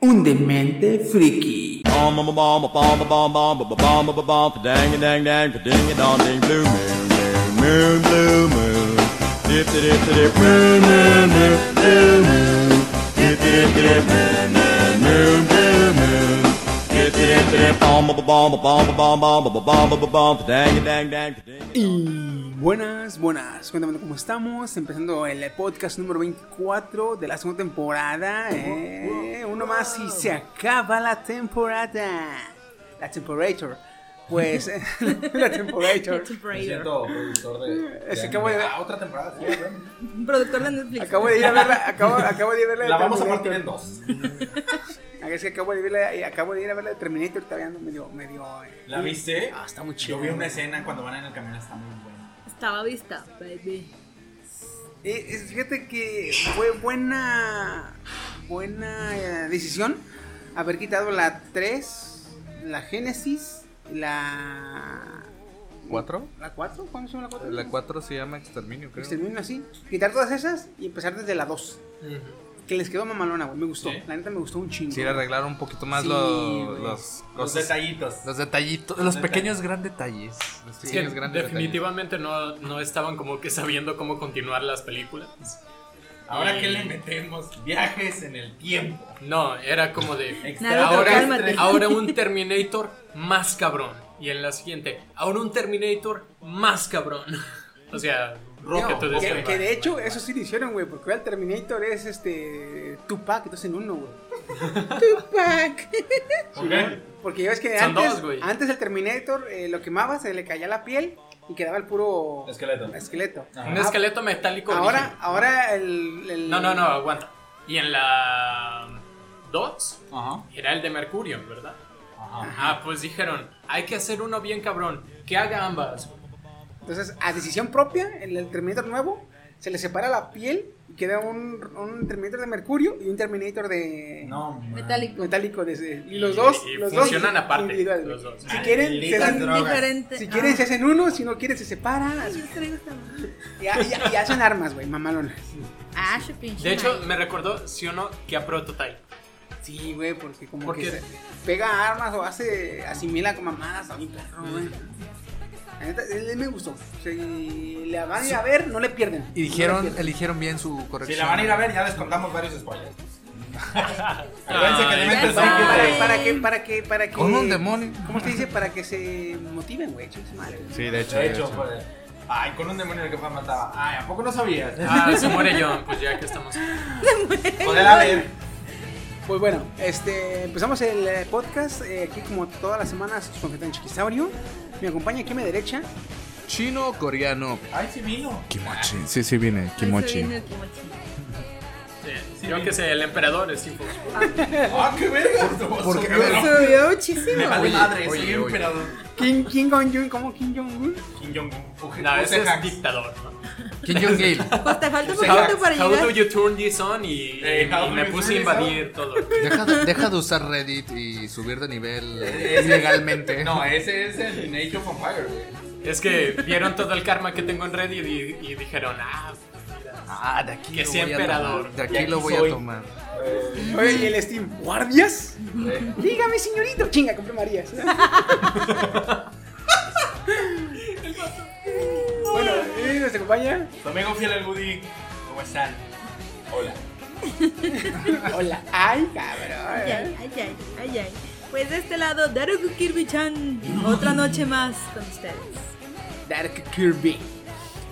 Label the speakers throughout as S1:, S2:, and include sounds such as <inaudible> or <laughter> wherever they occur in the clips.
S1: un demente friki. Y buenas, buenas. Cuéntame cómo estamos. Empezando el podcast número 24 de la segunda temporada. ¿eh? Uno más y se acaba la temporada. La temporator. <laughs> Pues la temporator. Se acabó de ver.
S2: otra temporada.
S3: Productor de Netflix.
S1: Acabo de ir a verla. Acabo, acabo de ir a verla. de
S2: <laughs> La vamos a
S1: Terminator.
S2: partir en dos.
S1: Ah, Es que acabo de, verla, eh, acabo de ir a verla de Terminator. Todavía ando medio. medio eh.
S2: ¿La viste?
S1: Ah, está muy chido.
S2: Yo vi una escena cuando van en el camión, está muy buena.
S3: Estaba vista, baby.
S1: Eh, es- fíjate que fue buena buena eh, decisión haber quitado la 3, la Génesis, la
S4: ¿Cuatro?
S1: la 4, ¿cuándo se llama la 4?
S4: La cuatro se llama Exterminio, creo.
S1: Exterminio así, quitar todas esas y empezar desde la 2. Que les quedó mamalona, güey, me gustó.
S2: Sí.
S1: La neta me gustó un chingo.
S4: Sí, le arreglaron un poquito más
S1: Sí,
S4: lo-
S1: güey.
S4: los,
S2: Los
S4: cosas-
S2: detallitos.
S4: los detallitos, los
S2: Detalles.
S4: pequeños gran detalles. Los
S5: Es que
S4: pequeños grandes
S5: definitivamente no, no estaban como que sabiendo cómo continuar las películas.
S2: Ahora
S5: Y-
S2: que le metemos viajes en el tiempo.
S5: No, era como de...
S2: Extra-
S3: Naruto,
S5: ahora,
S3: cálmate.
S5: ahora un Terminator más cabrón. Y en la siguiente, ahora un Terminator más cabrón. <laughs> O sea, Rocket to the
S1: que,
S5: Sky.
S1: que de hecho, eso sí lo hicieron, güey, porque el Terminator es este Tupac, entonces en uno, güey. Tupac.
S2: ¿ok?
S1: Porque ya ves que
S5: Son
S1: antes,
S5: dos, güey.
S1: antes el Terminator eh, lo quemaba, se le caía la piel y quedaba el puro
S2: Esqueleto.
S1: esqueleto. Ah,
S2: Ajá.
S5: Un esqueleto metálico.
S1: Ahora,
S5: origen.
S1: ahora el, el-
S5: No, no, no, aguanta. Y en la 2
S2: Ajá.
S5: era el de Mercurio, ¿verdad?
S2: Ajá.
S5: Ah, pues dijeron, hay que hacer uno bien cabrón, que haga ambas.
S1: Entonces, a decisión propia, el, el Terminator nuevo se le separa la piel y queda un, un Terminator de mercurio y un Terminator de
S2: No, man.
S3: Metallic.
S1: metálico. de ese- y los dos,
S5: Y- y
S1: los
S5: funcionan
S1: dos
S5: aparte,
S1: individuales,
S5: los
S1: güey.
S5: dos.
S1: Si quieren, se
S2: Malditas
S1: dan-
S2: drogas.
S3: Diferente. Ah.
S1: si quieren se hacen uno, si no quieren se separan
S3: Ay,
S1: así.
S3: yo traigo esta madre.
S1: y, y- y hacen armas, güey, mamalonas.
S3: Ah, su pinche
S5: De hecho,
S3: madre.
S5: me recordó, sí o no, que a Prototype.
S1: Sí, güey, porque como
S5: Porque-
S1: que se pega armas o hace asimila con mamadas a mi perro, güey. La neta, él me gustó. Si la van a ir a ver, no le pierden.
S4: Y
S1: No le
S4: dijeron,
S1: pierden.
S4: eligieron bien su
S2: Si
S4: corrección.
S2: la van a ir a ver, ya les contamos varios spoilers. Acuérdense que
S5: Ay,
S2: deben
S3: ya
S2: pensar que
S3: saben.
S1: para, para que, para que, para que.
S4: Con un demonio.
S1: ¿Cómo se dice? Para que se motiven, güey. chingue su madre.
S4: Sí, de hecho.
S2: De hecho, pues, Ay, con un demonio el que fue mataba. Ay, ¿a poco no sabías?
S5: Ah, se muere John, pues ya que estamos.
S2: Poder a ver.
S1: Pues bueno, este, empezamos el eh, podcast eh, aquí como todas las semanas con Fetán Chiquisaurio. Me acompaña aquí a mi derecha.
S4: Chino o coreano.
S2: Ay, sí vino.
S4: Kimochi. Sí, sí, viene.
S3: Ahí se
S4: Kimochi.
S3: viene el kimochi.
S5: Sí, eh, yo que sé, el emperador es tipo.
S2: Ah, qué verga. ¿Por
S4: qué?
S3: Subió muchísimo.
S2: Me vale
S4: Oye, oye,
S2: madre, soy
S4: oye.
S2: emperador.
S1: Kim, Kim Jong-un, ¿cómo Kim Jong-un?
S2: Kim Jong-un.
S5: No, ese es
S2: Usejax.
S5: dictador, ¿no?
S4: Kim Jong-il.
S3: Pues te falta un
S2: How-
S3: poquito para
S5: How do
S3: llegar.
S5: you turn this on? Y,
S2: Eh,
S5: y
S2: how do
S5: me
S2: you
S5: puse a
S2: turn this
S5: invadir todo.
S4: Deja, deja de usar Reddit y subir de nivel eh,
S2: Ese-
S4: ilegalmente.
S2: No, ese es el Nation of Empire, güey.
S5: Es que vieron todo el karma que tengo en Reddit y, y dijeron, ah, mira,
S4: Ah, de aquí
S5: Que
S4: lo
S5: sea
S4: voy a
S5: emperador.
S4: tomar. De
S2: De
S4: aquí
S2: aquí
S4: lo voy a
S2: soy.
S4: tomar.
S1: Oye, y el Steam, ¿guardias?
S2: Eh,
S1: Dígame, señorito. Chinga,
S4: <laughs>
S1: compré Marías. bueno, ¿y nos acompaña?
S2: tu amigo fiel al Woody, ¿cómo están? Hola.
S1: Hola. Ay, cabrón.
S3: Ay, ay, ay, ay, ay, ay. Pues de este lado, Daruku Kirby-chan. Otra noche más con ustedes.
S1: Dark Kirby.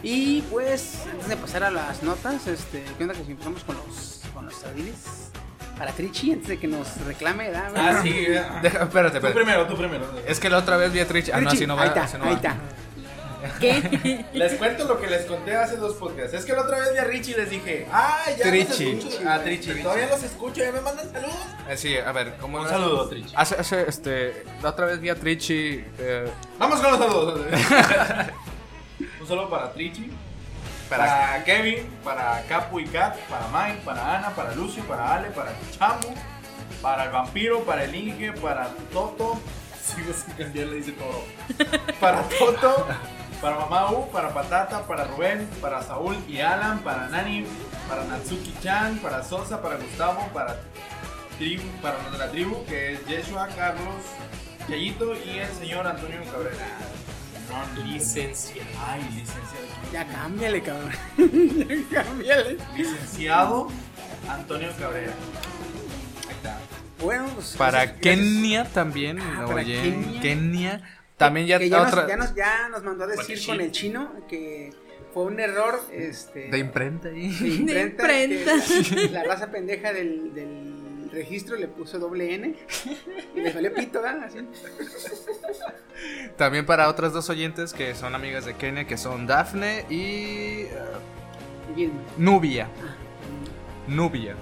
S1: Y pues, antes de pasar a las notas, este, ¿qué onda que si empezamos con los, con los audiles? Para Trichi, antes de que nos reclame, ¿verdad?
S2: Ah, <laughs> sí. eh.
S4: Deja- espérate,
S2: Tú
S4: espérate.
S2: primero, tú primero.
S4: Es que la otra vez vi a Trish. Ah, no,
S1: Trichi,
S4: así no va.
S1: ahí está,
S4: así no
S1: ahí
S4: va.
S1: está.
S6: ¿Qué?
S2: Les cuento lo que les conté hace dos podcasts. Es que la otra vez vi a Richie y les dije, ah, ya
S4: Trichi.
S2: los escucho. Ah, Trichi. Todavía los escucho, ya me mandan saludos.
S4: Así, Eh, a ver, ¿cómo
S2: Un
S4: era?
S2: saludo, Trichi.
S4: Hace, hace, este, la otra vez vi a Trichi. eh,
S2: Vamos con los saludos. Un saludo para Trichi, para Kevin, para Capu y Kat, para Mike, para Ana, para Lucio, para Ale, para Chamo, para el vampiro, para el Inge, para Toto. <laughs> Sigo sin cambiarle, dice todo. Para Toto, para Mamá U, para Patata, para Rubén, para Saúl y Alan, para Nani, para Natsuki-chan, para Sosa, para Gustavo, para tribu, para los de la tribu, que es Yeshua, Carlos, Yayito y el señor Antonio Cabrera. No,
S5: Licencia.
S2: Ay, licenciado.
S1: Ya cámbiale, cabrón. <laughs> ya cámbiale.
S2: Licenciado Antonio Cabrera. Ahí está.
S1: Bueno, pues,
S4: para
S1: gracias-
S4: Kenia también.
S1: Ah, para
S4: oye,
S1: Kenia.
S4: Kenia. También ya,
S1: que ya,
S4: otra.
S1: nos, ya, nos, ya nos mandó a decir
S5: Guatechil.
S1: con el chino que fue un error este,
S4: <laughs> De imprenta ahí.
S1: de imprenta.
S6: De
S1: que La, la raza pendeja del, del registro le puso doble N y le salió pito, ¿verdad? Así.
S4: También para otras dos oyentes que son amigas de Kenia, que son Dafne y eh,
S1: Gilman.
S4: Nubia. Nubia.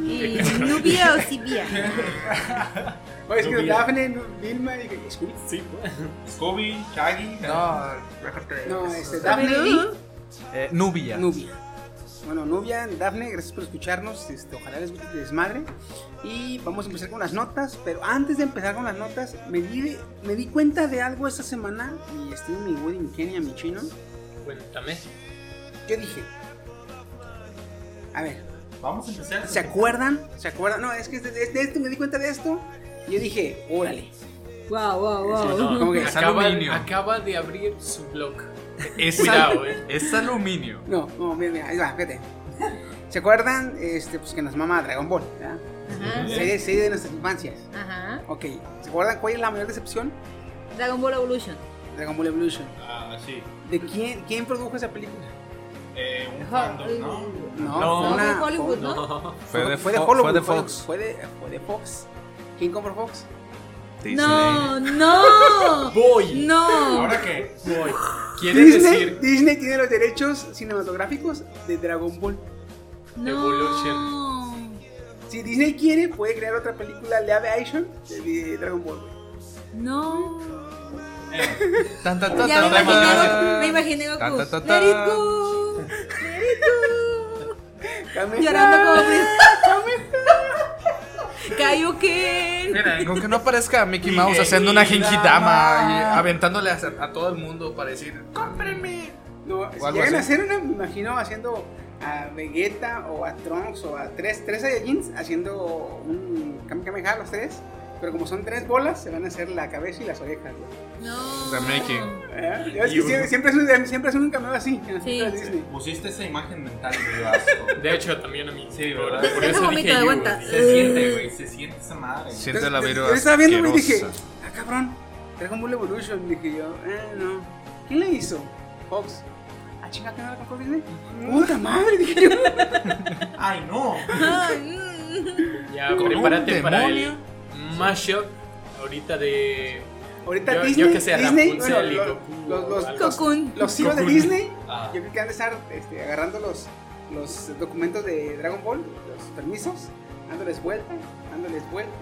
S6: ¿Y Nubia o Sibia?
S1: Oye, es que
S2: Nubia.
S1: Dafne, no, Vilma, dije, disculpe.
S2: Scooby, Shaggy.
S4: No,
S1: No, este, Dafne y
S6: Pero-
S4: eh, Nubia.
S1: Nubia. Bueno, Nubia, Dafne, gracias por escucharnos. Este, ojalá les guste el desmadre. Y vamos a empezar con las notas. Pero antes de empezar con las notas, me di, me di cuenta de algo esta semana. Mi Steve, mi Woody, mi Kenia, mi chino.
S5: Cuéntame.
S1: Yo dije. A ver,
S2: Vamos a empezar.
S1: ¿se acuerdan? ¿Se acuerdan? No, es que de, de- de esto me di cuenta de esto. y Yo dije, órale. Este,
S6: Wow, wow, wow.
S1: ¿Cómo que es
S5: Acaba,
S4: aluminio.
S5: acaba de abrir su blog.
S4: Es,
S5: Cuidado,
S4: al-
S5: eh.
S4: es aluminio.
S1: No, no, mira, mira, ahí va, fíjate. ¿Se acuerdan? Este, pues que nos mama Dragon Ball, ¿verdad?
S6: Ajá.
S1: Serie, serie de nuestras infancias.
S6: Ajá.
S1: Ok, ¿se acuerdan cuál es la mayor decepción?
S6: Dragon Ball Evolution.
S1: Dragon Ball Evolution.
S2: Ah, sí.
S1: ¿De quién, quién produjo esa película?
S2: Eh, un fandom, ¿no?
S1: No,
S5: No.
S1: fue
S6: de
S1: una-
S6: Hollywood, ¿no?
S1: Fue,
S4: Fue de
S1: fue de
S4: Fo-
S1: Hollywood.
S4: fue de
S1: fue
S4: Fox.
S1: Fue de, fue de Fox. ¿Quién compró Fox?
S6: No, no.
S5: Voy.
S6: No.
S2: ¿Ahora qué?
S5: Voy. Quiere
S1: Disney,
S5: decir.
S1: Disney tiene los derechos cinematográficos de Dragon Ball.
S6: No.
S1: Si Disney quiere, puede crear otra película live action de, de Dragon Ball. güey.
S6: No.
S4: Tan, tan, tan,
S6: Ya me
S4: tan,
S6: imaginé,
S4: tan.
S6: me imaginé Goku.
S4: Ta, ta, ta, ta.
S6: Let it go. Let it go.
S1: Dame-
S6: Llorando
S1: <laughs>
S6: como príncipe. Kaioken.
S4: Mira, con que no aparezca Mickey Mouse
S2: Miguelito.
S4: haciendo una genkidama y aventándole a, a todo el mundo para decir, cómprenme.
S1: No, si
S4: algo
S1: llegan a
S4: así.
S1: hacer una, me imagino haciendo a Vegeta o a Trunks o a tres, tres Saiyajins haciendo un Kamehameha los tres. Pero como son tres bolas, se van a hacer la cabeza y las orejas. güey.
S6: No.
S4: The making.
S1: ¿Eh? Ya ves que siempre, siempre, hacen- siempre hacen un cameo así. en las
S6: Sí.
S1: películas de Disney.
S2: Pusiste esa imagen mental y yo asco.
S5: De hecho, también a mí.
S2: Sí,
S5: por,
S2: ¿verdad?
S5: por
S6: Deja
S5: eso
S6: vomito,
S5: dije yo,
S6: aguanta.
S5: güey.
S2: Se siente, güey. Se siente esa madre.
S4: Siente la
S1: Entonces,
S4: virus.
S1: Yo estaba viendo y dije, ah, cabrón, Dragon Ball Evolution. Dije yo, eh, no. ¿Quién le hizo? Fox. Ah, chinga, que no la compró Disney. Puta madre, <laughs> dije yo.
S2: Ay, no.
S6: Ay, mm.
S5: Ya,
S4: Con un
S5: prepárate para el
S4: demonio.
S5: mashup ahorita de.
S1: Ahorita
S5: Yo- yo
S1: Disney.
S5: que sé,
S1: Disney
S5: Rapunzel
S1: bueno,
S5: y
S1: lo-
S5: Goku
S1: los,
S5: o
S1: los,
S5: algo
S1: los,
S6: Cocoon.
S1: los hijos de
S5: Cocoon.
S1: Disney,
S5: Ah.
S1: yo creo que han de estar este, agarrando los, los documentos de Dragon Ball, los permisos, dándoles vuelta, dándoles vuelta,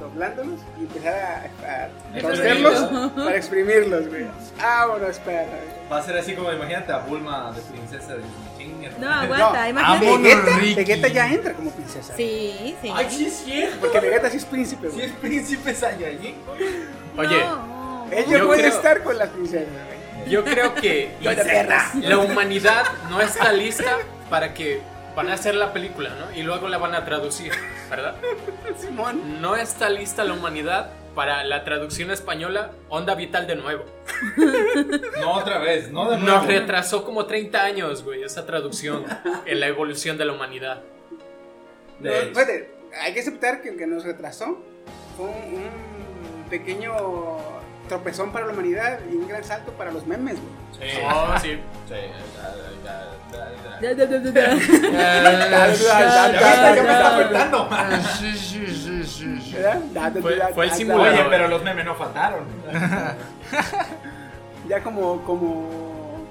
S1: doblándolos y empezar a, a torcerlos
S6: <laughs>
S1: para exprimirlos, güey. Ah, Vámonos, perra. güey.
S2: Va a ser así como, imagínate a Bulma de princesa de Disney. Chingue, <laughs>
S6: No,
S2: madre.
S6: aguanta,
S1: No,
S6: imagínate.
S4: amo-
S1: Vegeta,
S4: Ricky.
S1: Vegeta ya entra como princesa.
S6: Sí, sí.
S2: Ay, sí es cierto.
S1: Porque Vegeta sí es príncipe,
S2: Si
S1: güey.
S2: es príncipe Saiyajin.
S5: Oye,
S6: No.
S1: Ella
S5: Yo
S1: puede
S5: creo-
S1: estar con las princesas, güey.
S5: yo creo que la humanidad no está lista para que van a hacer la película, ¿no? Y luego la van a traducir, ¿verdad?
S1: Simón.
S5: No está lista la humanidad para la traducción española Onda Vital de nuevo.
S2: No, otra vez. No, de nuevo.
S5: Nos retrasó como 30 años, güey, esa traducción en la evolución de la humanidad.
S1: No, espérate, hay que aceptar que el que nos retrasó fue un, un pequeño tropezón para la humanidad y un gran salto para los memes, güey.
S2: Sí.
S5: Oh, sí.
S2: Sí. Ya
S6: Da, da, da, da, da.
S2: me está <laughs> afectando.
S1: ¿Verdad? Da, da,
S5: Fue-
S1: da,
S5: fue el
S1: da, da.
S5: simulador.
S2: Oye, pero los memes no faltaron.
S1: Ya como, como.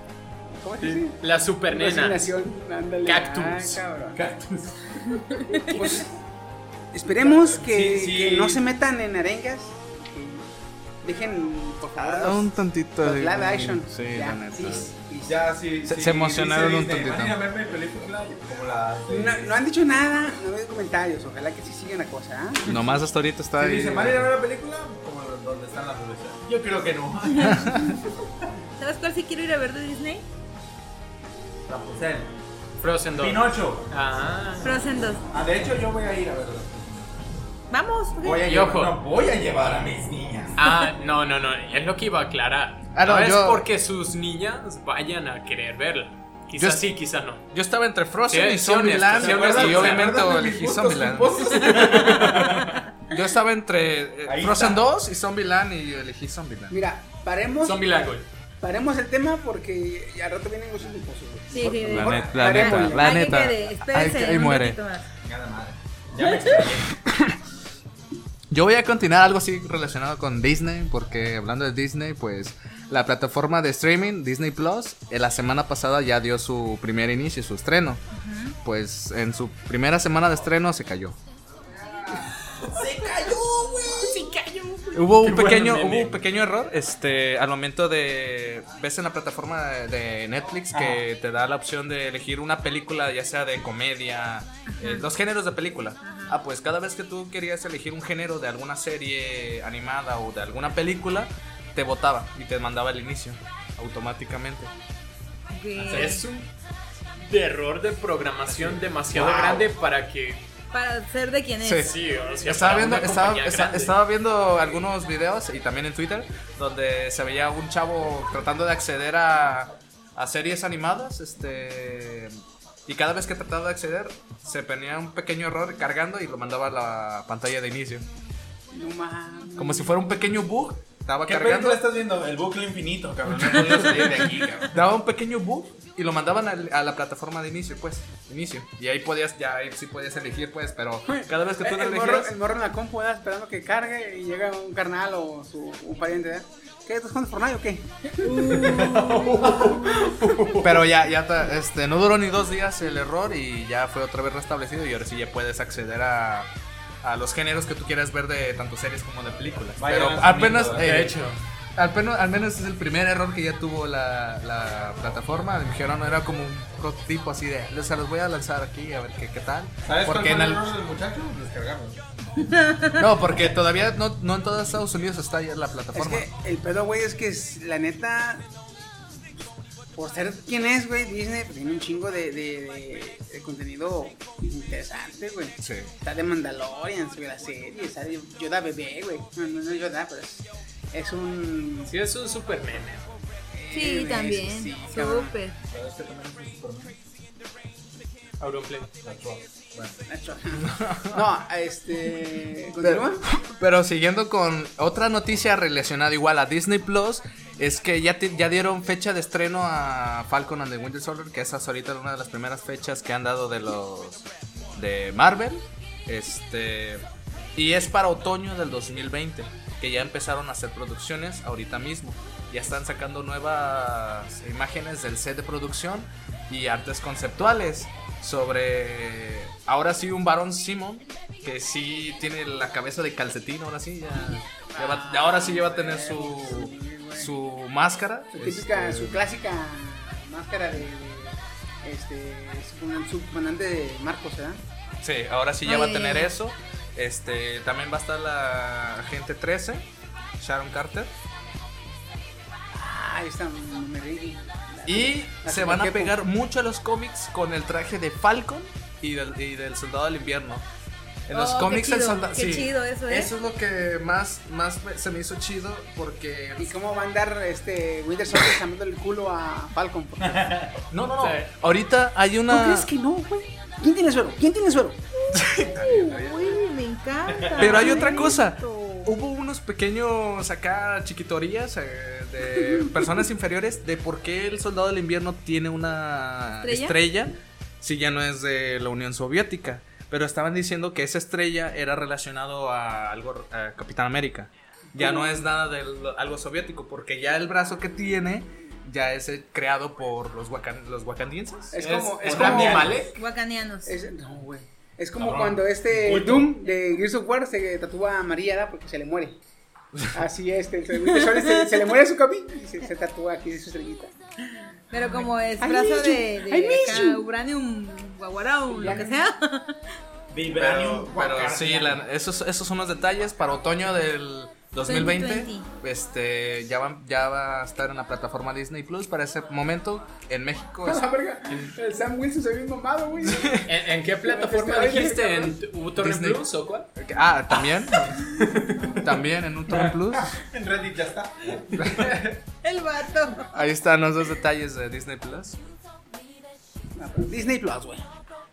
S1: ¿Cómo se dice?
S5: <laughs> La super nena.
S1: Resignación, ándale.
S5: Cactus.
S1: Ah, cabrón.
S7: Cactus.
S1: <laughs> Pues, esperemos que,
S7: Sí, sí.
S1: que no se metan en arengas. que Dejen, por favor.
S8: Un tantito
S1: los
S8: de.
S1: live action.
S4: Sí,
S1: Ya,
S4: la neta.
S1: please, please.
S7: Ya, sí.
S4: Se-
S7: sí,
S4: se emocionaron
S7: dice
S4: un
S7: Disney,
S4: tantito.
S7: "Imagina verme en película como la. de-
S1: No, no han dicho nada, no veo comentarios. Ojalá que sí sigan la cosa. ¿ah?
S4: Nomás hasta ahorita está
S7: Si
S4: ahí.
S7: dicen, ¿van a ir a ver la película? Como lo- donde están las bebés. Yo creo que no.
S6: <laughs> ¿Sabes cuál sí quiero ir a ver de Disney?
S7: Rapunzel.
S5: Frozen 2.
S7: Pinocho.
S5: Ah.
S6: Frozen 2.
S7: Ah, de hecho, yo voy a ir a verla.
S6: Vamos. ok.
S7: Voy a
S5: Y
S7: llevar,
S5: ojo.
S7: no, voy a llevar a mis niñas.
S5: Ah, no, no, no, es lo que iba a aclarar.
S4: Ah, no,
S5: no, es
S4: yo-
S5: porque sus niñas vayan a querer verla. Quizás
S4: Yo-
S5: sí, quizás no.
S4: Yo estaba entre Frozen
S5: Sí,
S4: y
S5: sí, honesto,
S4: Zombieland
S5: sí, honesto.
S4: y
S5: ¿Se
S4: obviamente
S7: ¿Recuerdan de mis
S4: elegí
S7: gustos
S4: Zombieland.
S7: culposos?
S4: Yo estaba entre eh,
S7: Ahí
S4: Frozen
S7: está.
S4: 2 y Zombieland y elegí Zombieland.
S1: Mira, paremos,
S5: Zombie Langoy.
S1: paremos el tema porque ya al rato vienen cosas imposibles.
S6: Sí, sí, sí.
S4: La,
S1: Mejor
S4: net- la
S1: paremos
S4: neta,
S1: ya.
S4: la
S6: Ahí
S4: neta.
S6: quede,
S4: Ahí,
S6: espérense
S4: ahí
S6: un
S4: muere.
S6: ratito más.
S7: Chingada madre. Ya me extrañé.
S4: Yo voy a continuar algo así relacionado con Disney, porque hablando de Disney, pues la plataforma de streaming Disney Plus, eh, la semana pasada ya dio su primer inicio, su estreno. Pues en su primera semana de estreno se cayó. Hubo un
S7: Qué
S4: pequeño,
S7: bueno,
S4: hubo
S7: nene.
S4: un pequeño error, este, al momento de ves en la plataforma de- de Netflix que te da la opción de elegir una película, ya sea de comedia, eh, los géneros de película. Ah, pues cada vez que tú querías elegir un género de alguna serie animada o de alguna película, te votaba y te mandaba el inicio automáticamente.
S6: Ok.
S5: Es un error de programación demasiado grande para que.
S6: Para ser de quien es.
S4: Sí.
S5: Sí, o sea,
S4: estaba
S5: para
S4: viendo,
S5: una
S4: estaba,
S5: compañía
S4: esta-
S5: grande.
S4: estaba viendo algunos videos y también en Twitter donde se veía un chavo tratando de acceder a, a series animadas, este y cada vez que trataba de acceder se ponía un pequeño error cargando y lo mandaba a la pantalla de inicio,
S1: No mames.
S4: como si fuera un pequeño bug, estaba
S7: ¿Qué
S4: cargando,
S7: película estás viendo? El bucle infinito, cabrón. No he podido salir de aquí, cabrón.
S4: daba un pequeño bug y lo mandaban al- a la plataforma de inicio, pues, inicio. Y ahí podías ya ahí sí podías elegir, pues, pero cada vez que tú
S1: Eh, El,
S4: lo
S1: el morro,
S4: elegías
S1: el morro en la compu ¿verdad? esperando que cargue y llega un carnal o su, un pariente. ¿verdad? ¿Qué? ¿Estás jugando Fortnite o qué?
S4: Pero ya, ya ta- este, no duró ni dos días el error y ya fue otra vez restablecido y ahora sí ya puedes acceder a, a los géneros que tú quieras ver de tanto series como de películas.
S7: Vaya
S4: Pero
S7: lanzamiento,
S4: apenas,
S7: ¿eh?
S4: eh, al menos, al menos es el primer error que ya tuvo la, la plataforma. Me dijeron, no, era como un prototipo así de, o sea, los voy a lanzar aquí a ver qué, qué tal.
S7: ¿Sabes cuál
S4: Porque
S7: fue el
S4: en al-
S7: error del muchacho? Descargarlo.
S4: no, porque todavía no, no en todos Estados Unidos está ya la
S1: Es
S4: plataforma.
S1: que el pedo, güey, es que es- la neta, por ser quien es, güey, Disney pues, tiene un chingo de, de- de- de contenido interesante, güey.
S4: Sí.
S1: Está de Mandalorian, güey, la serie, sale Yoda bebé, güey. No, no, no es Yoda, pero es, es un...
S5: Sí, es un super meme.
S1: eh,
S6: Sí,
S1: güey,
S6: también.
S1: sí, cabrón.
S6: Súper.
S5: Auronplay.
S1: Nacho. No,
S6: <laughs>
S1: este... ¿Continúa?
S4: Pero siguiendo con otra noticia relacionada igual a Disney Plus, es que ya, ti- ya dieron fecha de estreno a Falcon and the Winter Soldier, que esa es ahorita una de las primeras fechas que han dado de los de Marvel. Este y es para otoño del 2020, que ya empezaron a hacer producciones ahorita mismo. Ya están sacando nuevas imágenes del set de producción y artes conceptuales sobre ahora sí un varón Simon que sí tiene la cabeza de calcetín, ahora sí ya, ya va- ya ahora sí ya va a tener su su máscara,
S1: Su típica,
S4: este,
S1: su clásica máscara de... de- este... su- Subcomandante de Marcos, ¿verdad?
S4: Sí, ahora sí ya va a
S6: Oye.
S4: tener eso. Este, también va a estar la agente 13, Sharon Carter.
S1: Ah, esta me reí.
S4: Y
S1: La
S4: se van a
S1: Superquepo.
S4: pegar mucho a los cómics con el traje de Falcon y del, y del Soldado del Invierno. En los
S6: Oh, qué
S4: cómics el
S6: chido,
S4: soldado.
S6: qué chido eso, ¿eh?
S4: Eso es lo que más, más me- se me hizo chido porque.
S1: ¿Y cómo va a andar este Winter Soldier llamando el culo a Falcon? por favor?
S4: No, no, no.
S5: Sí.
S4: Ahorita hay
S1: ¿Tú
S4: una.
S1: crees que no, güey? ¿Quién tiene suelo? ¿Quién tiene suelo?
S6: Uy, me encanta.
S4: Pero hay otra cosa.
S6: Esto.
S4: Hubo unos pequeños acá chiquitorías eh, de personas inferiores de por qué el soldado del invierno tiene una
S6: ¿Estrella?
S4: estrella si ya no es de la Unión Soviética. Pero estaban diciendo que esa estrella era relacionado a algo a Capitán América. ya no es nada de lo- algo soviético, porque ya el brazo que tiene ya es eh, creado por los, wakan- los wakandienses.
S1: Es como. Es
S5: es
S1: como.
S5: Rami Malek.
S6: Guacanianos.
S1: es- no, güey. Es como cuando este Doom de Gears of War se tatúa a María ¿da? porque se le muere. Así es, el Winter Soldier se, se le muere su cami y se, se tatúa aquí su estrellita.
S6: Pero como es
S1: I
S6: brazo
S1: miss you,
S6: de,
S1: I
S6: de
S1: miss
S6: acá,
S1: you.
S6: uranium, guaguarau, lo que sea.
S4: Pero, pero sí, la- esos, esos son los detalles para otoño del 2020.
S6: 2020.
S4: Este, ya, va, ya va a estar en la plataforma Disney Plus para ese momento en México.
S1: <laughs> A la verga, el Sam Wilson se ve bien mamado, güey.
S5: ¿En, en qué plataforma
S1: Oye,
S5: dijiste? ¿En Torre
S4: Disney.
S5: Plus o cuál?
S4: Ah, también. <laughs> también en un Torrent
S1: <laughs>
S4: Plus.
S7: En Reddit ya
S4: <laughs>
S7: está.
S6: El vato.
S4: Ahí están los dos detalles de Disney Plus.
S1: Ah, pero Disney Plus, güey.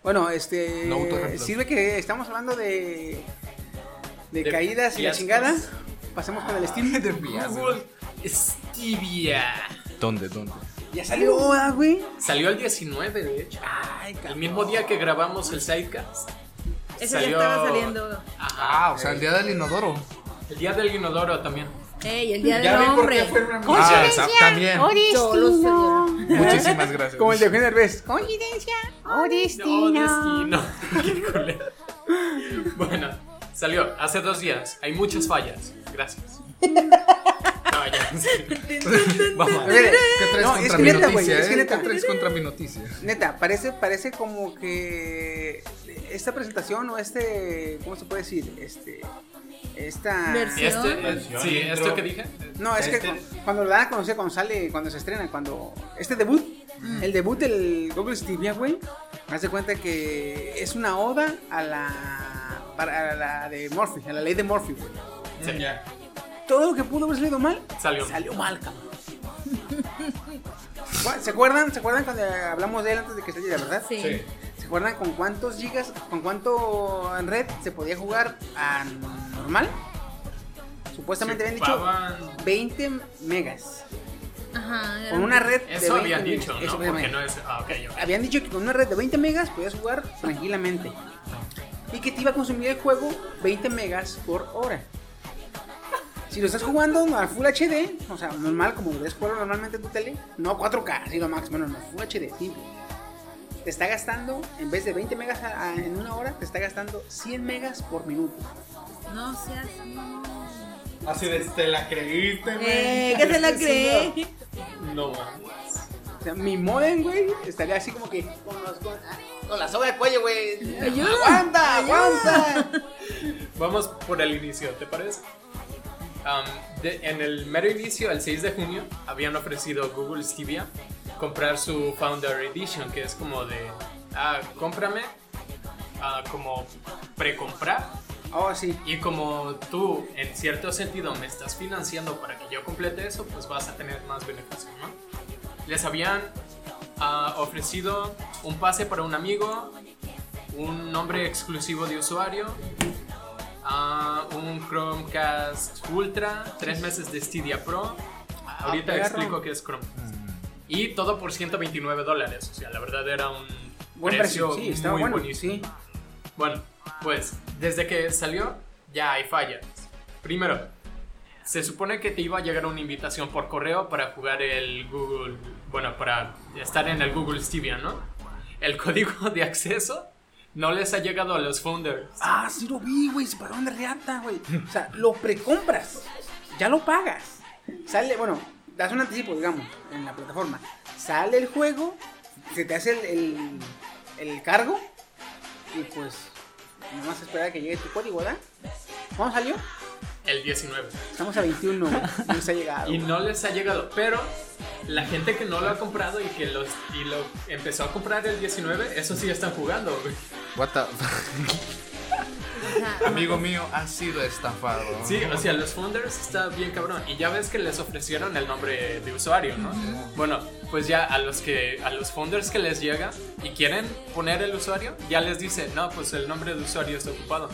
S1: Bueno, este.
S4: No, Torre Plus.
S1: sirve que estamos hablando de. De,
S5: De
S1: caídas y la
S5: fiascos.
S1: chingada. Pasemos con el Steam.
S5: Google Stevia.
S4: ¿Dónde? ¿Dónde?
S1: Ya salió, ah, güey.
S5: Salió el 19, de hecho.
S1: Ay,
S5: El
S1: cabrón.
S5: mismo día que grabamos el sidecast.
S6: Eso
S5: Salió-
S6: ya estaba saliendo.
S5: Ajá.
S4: Ah, o sea, el día del inodoro.
S5: El día del inodoro también.
S6: Ey, el día
S7: Ya
S6: del
S7: vi por qué
S6: hombre.
S7: fue una
S4: Ah, esa- también.
S6: Yo lo sé, yo lo-
S4: Muchísimas gracias.
S1: Como el de Eugenio Derbez. ¡Oh,
S5: No, destino. <laughs> Qué culero. bueno, salió hace dos días. Hay muchas fallas. Gracias. No, ya. en serio.
S1: <laughs>
S4: Vamos.
S1: A ver,
S4: ¿Qué traes
S1: No, es
S4: contra
S1: que
S4: mi
S1: neta, güey,
S4: noticia?
S1: es que
S4: eh?
S1: neta.
S4: ¿Qué traes contra mi noticia?
S1: Neta, parece, parece como que esta presentación o este, ¿cómo se puede decir? Este, esta...
S6: Versión.
S5: Este, eh,
S7: Versión,
S5: sí,
S7: intro.
S5: esto que dije.
S1: No, es que
S7: Este-
S1: cu- cuando lo dan a conocer, cuando sale, cuando se estrena, cuando... Este debut,
S6: Mm.
S1: el debut del Google Stevia, güey, haz de cuenta que es una oda a la, para, a la de Murphy, a la ley de Murphy, güey.
S5: Sí,
S7: Ya.
S1: Todo lo que pudo haber salido mal,
S5: Salió.
S1: salió mal, cabrón. <laughs> ¿Se acuerdan? ¿Se acuerdan cuando hablamos de él antes de que saliera, verdad?
S6: Sí.
S7: Sí.
S1: ¿Se acuerdan con cuántos gigas, con cuánto en red se podía jugar a normal? Supuestamente habían dicho
S5: Chupaban-
S1: 20 megas.
S6: Ajá. era-
S1: Con una red de
S5: Eso
S1: 20
S5: habían
S1: megas.
S5: dicho,
S1: Eso
S5: ¿no? Porque
S1: obviamente.
S5: no es. Ah, ok, ok.
S1: Habían dicho que con una red de 20 megas podías jugar tranquilamente. Y que te iba a consumir el juego 20 megas por hora. Si lo estás jugando a Full HD, o sea, normal, como lo ves jugarlo normalmente en tu tele, no 4K, sino max, bueno, no, Full HD, simple. Te está gastando, en vez de 20 megas a- a- en una hora, te está gastando 100 megas por minuto.
S6: No seas.
S1: <laughs>
S7: Así de, te la creíste, güey.
S6: Eh, que
S4: <laughs>
S6: se la cree.
S5: No.
S1: O sea, mi modem, güey, estaría así como que con, los- con- ah, con la soga de cuello, güey.
S6: Ayuda,
S1: ¡Aguanta,
S6: ayuda.
S1: aguanta!
S5: Vamos por el inicio, ¿te parece? Um, de- en el mero inicio, el 6 de junio, habían ofrecido a Google Stevia comprar su Founder Edition, que es como de, ah, cómprame, ah, como precomprar,
S1: Oh, sí.
S5: y como tú, en cierto sentido, me estás financiando para que yo complete eso, pues vas a tener más beneficio, ¿no? Les habían ah, ofrecido un pase para un amigo, un nombre exclusivo de usuario, ah, un Chromecast Ultra, tres meses de Stadia Pro. Ahorita
S1: Ah, perro. Mm.
S5: explico qué es Chromecast. Y todo por 129 dólares, o sea, la verdad era un
S1: Buen
S5: precio,
S1: precio, sí, estaba
S5: muy
S1: bueno,
S5: buenísimo.
S1: sí.
S5: Bueno, pues desde que salió ya hay fallas. Primero, se supone que te iba a llegar una invitación por correo para jugar el Google, bueno, para estar en el Google Stevia, ¿no? El <laughs> código de acceso no les ha llegado a los founders.
S1: Ah, sí lo vi, güey, se paró en reata, güey. O sea, lo precompras, ya lo pagas. Sale, bueno, das un anticipo, digamos, en la plataforma. Sale el juego, se te hace el, el, el cargo y pues nomás esperar a que llegue tu código, ¿verdad? ¿Cuándo salió?
S5: El 19.
S1: Estamos a 21, güey, no nos ha llegado.
S5: <laughs> Y no les ha llegado, pero la gente que no lo ha comprado y que los, y lo empezó a comprar el 19, eso sí están jugando, güey.
S4: What <laughs> the Amigo mío, has sido estafado.
S5: Sí, o sea, los founders está bien cabrón. Y ya ves que les ofrecieron el nombre de usuario, ¿no? Bueno, pues ya a los que a los founders que les llega y quieren poner el usuario, ya les dice, no, pues el nombre de usuario está ocupado.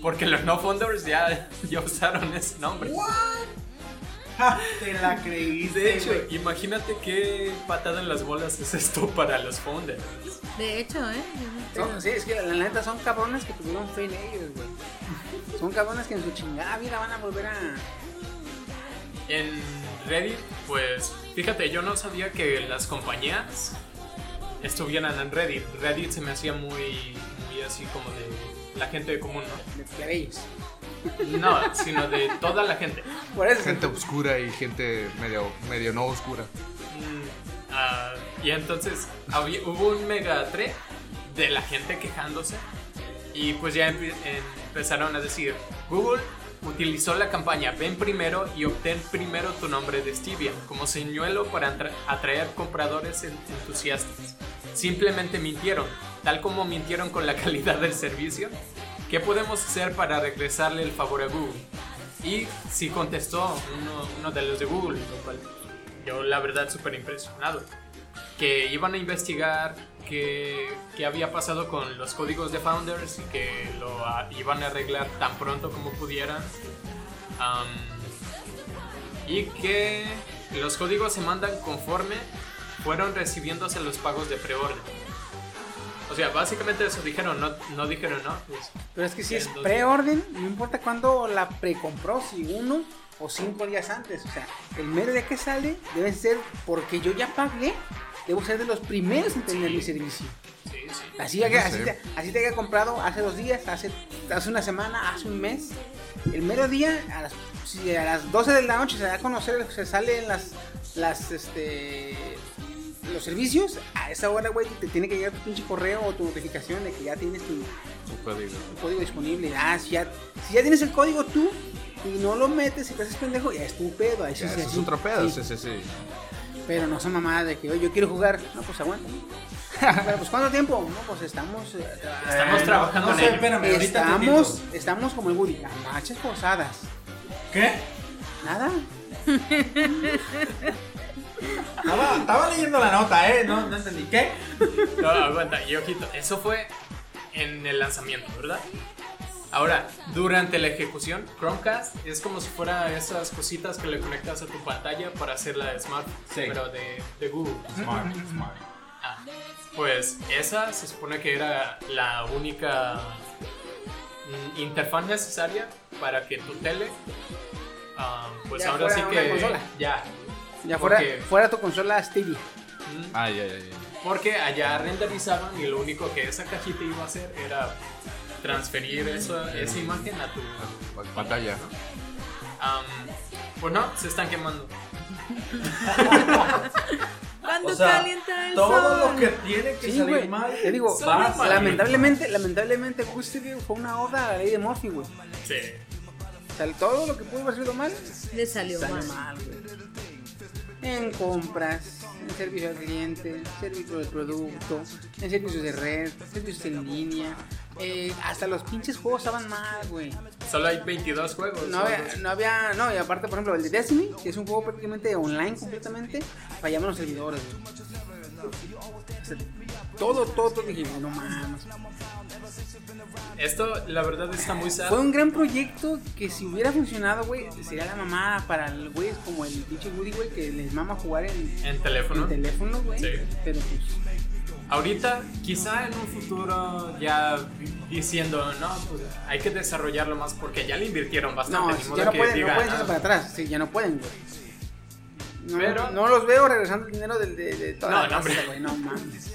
S5: Porque los no founders ya, <laughs> ya usaron ese nombre.
S7: Te la creíste.
S5: De hecho, imagínate qué patada en las bolas es esto para los founders.
S6: De hecho, ¿eh?
S1: Son- sí, es que la, la neta son cabrones que tuvieron fe en ellos, güey. Son cabrones que en su chingada vida van a volver a.
S5: En Reddit, pues fíjate, yo no sabía que las compañías estuvieran en Reddit. Reddit se me hacía muy, muy así como de la gente común,
S1: de queréis.
S5: ¿no? No, sino de toda la gente.
S1: Por eso.
S4: Gente oscura y gente medio, medio no oscura.
S5: Mm, ah, y entonces había- hubo un mega thread de la gente quejándose y pues ya empe- empezaron a decir, Google utilizó la campaña ven primero y obtén primero tu nombre de Stevia como señuelo para atra- atraer compradores en- entusiastas. Simplemente mintieron, tal como mintieron con la <laughs> calidad del servicio. ¿Qué podemos hacer para regresarle el favor a Google? Y sí contestó uno, uno de los de Google, lo cual yo la verdad súper impresionado. Que iban a investigar qué, qué había pasado con los códigos de Founders y que lo a- iban a arreglar tan pronto como pudieran. Am, y que los códigos se mandan conforme fueron recibiéndose los pagos de preorden. O sea, básicamente eso dijeron, no, no dijeron, no. Pues,
S1: Pero es que si es
S5: Entonces-
S1: preorden, no importa cuándo la precompró, si uno o cinco días antes. O sea, el mero día que sale debe ser porque yo ya pagué, debo ser de los primeros en tener mi servicio.
S5: sí, sí.
S1: Así, haga- así,
S4: sé.
S1: te, así te haya comprado hace dos días, hace, hace una semana, hace un mes. El mero día, a las, si a las 12 de la noche se da a conocer, se salen las, las, este, los servicios. A esa hora, güey, te tiene que llegar tu pinche correo o tu notificación de que ya tienes tu, tu código disponible. Ah, si ya, si ya tienes el código tú y no lo metes y te haces pendejo, ya es tu pedo. Ahí sí,
S4: Ya,
S1: sí,
S4: eso es
S1: sí,
S4: otro pedo,
S1: sí.
S4: sí, sí, sí.
S1: Pero no son mamadas de que, oye, yo quiero jugar. No,
S4: <laughs>
S1: pues aguanta. Pero, pues, ¿cuánto tiempo? No, pues estamos. eh,
S5: Estamos
S7: Eh,
S5: trabajando
S7: no, no
S5: en
S7: sé,
S5: ello.
S7: espérame, ahorita te
S1: estamos,
S7: digo.
S1: estamos como el Woody, Ah, a marchas forzadas.
S7: ¿Qué?
S1: Nada.
S7: Estaba, estaba leyendo la nota, ¿eh? No, no entendí. ¿Qué?
S5: No, aguanta, y ojito, eso fue en el lanzamiento, ¿verdad? Ahora, durante la ejecución, Chromecast es como si fuera esas cositas que le conectas a tu pantalla para hacerla de Smart,
S7: Sí.
S5: pero de, de Google.
S7: Smart, smart.
S5: Ah, pues esa se supone que era la única mm, interfaz necesaria para que tu tele, ah, pues
S1: Ya
S5: ahora
S1: fuera
S5: sí
S1: una
S5: que
S1: consola.
S5: ya,
S1: Ya
S5: ¿Por
S1: fuera,
S5: qué?
S1: fuera tu consola Stevie.
S5: mm,
S4: Ay, ay, ay. ay.
S5: Porque allá renderizaban y lo único que esa cajita iba a hacer era transferir esa, esa imagen a tu...
S4: Pa- Pantalla.
S5: Am, pues no, se están quemando.
S6: Cuando
S7: O sea,
S6: calienta el
S7: Todo
S6: sol.
S7: lo que tiene que
S1: Sí,
S7: salir
S1: güey.
S7: mal.
S1: Te digo,
S7: va a salir
S1: lamentablemente, lamentablemente, Google Stevie fue una oda a la ley de Murphy, güey.
S5: Sí.
S1: O sea, todo lo que pudo haber sido mal,
S6: Le salió
S1: sale
S6: mal.
S1: mal, güey. En compras, en servicio al cliente, servicio de producto, en servicios de red, servicios en línea. eh, hasta los pinches juegos estaban mal, güey.
S5: Solo hay 22 juegos.
S1: No
S5: o
S1: eh, había,
S5: algo así.
S1: no había, no, y aparte, por ejemplo, el de Destiny, que es un juego prácticamente online completamente, fallaban los servidores, güey. O sea, todo, todo, todo, dije, no mames.
S5: Esto la verdad está muy sad.
S1: Fue un gran proyecto que si hubiera funcionado, güey, sería la mamada para el güey como el pinche Woody, güey, que les mama jugar en,
S5: En
S1: en
S5: teléfono.
S1: teléfono, güey.
S5: Sí.
S1: Pero pues,
S5: Ahorita, quizá en un futuro ya diciendo, no, pues hay que desarrollarlo más porque ya le invirtieron bastante.
S1: no,
S5: ni modo
S1: ya no
S5: que
S1: pueden, no
S5: digan,
S1: pueden
S5: "Ah,
S1: echarse para atrás, sí, ya no pueden, güey. No,
S5: Pero-
S1: no los veo regresando el dinero del, de, de toda
S5: No,
S1: la
S5: no, hombre.
S1: raza, güey, no mames.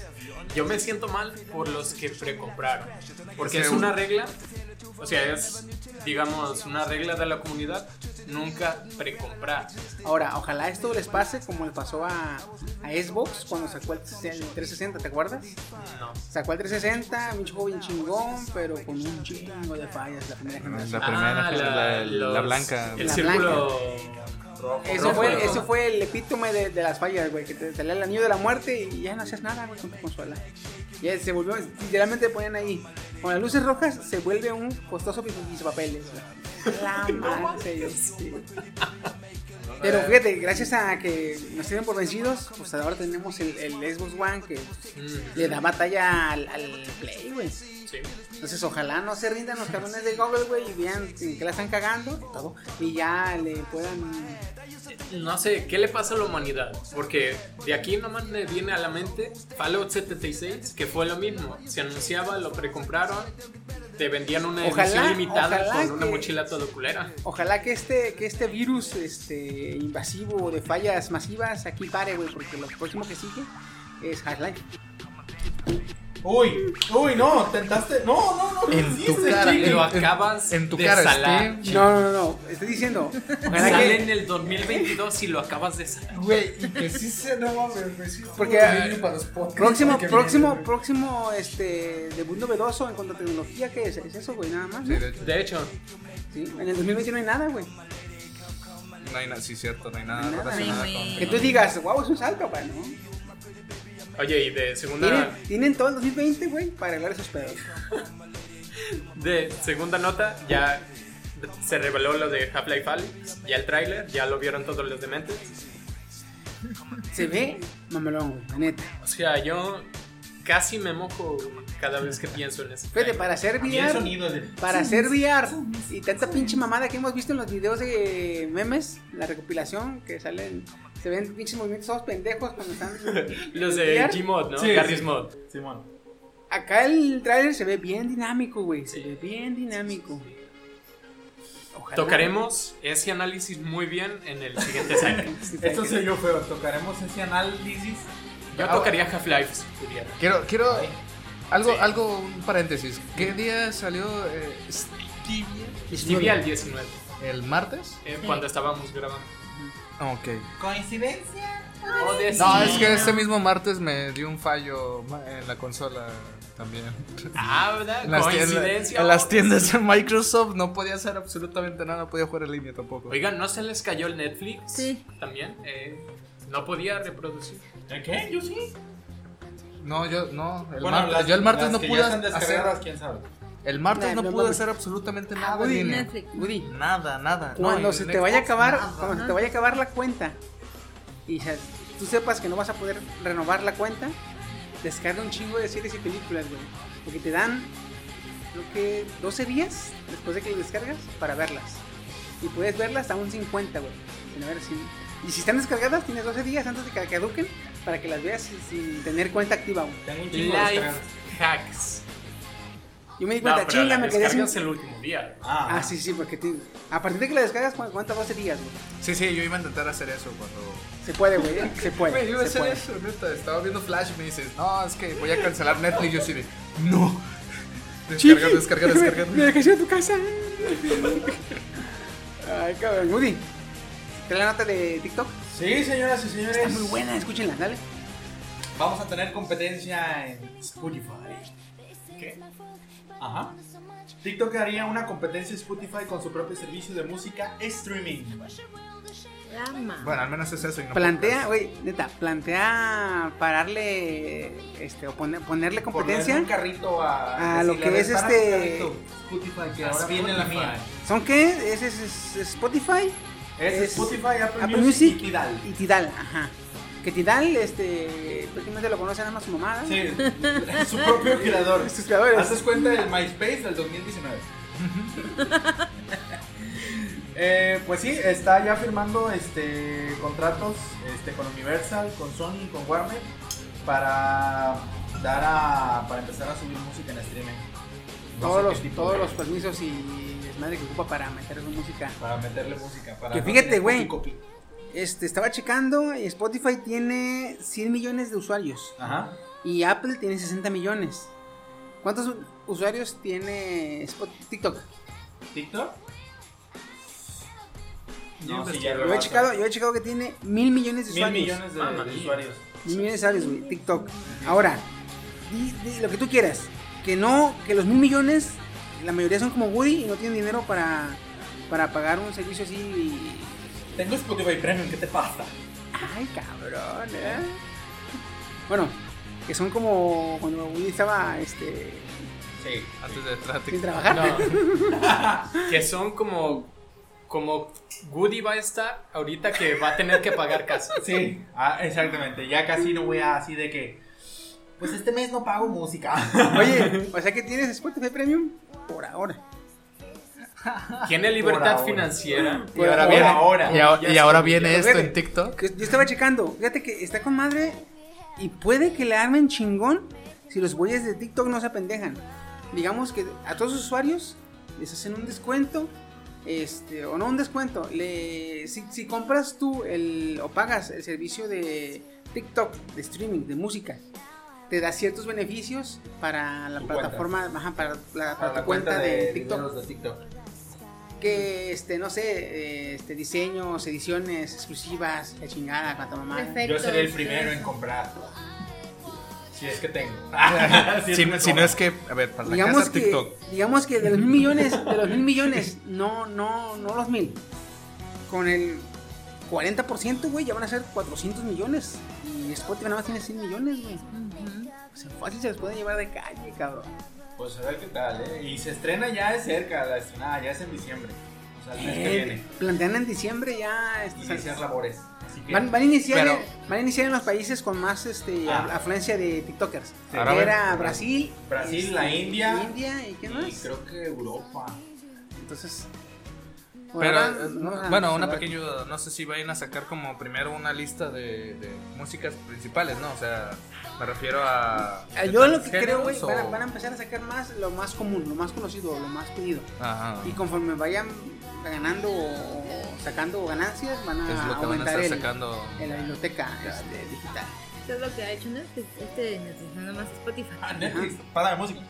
S5: Yo me siento mal por los que precompraron. Porque
S4: Sí.
S5: es una regla, o sea, es, digamos, una regla de la comunidad, nunca precomprar.
S1: Ahora, ojalá esto les pase como le pasó a, a Xbox cuando sacó el 360, ¿te acuerdas?
S5: No.
S1: Sacó el 360, un juego bien chingón, pero con un chingo de fallas la primera
S4: La
S1: generación.
S4: primera, que es la- la
S5: Ah, los-
S4: blanca.
S5: El
S1: La
S5: círculo. rojo.
S1: Eso
S5: rojo,
S1: fue,
S5: ¿no?
S1: eso fue el epítome de, de las fallas, güey, que te salía el anillo de la muerte y ya no hacías nada, güey, con tu consola. Y él se volvió, literalmente ponían ahí, con las luces rojas se vuelve un costoso papeles, güey. La <laughs> madre, sí. Pero fíjate, gracias a que nos tienen por vencidos, pues ahora tenemos el, el Xbox One que
S5: Mm.
S1: le da batalla al, al Play, güey.
S5: Sí.
S1: Entonces, ojalá no se rindan los cabrones de Google, güey, y vean que la están cagando todo, y ya le puedan.
S5: No sé, ¿qué le pasa a la humanidad? Porque de aquí nomás me viene a la mente Fallout 76, que fue lo mismo. Se anunciaba, lo precompraron, te vendían una
S1: Ojalá-
S5: edición limitada
S1: ojalá
S5: con una
S1: que-
S5: mochila todo culera.
S1: Ojalá que este, que este virus este, invasivo de fallas masivas aquí pare, güey, porque lo próximo que sigue es Half-Life.
S7: Uy, uy, no, tentaste. No, no, no, lo
S4: En tu
S7: hiciste,
S4: cara,
S7: chico.
S4: en-
S5: Lo acabas
S4: en tu
S5: de
S4: cara,
S5: salar.
S4: Steve.
S1: No, no, no, no, estoy <laughs> diciendo. Ojalá
S5: Sale
S1: que,
S5: en el 2022 y lo acabas de salar.
S2: Güey, y que sí se no mames, güey. Sí,
S1: Porque,
S2: estuvo
S1: ah,
S2: bien para los podcasts,
S1: Próximo,
S2: porque
S1: próximo,
S2: viene, güey.
S1: próximo, este, debut novedoso en cuanto a tecnología, ¿qué es? ¿Es eso, güey? Nada más, ¿no?
S4: Sí, de hecho,
S5: De hecho,
S1: Sí, En el 2020 no hay nada, güey.
S4: no hay nada, sí, cierto, no hay nada
S1: Nada,
S4: relacionado
S6: güey.
S4: con.
S1: Que tú digas, wow, es un salto, güey, ¿no?
S5: oye, y de segunda,
S1: Tienen, tienen todo el 2020, güey, para arreglar esos pedos.
S5: de segunda nota, ya se reveló lo de Half-Life Alyx, ya el tráiler, ya lo vieron todos los dementes.
S1: Se ve mamalón, güey, la neta.
S5: O sea, yo casi me mojo cada vez que pienso en eso.
S1: Fíjate, para hacer
S7: Y el
S1: VR,
S7: sonido de.
S1: para hacer VR y tanta pinche mamada que hemos visto en los videos de memes, la recopilación, que salen, se ven pinches movimientos todos pendejos cuando están...
S5: <laughs> Los de
S1: ¿VR?
S5: Gmod, ¿no?
S7: Sí,
S5: Garry's
S7: sí.
S5: Mod.
S7: Simón.
S1: Acá el trailer se ve bien dinámico, güey, se
S5: Sí.
S1: ve bien dinámico. Ojalá.
S5: Tocaremos ese análisis muy bien en el siguiente saque.
S7: Esto se oyó feo. Tocaremos ese análisis.
S5: Yo tocaría Half-Life si pudiera.
S4: Quiero, quiero. Algo, algo, un paréntesis. ¿Qué día salió eh, Stevia?
S5: Stevia al 19,
S4: ¿El martes?
S5: eh, cuando estábamos grabando.
S4: Ok.
S5: O de
S4: No,
S5: sí.
S4: es que este mismo martes me dio un fallo ma- en la consola también.
S5: Ah, ¿verdad?
S4: En las, tiendas,
S5: Coincidencia.
S4: en las tiendas de Microsoft no podía hacer absolutamente nada, no podía jugar en línea tampoco.
S5: Oigan, ¿no se les cayó el Netflix?
S6: Sí.
S5: También. eh, no podía reproducir.
S7: ¿De qué? Yo sí.
S4: No, yo no, el
S7: Bueno,
S4: martes,
S7: las-
S4: yo el martes
S7: las
S4: no
S7: que
S4: pude
S7: ya están
S4: hacer
S7: descargadas, quién sabe.
S4: el martes
S1: Nah,
S4: no
S1: no
S4: pude
S1: mames.
S4: hacer absolutamente nada en
S1: Woody,
S4: línea.
S6: Netflix.
S1: Ah, Woody,
S4: Nada, nada. No,
S1: cuando
S4: en
S1: se te
S4: Xbox,
S1: vaya a acabar,
S4: nada.
S1: cuando se te vaya a acabar la cuenta y se- tú sepas que no vas a poder renovar la cuenta, descarga un chingo de series y películas, güey, porque te dan creo que 12 días después de que lo descargas para verlas. Y puedes verlas a un 50, güey. sin haber- sin- Y si están descargadas, tienes 12 días antes de que caduquen para que las veas sin, sin tener cuenta activa, güey.
S7: Tengo un chingo de
S5: Life
S7: descargas.
S5: hacks.
S1: Yo me di
S5: No,
S1: cuenta,
S5: pero
S1: chinga,
S5: la
S1: me quedé sin...
S5: descargas el último día.
S7: Ah,
S1: Ah, sí, sí, porque te- a partir de que la descargas, ¿cu- ¿cuántas 12 días, güey?
S4: Sí, sí, yo iba a intentar hacer eso cuando
S1: Se puede, güey, ¿eh? se puede.
S4: Güey, yo iba a hacer
S1: se puede.
S4: eso, neta. Estaba viendo Flash y me dices, no, es que voy a cancelar Netflix. Yo sí de, no. Descargar, descargar,
S7: <laughs>
S1: Me
S4: descargar.
S1: dejaste a tu casa. Ay, cabrón. Woody, ¿te la nota de TikTok?
S7: Sí, señoras y señores.
S1: Está muy buena, escúchenla, dale.
S7: Vamos a tener competencia en Spotify. ¿Qué? Ajá. TikTok haría una competencia en Spotify con su propio servicio de música streaming.
S6: Llama.
S4: Bueno, al menos es eso. y no
S1: Plantea, güey, neta, plantea pararle, este, o pone- ponerle
S7: Ponerle
S1: competencia.
S7: un carrito a.
S1: A lo
S7: decirle,
S1: que
S7: "A
S1: es
S7: ver, para
S1: este-
S7: tu carrito, Spotify, que ahora viene la mía.
S1: ¿Son qué? ¿Es, es, es- es Spotify?
S7: Es, Spotify, Apple,
S1: Apple
S7: Music,
S1: Music
S7: y Tidal.
S1: y Tidal, ajá. Que Tidal, este, prácticamente lo conoce nada más su mamá. ¿no?
S7: Sí, <laughs> su propio creador.
S1: Sus creadores.
S7: Haces cuenta del MySpace del 2019. <laughs> Eh, pues sí, está ya firmando este contratos este, con Universal, con Sony y con Warner para dar a para empezar a subir música en streaming. No sé
S1: Todos
S7: qué
S1: los,
S7: tipo
S1: todos
S7: de-
S1: los permisos y desmadre que ocupa para meter su música.
S7: para meterle música. Para
S1: Que
S7: no
S1: fíjate,
S7: tener
S1: güey.
S7: copy, copy.
S1: Este, estaba checando y Spotify tiene 100 millones de usuarios
S7: Ajá.
S1: y Apple tiene 60 millones. ¿Cuántos u- usuarios tiene Spot- TikTok?
S7: TikTok. No, sí, ya
S1: Yo he,
S7: rebasa.
S1: checado, yo he checado que tiene mil millones de
S7: mil
S1: usuarios.
S7: millones de,
S5: Mamma
S7: de
S5: mía.
S7: usuarios.
S1: Mil millones de usuarios, güey, TikTok. Ahora, di, di lo que tú quieras. Que no, que los mil millones, la mayoría son como Woody y no tienen dinero para, para pagar un servicio así.
S7: Tengo Spotify Premium, ¿qué te pasa?
S1: Ay, cabrón, ¿eh? Bueno, que son como cuando Woody estaba este,
S7: Sí.
S4: puedes, Antes de entrar a
S1: sin
S5: <laughs>
S4: TikTok.
S1: trabajar.
S5: <laughs> Que son como. Como Woody va a estar ahorita que va a tener que pagar casa.
S7: Sí, ah, exactamente. Ya casi no voy a así de que.
S9: Pues este mes no pago música.
S1: Oye, o sea que tienes Spotify Premium por ahora.
S5: Tiene libertad financiera.
S1: Por ahora.
S4: Y ahora, y ahora viene
S1: Fíjate,
S4: esto en TikTok.
S1: que Yo estaba checando. Fíjate que está con madre y puede que le armen chingón si los güeyes de TikTok no se apendejan. Digamos que a todos los usuarios les hacen un descuento. Este, o no un descuento. Le, si, si compras tú el, o pagas el servicio de TikTok, de streaming, de música, te da ciertos beneficios para la
S9: Tu cuenta.
S1: plataforma, ajá, para la, para
S9: la
S1: tu cuenta,
S9: cuenta
S1: de,
S9: de
S1: TikTok.
S9: dineros de TikTok.
S1: Que, este, no sé, eh, este, diseños, ediciones exclusivas, la chingada, cuanta mamá.
S7: Yo seré el primero en comprar. Si es que tengo.
S4: Si,
S7: es que me
S4: si no
S7: sobra.
S4: es que, a ver, para la
S1: Digamos
S4: casa
S1: que,
S4: TikTok.
S1: digamos que de los mil millones, de los mil millones, no, no, no los mil. Con el 40%, güey, ya van a ser 400 millones. Y Spotify nada más tiene 100 millones, güey. O sea, fácil se los pueden llevar de calle, cabrón.
S7: Pues a ver qué tal, ¿eh? Y se estrena ya de cerca, la estrenada ya es en diciembre. O sea, el mes que
S1: Eh,
S7: viene.
S1: Plantean en diciembre ya. este,
S7: Iniciar labores. Así que-
S1: Van, van a iniciar,
S7: Pero-
S1: en, van a iniciar en los países con más este,
S7: Ah.
S1: afluencia de TikTokers. Que
S7: Ahora
S1: era
S7: ven.
S1: Brasil.
S7: Brasil,
S1: este,
S7: la India.
S1: India y qué más.
S7: creo que Europa.
S1: Entonces.
S4: Pero,
S1: ahora
S4: eh,
S1: vamos a-
S4: bueno,
S1: a
S4: una
S1: ver.
S4: pequeña duda. No sé si vayan a sacar como primero una lista de, de músicas principales, ¿no? O sea, me refiero a.
S1: Ah, Yo lo que creo, güey, van, a- van a empezar a sacar más lo más común, lo más conocido, lo más pedido.
S4: Ajá.
S1: Y conforme vayan ganando o sacando ganancias, van a
S4: ah. Es lo que van a
S1: Ah, aumentar
S4: estar
S1: el-
S4: sacando.
S1: en la biblioteca este, digital.
S6: Esto es lo que ha hecho Netflix. Este Netflix, no nomás Spotify. Ah,
S7: Netflix, para la música.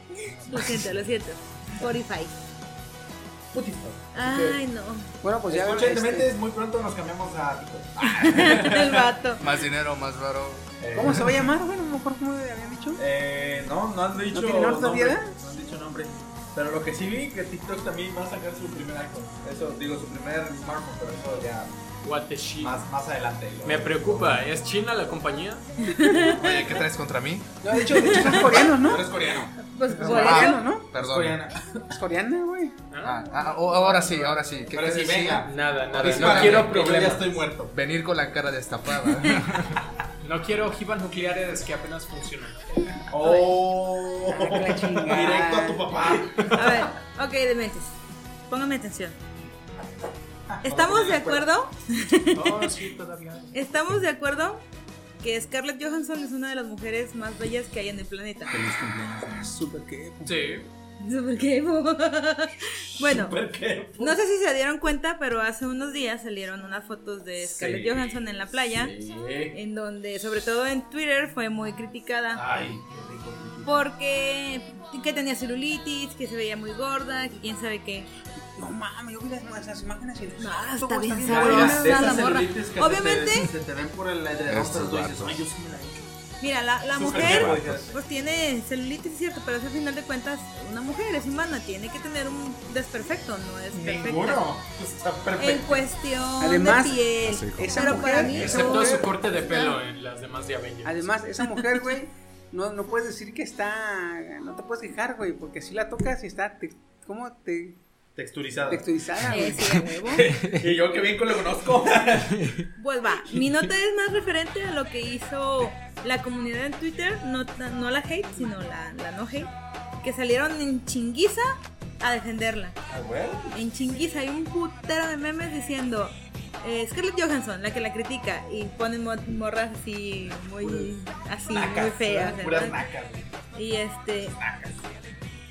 S6: Lo siento, lo siento. Spotify.
S7: Spotify.
S6: Ay, no.
S1: Bueno, pues ya.
S7: Escuchentemente,
S1: este-
S7: es muy pronto nos cambiamos a TikTok.
S6: El vato.
S4: Más dinero, más raro.
S1: ¿Cómo se va a llamar? Bueno, a lo mejor como habían dicho.
S7: Eh, no, no han dicho
S1: ¿No tiene nombre
S7: nombre.
S1: todavía?
S7: No han dicho nombre. Pero lo que sí vi que TikTok también va a sacar su primer iPhone. Eso, digo, su primer smartphone, pero eso ya.
S5: What the shit.
S7: Más, más adelante.
S5: Me preocupa, ¿es China la compañía?
S4: Oye, ¿qué traes contra
S1: <laughs>
S4: mí?
S1: No, de hecho, de hecho son
S5: <laughs>
S1: coreanos, ¿no?
S7: Eres coreano.
S6: Pues
S1: Es
S6: por eso.
S1: coreano, ¿no?
S4: Ah, Perdón.
S7: Pues,
S1: Es coreana, güey.
S4: Ah, ah, oh, ahora sí, ahora sí. ¿Qué
S7: Ahora
S4: quieres
S7: sí,
S4: decir?
S7: venga.
S5: Nada, nada.
S4: Pues
S5: no
S4: para
S5: quiero
S4: mí,
S5: problemas.
S4: yo ya estoy muerto. Venir con la cara
S7: <laughs>
S4: destapada.
S5: No quiero ojivas nucleares que apenas funcionan.
S7: Oh,
S5: directo a tu papá.
S6: A ver, ok, dementes. Póngame atención. ¿Estamos de acuerdo?
S5: Oh, sí, todavía.
S6: ¿Estamos de acuerdo? Que Scarlett Johansson es una de las mujeres más bellas que hay en el planeta.
S1: Super que.
S5: Sí.
S6: Super qué?
S7: <laughs>
S6: bueno,
S5: Super qué.
S6: no sé si se dieron cuenta, pero hace unos días salieron unas fotos de Scarlett
S5: Sí,
S6: Johansson en la playa,
S5: sí.
S6: en donde, sobre todo en Twitter, fue muy criticada
S7: Ay, qué rico.
S6: porque que tenía celulitis, que se veía muy gorda, que quién sabe qué.
S1: No mames, yo vi las, las imágenes y
S6: No,
S1: Ah,
S6: está
S1: todo
S6: bien
S7: Ay,
S6: sabrosa
S7: de esas
S6: la morra.
S7: celulitis que se te-
S6: Obviamente,
S7: Se te ven por el edredón,
S4: Estos
S7: pero tú dices,
S6: <laughs>
S4: vatos.
S7: ay, yo sí me la he hecho.
S6: Mira, la, la
S7: Súper
S6: mujer
S7: guapas.
S6: pues tiene celulitis, es cierto, pero eso, al final de cuentas una mujer es humana, tiene que tener un desperfecto, no es perfecta.
S7: Ninguno. Está
S6: En
S7: perfecto.
S6: cuestión
S1: Además,
S6: de piel,
S1: esa
S6: pero
S1: mujer-
S6: para mí
S5: Excepto
S6: no.
S5: su corte de pelo en las demás de Avengers.
S1: Además, esa mujer, güey, no, no puedes decir que está. No te puedes quejar, güey, porque si la tocas y está. Te, ¿Cómo te.
S7: Texturizado.
S1: texturizada, güey?
S6: Eh, sí, a huevo.
S7: y yo que bien que lo conozco.
S6: Pues va, mi nota es más referente a lo que hizo la comunidad en Twitter, no, ta- no la hate, sino la, la no hate, que salieron en chinguiza a defenderla.
S7: Ah, bueno.
S6: En chinguiza hay un putero de memes diciendo eh, Scarlett Johansson, la que la critica, y ponen mo- morras así, muy, así, muy
S7: Nacas,
S6: feas.
S7: Puras
S6: ¿verdad?
S7: nacas. güey.
S6: Y este.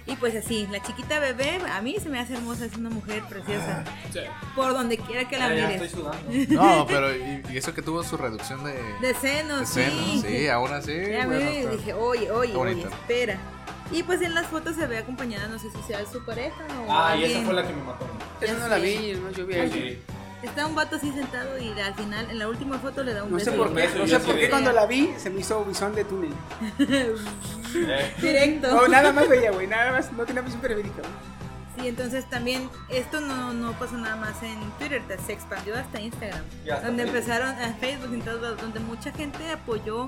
S6: Y pues así, la chiquita bebé, a mí se me hace hermosa, es una mujer preciosa.
S5: Sí.
S6: Por donde quiera que la
S7: Ya, ya
S6: mires.
S7: estoy sudando.
S4: No, pero y, y eso que tuvo su reducción de,
S6: De senos,
S4: de senos,
S6: sí.
S4: sí, aún así.
S6: Ya
S4: bueno,
S6: me
S4: está-
S6: dije, oye, oye,
S4: Está
S6: oye,
S4: bonito.
S6: espera. Y pues en las fotos se ve acompañada, no sé si sea su pareja o.
S7: Ah, y esa
S6: alguien.
S7: fue la que me mató.
S1: Esa no la vi, no, yo vi ahí.
S7: Sí.
S6: Está un vato así sentado y al final, en la última foto le da un
S1: No sé
S6: beso.
S1: por qué,
S7: beso,
S1: no
S7: yo
S1: sé
S7: sí
S1: por qué
S7: vi.
S1: cuando la vi se me hizo visón de túnel.
S7: Eh,
S6: Directo.
S1: No, nada más veía, güey, nada más, no tenía visión periférica. güey.
S6: Sí, entonces también esto no, no pasó nada más en Twitter, te- se expandió hasta Instagram,
S7: Y hasta
S6: donde
S7: Facebook.
S6: empezaron a Facebook, en todos lados, donde mucha gente apoyó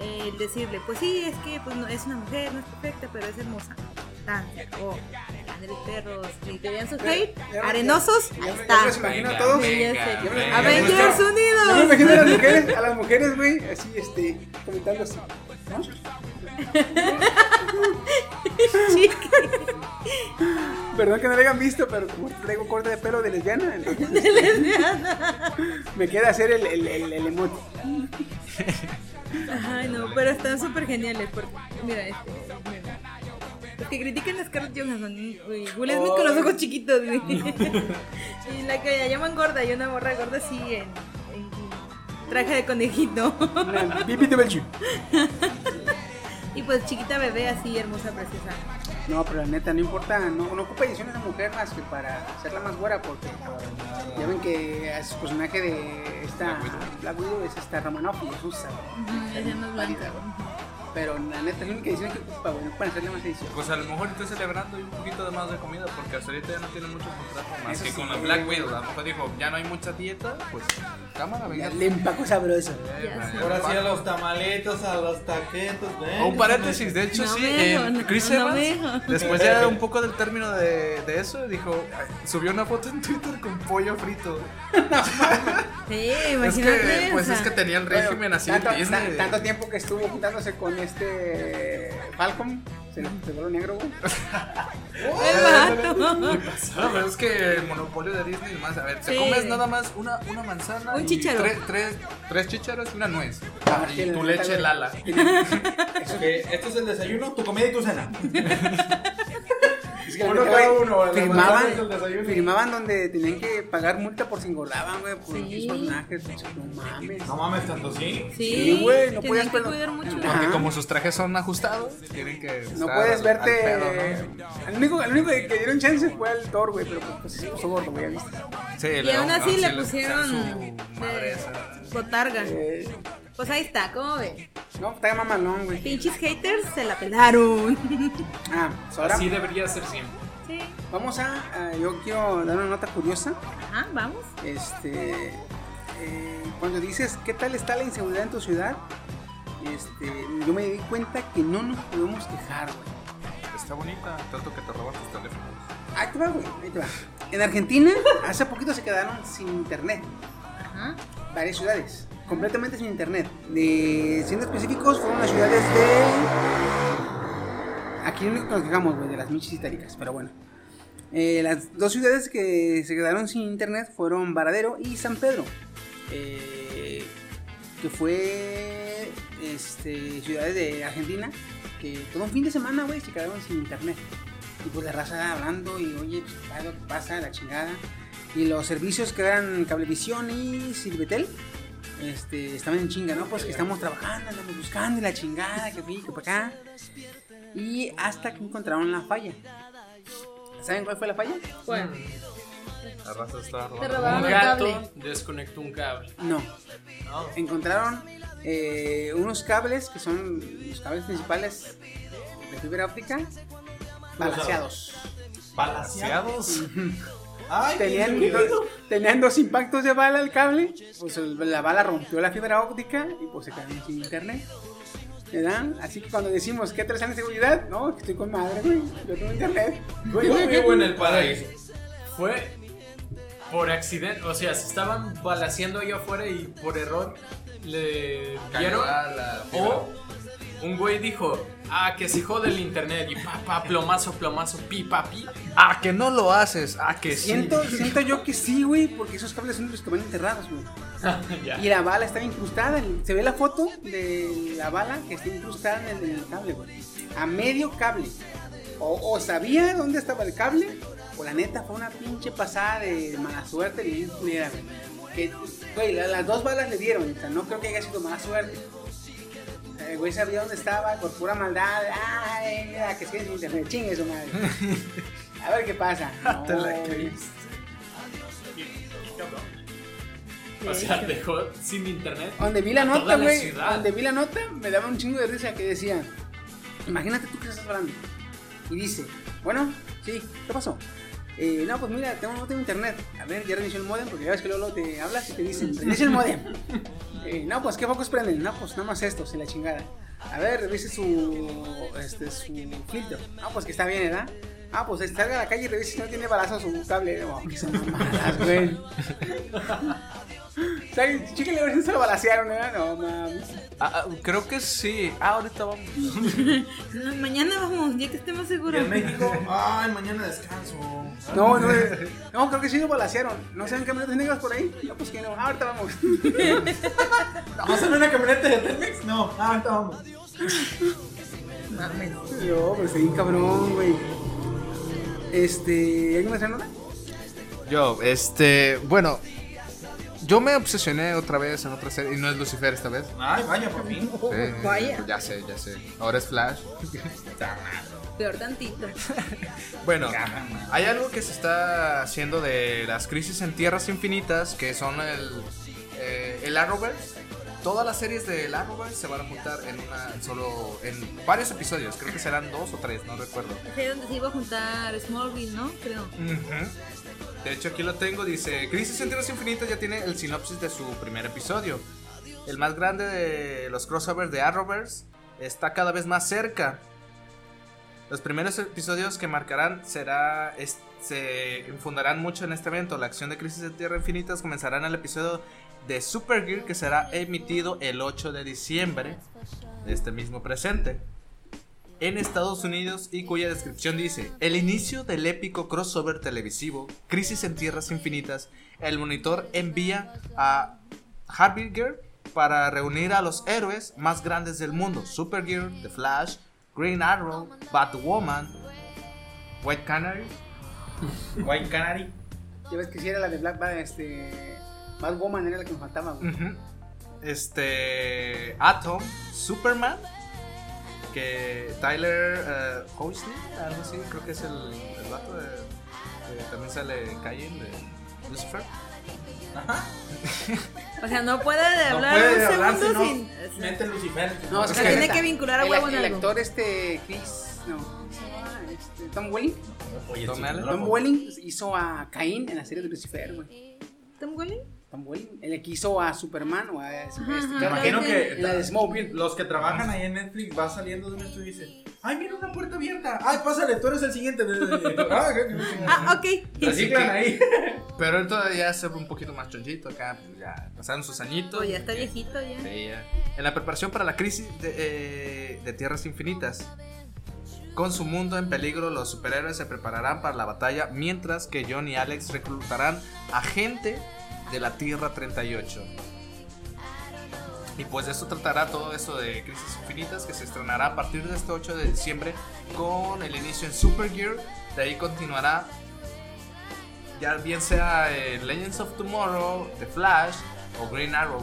S6: eh, el decirle, pues sí, es que pues, no, es una mujer, no es perfecta, pero es hermosa. Tan, o Andrés Perros, y que vean su hate,
S1: ya-
S6: arenosos,
S1: ya-
S6: ahí
S1: ya
S6: está.
S1: me los imagino a todos.
S6: Sí, ya sé.
S1: Ya me- ya me-
S6: Avengers
S1: Yo me
S6: Unidos.
S1: imagino a las mujeres, a las mujeres, güey, así, este, comentando así. ¿no? Perdón que no lo hayan visto, pero como traigo corte de pelo de lesbiana. entonces, Me queda hacer el, el, el, el emote.
S6: Ay, no, pero están súper geniales. Porque, mira, este, mira. Los que critiquen a Scarlett Johansson. Uy, Will Smith con los ojos chiquitos,
S4: <laughs>
S6: güey. y la que la llaman gorda, y una morra gorda así en, en traje de conejito.
S1: Bibi de Belchim.
S6: y pues chiquita bebé así, hermosa, preciosa.
S1: No, pero la neta, no importa, no, no ocupa edición esa mujer más que para hacerla más güera, porque ya ven que a su personaje de esta Black Widow es esta Romanoff y los usa.
S6: Ujú, ella no es blanca.
S1: Pero la neta, es la única edición que ocupa, güey, no para hacerle más edición.
S4: Pues a lo mejor estoy celebrando y un poquito de más de comida porque hasta ahorita ya no tiene mucho contrato más
S1: Eso
S4: que
S1: sí.
S4: con la Black Widow. A lo mejor dijo, ya no hay mucha dieta, pues cámara, venga.
S1: Ya Le empaco sabroso.
S4: Eh,
S2: Ahora sí a
S4: va.
S2: los tamaletos, a los taquetos, ven.
S4: Un paréntesis, de hecho,
S6: No
S4: sí,
S6: veo,
S4: eh,
S6: no,
S4: Chris
S6: no
S4: Evans,
S6: veo.
S4: después ya un poco del término de, de eso, dijo, ay, subió una foto en Twitter con pollo frito.
S6: Sí,
S4: Es
S6: imagínate.
S4: que, pues
S6: o
S4: es que
S6: sea,
S4: tenía el
S1: Bueno,
S4: régimen así
S1: tanto,
S4: de Disney.
S1: ta- tanto tiempo que estuvo juntándose con este Falcon, se le se voló negro,
S4: <laughs>
S1: güey.
S6: El vato.
S4: No, pero es que el monopolio de Disney más, a ver, te
S6: Sí.
S4: comes nada más una, una manzana,
S6: Un
S4: y
S6: chícharo.
S4: Tres, tres, tres chícharos y una nuez.
S1: Ah, sí,
S4: y
S1: la
S4: tu
S1: neta,
S4: leche
S1: güey.
S4: lala.
S2: Que esto <laughs> es el desayuno, tu comida y tu cena.
S1: Es que la
S2: Uno
S1: neta,
S2: cada
S1: güey,
S2: uno, la
S1: firmaban,
S2: mañana, el desayuno.
S1: firmaban donde tenían que pagar multa por si engordaban, güey, por
S6: Sí.
S1: sus personajes. No mames.
S2: No mames, tanto sí.
S6: Sí,
S1: güey, no
S6: tenían
S1: podías
S6: que
S1: perder-
S6: cuidar mucho.
S4: Porque
S1: Ajá.
S4: como sus trajes son ajustados, tienen que.
S2: pues
S1: No
S4: estar
S1: puedes
S4: al
S1: verte.
S4: pedo, ¿no?
S1: el, único, al único que dieron chance fue al Thor, güey, pero pues sí, puso gordo, güey, ya viste.
S4: Sí,
S6: Y
S4: le-
S6: aún así
S4: ah, sí,
S6: le
S4: o sea,
S6: pusieron
S4: su madre
S6: de-
S4: esa.
S6: botarga.
S1: Eh,
S6: Pues ahí está, ¿cómo ves?
S1: no, está mamalón, güey.
S6: Pinches haters se la pelaron.
S1: Ah, pues ahora
S5: Así debería ser siempre.
S6: <laughs> Sí.
S1: vamos a, a- Yo quiero dar una nota curiosa.
S6: Ajá, vamos.
S1: Este. eh, cuando dices, ¿qué tal está la inseguridad en tu ciudad? Este, yo me di cuenta que no nos podemos quejar, güey.
S4: Está bonita, tanto que te roban tus teléfonos.
S1: Ahí te va, güey, ahí te va. En Argentina, hace poquito se quedaron sin internet.
S6: Ajá.
S1: Varias ciudades, completamente sin internet. De siendo específicos, fueron las ciudades de. Aquí lo único que nos quejamos, güey, de las michis itálicas, pero bueno. Eh, las dos ciudades que se quedaron sin internet fueron Varadero y San Pedro. Eh, que fue este, ciudades de Argentina que todo un fin de semana, güey, se quedaron sin internet. Y pues la raza hablando y oye, pues, ¿qué pedo? ¿Qué pasa? La chingada. Y los servicios que eran Cablevisión y Silvetel este, estaban en chinga, ¿no? Pues que estamos trabajando, andamos buscando y la chingada, que fui, que para acá. Y hasta que encontraron la falla. ¿Saben cuál fue la falla?
S6: Bueno,
S4: La raza está
S6: te
S4: robando.
S6: robaron
S5: Un
S6: el
S5: gato
S6: cable.
S5: desconectó un cable.
S1: No.
S5: No.
S1: Encontraron eh, unos cables que son los cables principales de fibra óptica balanceados.
S2: Palaciados. Ay,
S1: Tenían,
S2: qué
S1: dos, tenían dos impactos de bala el cable, pues el- la bala rompió la fibra óptica y pues se quedaron sin internet. ¿Verdad? Así que cuando decimos que tres años de seguridad, no, que estoy con madre, güey, yo tengo internet.
S2: Güey, yo vivo en el paraíso.
S5: Fue por accidente, o sea, se estaban balaseando ahí afuera y por error le
S4: Cayó
S5: dieron.
S4: a la fibra.
S5: O un güey dijo, ah, que se jode el internet y pa, pa, plomazo, plomazo, pi, pa, pi.
S4: Ah, que no lo haces. Ah, que sí.
S1: Siento, siento yo que sí, güey, porque esos cables son los que van enterrados,
S4: <laughs>
S1: güey.
S5: Ya.
S1: Y la bala está incrustada. en- Se ve la foto de la bala que está incrustada en el, en el cable, güey. A medio cable. O, o sabía dónde estaba el cable, o la neta fue una pinche pasada de mala suerte bien culera, güey. Que, güey, la- las dos balas le dieron, o sea, no creo que haya sido mala suerte. El güey sabía dónde estaba, por pura maldad. Ay, mira, que sigue sin internet, chingue
S4: <laughs>
S1: su madre. A ver qué pasa.
S4: Te la
S1: No, güey.
S5: O sea, dejó sin internet.
S1: Donde vi la
S5: a
S1: nota,
S5: toda la
S1: güey.
S5: ciudad.
S1: Donde vi la nota, me daba un chingo de risa que decía: Imagínate tú que estás hablando. Y dice: Bueno, sí, ¿qué pasó? Eh, no, pues mira, tengo, no tengo internet. A ver, ya reinició el modem, porque ya ves que luego te hablas y te dicen: Reinicia
S5: <laughs>
S1: el modem. Eh, no, pues qué focos prenden. No, pues nada más estos y la chingada. A ver, revise su, este, su filtro. No, pues que está bien, ¿verdad? Ah, pues salga a
S5: <laughs>
S1: "Oh, la calle y revise si no tiene balazo su cable. No, que son mamadas, güey. O sea, chica, a ver si se lo balacearon, ¿eh? No, mames.
S4: Ah, ah, creo que sí. Ah, ahorita vamos.
S6: No, mañana vamos, ya que estemos seguros. <laughs>
S7: ay, mañana descanso.
S1: No,
S7: Ah,
S1: no, no, creo que sí lo balacearon. ¿No se ven camionetas negras por ahí? No, pues que no. Ah, ahorita vamos.
S7: <laughs> ¿Vamos en una camioneta de Telmex? No, ah, ahorita
S1: <laughs>
S7: vamos.
S1: Mames. Yo, pues sí, cabrón, güey. Este, ¿alguien más una?
S4: Yo, este, bueno, yo me obsesioné otra vez en otra serie y no es Lucifer esta vez.
S7: Ay, vaya, por fin.
S4: Sí, pues
S6: vaya.
S4: Ya sé, ya sé. Ahora es Flash.
S6: Peor tantito.
S4: Bueno, hay algo que se está haciendo de las crisis en tierras infinitas que son el eh, el Arrowverse. Todas las series del Arrowverse se van a juntar en una solo en varios episodios. Creo que serán dos o tres, no recuerdo.
S6: Es ahí donde se iba a juntar Smallville, ¿no? Creo.
S4: Ujú. De hecho, aquí lo tengo. Dice: Crisis en Tierras Infinitas ya tiene el sinopsis de su primer episodio. El más grande de los crossovers de Arrowverse está cada vez más cerca. Los primeros episodios que marcarán será es- se infundarán mucho en este evento. La acción de Crisis en Tierras Infinitas comenzará en el episodio de Supergirl que será emitido el 8 de diciembre de este mismo presente en Estados Unidos y cuya descripción dice, el inicio del épico crossover televisivo, Crisis en Tierras Infinitas, el monitor envía a Harbinger para reunir a los héroes más grandes del mundo, Supergirl, The Flash, Green Arrow, Batwoman, White Canary,
S7: White Canary.
S1: Ya ves que si era la de Black Bad, este. Bad Woman era la que nos faltaba,
S7: Mm.
S1: güey.
S4: Ujú. Este. Atom, Superman. Que Tyler eh, Hoechlin, algo así, creo que es el, el vato de. que también sale Cayen de Lucifer.
S6: O sea, no puede hablar
S7: puede
S6: un
S7: hablar
S6: segundo
S7: si no-
S6: sin. o sea,
S7: Mete Lucifer.
S1: No,
S6: La tiene que vincular a
S1: el,
S6: huevo en
S1: El
S6: algo.
S1: actor este Chris, no, ¿cómo se llama? Este, Tom Welling.
S7: Oye,
S4: Tom
S7: sí,
S4: Allen.
S7: no lo
S1: Tom Welling hizo a Caín en la serie de Lucifer, güey.
S6: ¿Tom Welling?
S1: Tom Welling, el que hizo a Superman o a este,
S6: Ajá,
S1: este,
S6: ajá.
S7: Me imagino que
S1: en la de Smallville.
S7: los que trabajan ahí en Netflix van saliendo de un estudio y dicen, ay, mira una puerta abierta. Ay, pásale, tú eres el
S1: <laughs>
S7: siguiente. Ah, qué-
S6: Ah, ok.
S7: Reciclan ahí.
S4: <laughs> Pero él todavía se ve un poquito más chonchito acá, pues ya pasaron sus añitos.
S6: Oh, ya está viejito ya.
S4: Sí, ya. En la preparación para la crisis de, eh, de tierras infinitas. Con su mundo en peligro, los superhéroes se prepararán para la batalla, mientras que John y Alex reclutarán a gente de la Tierra 38. Y pues de eso tratará todo eso de Crisis Infinitas, que se estrenará a partir de este 8 de diciembre con el inicio en Supergear. De ahí continuará, ya bien sea eh, Legends of Tomorrow, The Flash o Green Arrow.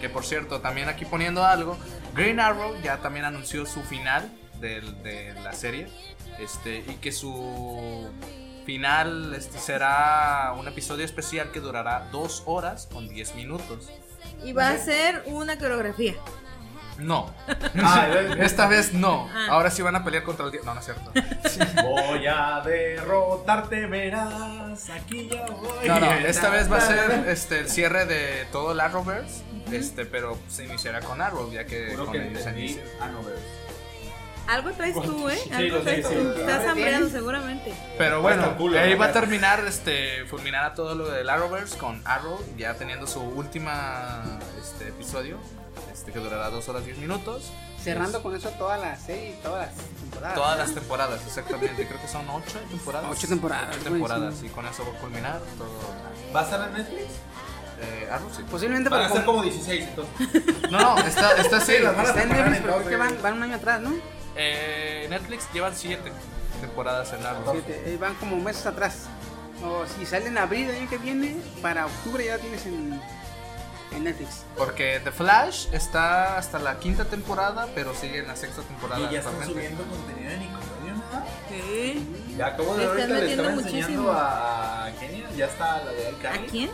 S4: Que por cierto, también aquí poniendo algo, Green Arrow ya también anunció su final del- de, la serie. Este, y que su final este, será un episodio especial que durará 2 horas con 10 minutos.
S6: Y va a ser una coreografía.
S4: No,
S7: Ah, eh, eh,
S4: esta vez no.
S6: Ah.
S4: Ahora sí van a pelear contra el diablo. No, no es cierto.
S7: Voy a derrotarte, verás. Aquí ya voy.
S4: No, no, esta vez va a ser este, el cierre de todo el Arrowverse. Este, pero se iniciará con Arrow, ya que
S7: Juro
S4: con
S7: que
S4: ellos se
S7: entendí.
S4: inicia.
S7: Ah, no, veo.
S6: Algo traes tú, ¿eh? Algo
S7: lo
S6: traes
S7: sé,
S6: tú.
S7: sí.
S6: Estás hambreado seguramente.
S4: Pero
S7: Cuesta
S4: bueno,
S7: el culo,
S4: ahí
S7: ¿no?
S4: va a terminar, este, fulminar a todo lo del Arrowverse con Arrow, ya teniendo su última este, episodio, este, que durará 2 horas 10 minutos.
S1: Cerrando con eso toda la serie y todas las temporadas.
S4: Todas las temporadas, exactamente. Creo que son 8 temporadas.
S1: Ocho temporadas,
S4: Ocho temporadas,
S1: buenísimo.
S4: y con eso va a culminar todo.
S7: ¿Va a estar en Netflix?
S4: Eh, Arrow, sí. pues,
S1: Posiblemente
S7: Van
S1: para
S7: a ser
S1: como,
S7: como 16, entonces.
S4: No, no, está, está así. Este,
S1: está en Netflix, pero creo
S7: entonces.
S1: que van, van un año atrás, ¿no?
S4: Eh, Netflix llevan 7 temporadas en Arrow.
S1: Siete, eh, van como meses atrás. O si sale en abril el año que viene, para octubre ya tienes en, en Netflix.
S4: Porque The Flash está hasta la quinta temporada, pero sigue en la sexta temporada.
S7: Y ya están
S4: actualmente.
S7: subiendo contenido de Nickelodeon, ¿verdad?
S6: ¿Qué?
S7: Ya acabo de
S6: Le
S7: ver
S6: están
S7: ahorita le
S6: metiendo
S7: estaba
S6: muchísimo. Ah,
S7: enseñando a a Kenia. Ya está la de
S6: ¿A
S7: Alcali.
S6: quién?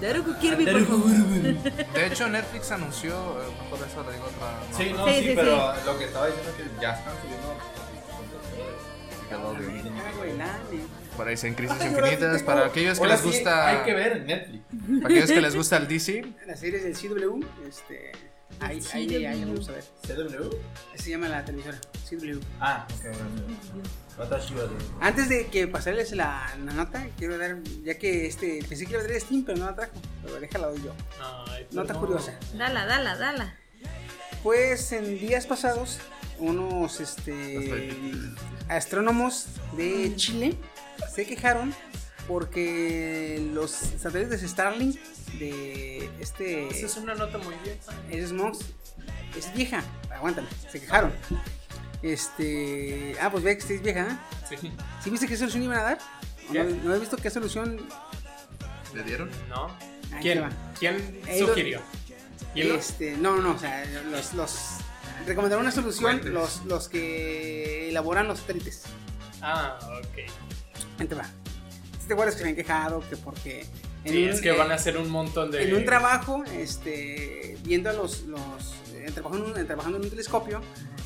S6: Daruku Kirby, por favor.
S4: De hecho, Netflix anunció, eh, mejor eso le digo otra. no,
S7: Sí, no,
S6: Sí,
S7: sí,
S6: sí,
S7: pero lo que estaba diciendo es que ya están subiendo contenido de-
S4: Nickelodeon.
S1: Ay, güey, nada, eh.
S4: Por ahí en Crisis
S7: Ay, ahora sí
S4: Infinitas,
S7: tengo-
S4: para aquellos que
S7: ahora
S4: les
S7: sí
S4: gusta.
S7: Hay que ver en Netflix.
S4: Para aquellos que les gusta el DC.
S1: las series del CW, este, Ahí, ahí, ahí, ahí, vamos a ver.
S7: ¿CW?
S1: Así se llama la televisora. CW.
S7: Ah, ok. Watashi wa de-
S1: Antes de que pasarles la, la nota, quiero dar, ya que este, pensé que iba a traer Steam, pero no la trajo. Pero déjala doy yo.
S5: Ay,
S1: Nota
S5: perdón.
S1: curiosa.
S6: <laughs> Dala, dala, dala.
S1: Pues en días pasados, unos este, astrónomos de Chile se quejaron porque los satélites de Starlink de este
S5: Esa es una nota muy bien.
S1: es Monks es vieja, aguántame, se quejaron. Este, ah, pues ve que sí es vieja. ¿eh?
S5: Sí.
S1: ¿Sí viste qué solución iban a dar? ¿O
S5: ¿Qué?
S1: ¿No, no he visto qué solución?
S4: ¿Le dieron?
S5: ¿No?
S1: Ahí te
S5: ¿Quién,
S1: va.
S5: ¿quién
S1: Ahí lo-
S5: sugirió? ¿Quién lo-
S1: Este, no, no, o sea, los, los recomendaron una solución
S4: Fuentes.
S1: los, los que elaboran los satélites.
S5: Ah, ok.
S1: Gente va. Si te acuerdas que se han quejado que porque en,
S5: Sí,
S1: un,
S5: es que
S1: eh,
S5: van a hacer un montón de.
S1: en un trabajo, este, viendo a los, los eh, trabajando, en un- trabajando en un telescopio,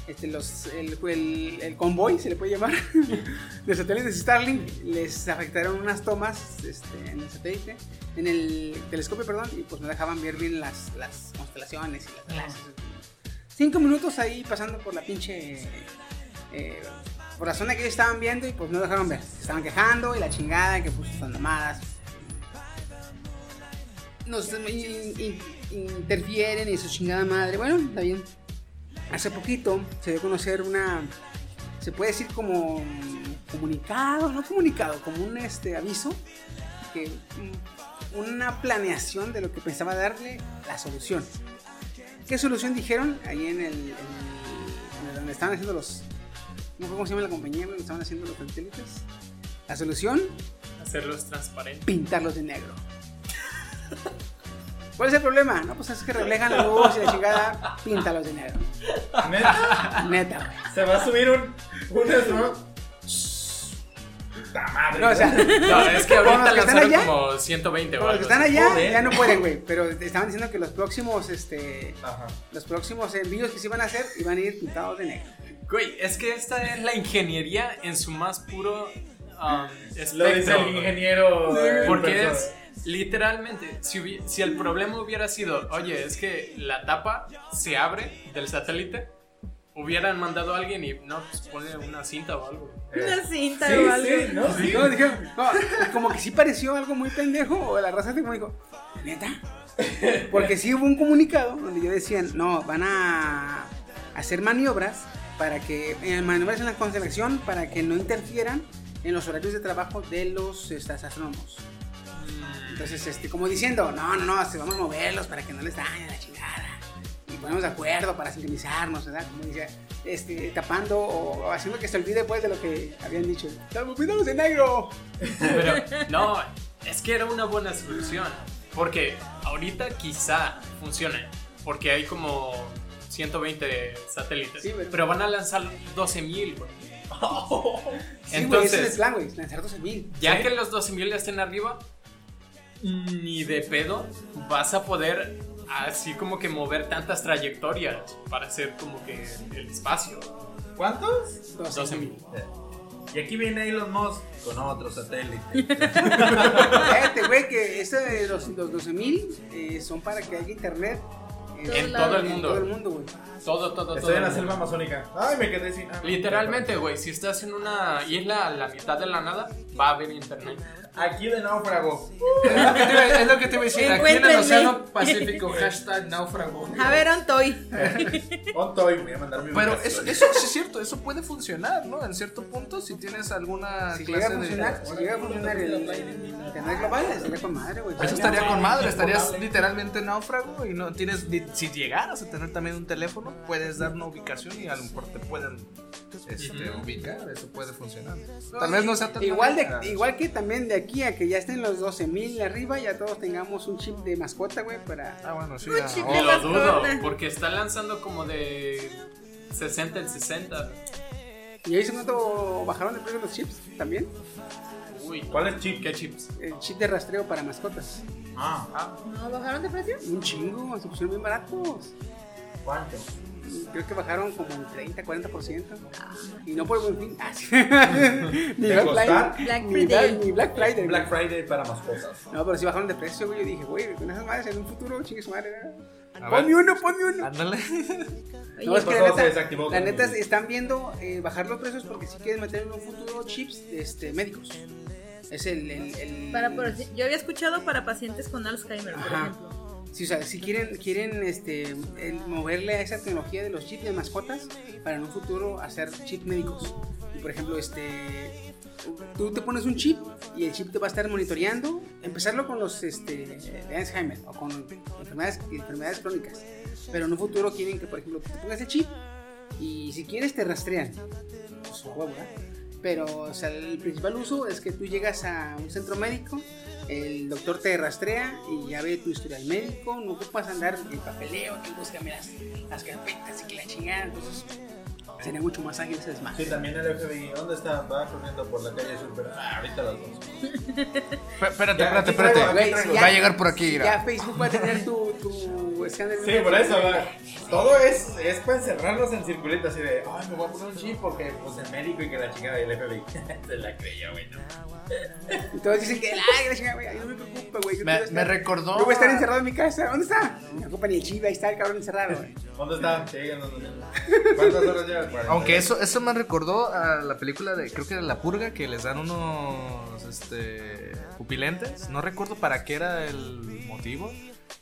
S1: este, los, el, el- el convoy se le puede llamar <laughs> de satélites de Starlink les afectaron unas tomas este, en el satélite, en el telescopio, perdón, y pues no dejaban ver bien las, las constelaciones y las galaxias. Cinco minutos ahí pasando por la pinche eh, por la zona que ellos estaban viendo y pues no dejaron ver. Se estaban quejando y la chingada que puso están mamadas. Nos in- in- interfieren y su chingada madre. Bueno, está bien. Hace poquito se dio a conocer una. Se puede decir como comunicado, no comunicado, como un este aviso que mm, una planeación de lo que pensaba darle la solución. ¿Qué solución dijeron ahí en el, en el- donde estaban haciendo los no sé cómo se llama la compañía donde estaban haciendo los satélites? La solución
S5: Hacerlos transparentes.
S1: pintarlos de negro. <laughs> ¿Cuál es el problema? No, pues es que reflejan la luz y la chingada, píntalos de negro.
S2: Neta,
S1: Neta, güey.
S2: Se va a subir un. Un astro-
S1: No, o sea,
S5: No, es <laughs> que
S1: Como
S5: ahorita
S1: los que están
S5: lanzaron
S1: allá.
S5: como 120 o
S1: Para los que
S5: algo
S1: están
S5: así.
S1: allá
S2: Joder.
S1: ya no pueden, güey. Pero te estaban diciendo que los próximos, este,
S2: Ajá.
S1: los próximos envíos que se iban a hacer iban a ir pintados de negro.
S5: Güey, es que esta es la ingeniería en su más puro um,
S2: Lo dice
S5: espectro.
S2: el
S5: güey.
S2: ingeniero. eh,
S5: Porque
S2: persona.
S5: es literalmente, si, hubi- si el problema hubiera sido, oye, es que la tapa se abre del satélite, hubieran mandado a alguien y no, pues pone una cinta o algo.
S6: Una cinta
S2: Eh, Sí,
S6: o algo.
S2: sí, ¿no? Sí.
S1: Pues No, dije, no, como que sí pareció algo muy pendejo. O la raza te como dijo, neta. Porque sí hubo un comunicado donde yo decían, no, van a hacer maniobras para que, eh, maniobras en la constelación para que no interfieran en los horarios de trabajo de los este, astrónomos. Entonces, este, como diciendo, no, no, no, se vamos a moverlos para que no les dañen la chingada. Y ponemos de acuerdo para sincronizarnos, ¿verdad? Como decía, este, tapando o, o haciendo que se olvide pues de lo que habían dicho. ¡Estamos pintamos de negro! <laughs>
S5: Pero no, es que era una buena solución. Porque ahorita quizá funcione. Porque hay como 120 satélites.
S1: Sí, pero-
S5: pero... van a lanzar 12.000,
S1: <laughs>
S5: güey.
S1: Sí, güey, ese es el
S5: Entonces,
S1: plan, güey, lanzar 12 mil.
S5: ya que los 12.000 ya estén arriba, ni de pedo vas a poder así como que mover tantas trayectorias para hacer como que el espacio.
S2: ¿Cuántos?
S5: 12.000.
S2: Y aquí viene Elon Musk con otro satélite.
S1: Fíjate, güey, que este de los, los 12 mil eh, son para que haya internet eh,
S6: En
S5: todo el mundo.
S1: todo el mundo, güey.
S5: Todo, todo, todo.
S2: Estoy en la
S5: el mundo.
S2: selva amazónica. Ay, me quedé sin. ah,
S5: Literalmente, güey, si estás en una isla a la mitad de la nada, va a haber internet.
S2: Aquí de náufrago.
S4: Es lo que te iba a decir. Aquí en el
S6: Encuéntrenme.
S4: Océano Pacífico, hashtag náufrago.
S6: A ver, Ontoy.
S2: Ontoy, voy a mandar mi
S4: Pero eso,
S2: ubicación.
S4: eso sí es cierto, eso puede funcionar, ¿no? En cierto punto, si tienes alguna
S1: Si llega a
S4: clase
S1: funcionar,
S4: de.
S1: si llega a funcionar el internet global, estaría con madre, güey.
S4: Eso estaría con madre, estarías literalmente náufrago y no tienes. ni- Si llegaras a tener también un teléfono, puedes dar una ubicación y a lo mejor te pueden este, ubicar, eso puede funcionar. Tal vez no sea tan.
S1: Igual,
S4: Ah,
S1: de, igual que también de aquí a que ya estén los 12 mil arriba, ya todos tengamos un chip de mascota, güey, para...
S4: Ah, bueno, sí.
S6: Un
S4: ah,
S6: chip
S4: oh,
S6: de
S4: lo-
S6: la-
S5: Lo dudo,
S6: corta.
S5: porque está lanzando como de 60 en 60.
S1: ¿Y ahí se cuánto bajaron de precio los chips también?
S5: Uy,
S2: ¿Cuál es chip?
S5: ¿Qué chips?
S1: El chip de rastreo para mascotas.
S2: Ah,
S6: ¿No bajaron de precio?
S1: Un chingo, se pusieron bien baratos.
S2: ¿cuánto?
S1: Creo que bajaron como un 30, 40%.
S2: Ah.
S1: Y no por buen fin. Ah,
S2: <laughs>
S1: sí. ni, Black
S2: costar?
S1: Friday,
S6: Black
S1: ni,
S6: Friday.
S1: Black- ni Black Friday.
S2: Black
S1: güey.
S2: Friday para mascotas.
S1: No, pero sí bajaron de precio, güey. Yo dije, güey, con esas madres en un futuro, chingue su madre. ¿verdad?
S4: A
S1: Ponme
S4: ver.
S1: uno, ponme uno.
S4: Ándale.
S1: No, es que la
S2: Pasó, se
S1: neta,
S2: desactivó.
S1: la neta están viendo eh, bajar los precios porque si quieren meter en un futuro chips este, médicos. Es el. el- el-
S6: Para, por- yo había escuchado para pacientes con Alzheimer, por
S1: Ajá.
S6: ejemplo.
S1: Sí, o sea, si quieren, quieren este, el- moverle a esa tecnología de los chips de mascotas para en un futuro hacer chips médicos. Y, por ejemplo, este, tú te pones un chip y el chip te va a estar monitoreando. Empezarlo con los este, de Alzheimer o con enfermedades, enfermedades crónicas. Pero en un futuro quieren que, por ejemplo, te pongas el chip y si quieres te rastrean. Pues, a huevo, ¿verdad? Pero o sea, el principal uso es que tú llegas a un centro médico, el doctor te rastrea y ya ve tu historial médico, no ocupas andar el papeleo, que búscame las, las carpetas y que la chingada, entonces sería mucho más ágil ese desmadre.
S2: Sí, también el FBI. ¿Dónde está? Va corriendo por la calle sur, pero ah, ahorita las dos.
S4: Pe- Espérate,
S2: Ya,
S4: espérate,
S2: aquí traigo,
S4: espérate.
S2: aquí traigo.
S4: Va a llegar por aquí, mira.
S1: Ya Facebook va a tener tu, tu escáner.
S2: Sí, por eso, va. todo es, es para encerrarnos en circulitos así de, ay, me voy a poner un chip porque pues el médico y que la chica del FBI <laughs> se la creía, güey. no.
S1: Y todos dicen que, ay, la chingada, güey, ay, no me preocupa, güey. yo
S4: Me,
S1: quiero
S4: me
S1: estar-
S4: recordó.
S1: Yo voy a estar encerrado en mi casa, ¿dónde está? No ocupa ni el chip, ahí está el cabrón encerrado, güey.
S2: ¿Dónde está? Sí, no, no, no. ¿Cuántas horas llevas? Cuarenta.
S4: Aunque eso, eso me recordó a la película de, creo que era La Purga, que les dan unos este, pupilentes. No recuerdo para qué era el motivo,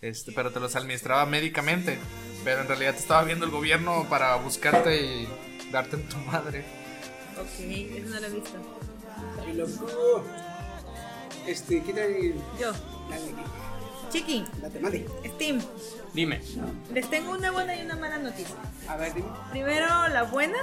S4: este, pero te los administraba médicamente. Pero en realidad te estaba viendo el gobierno para buscarte y darte en tu madre.
S6: Ok, eso no lo he visto.
S1: Qué loco. Este, ¿qué trae?
S6: Yo,
S1: La,
S6: Chiqui,
S1: la temática.
S6: Steam,
S10: Dime.
S6: les tengo una buena y una mala noticia.
S1: A ver, dime.
S6: Primero la buena,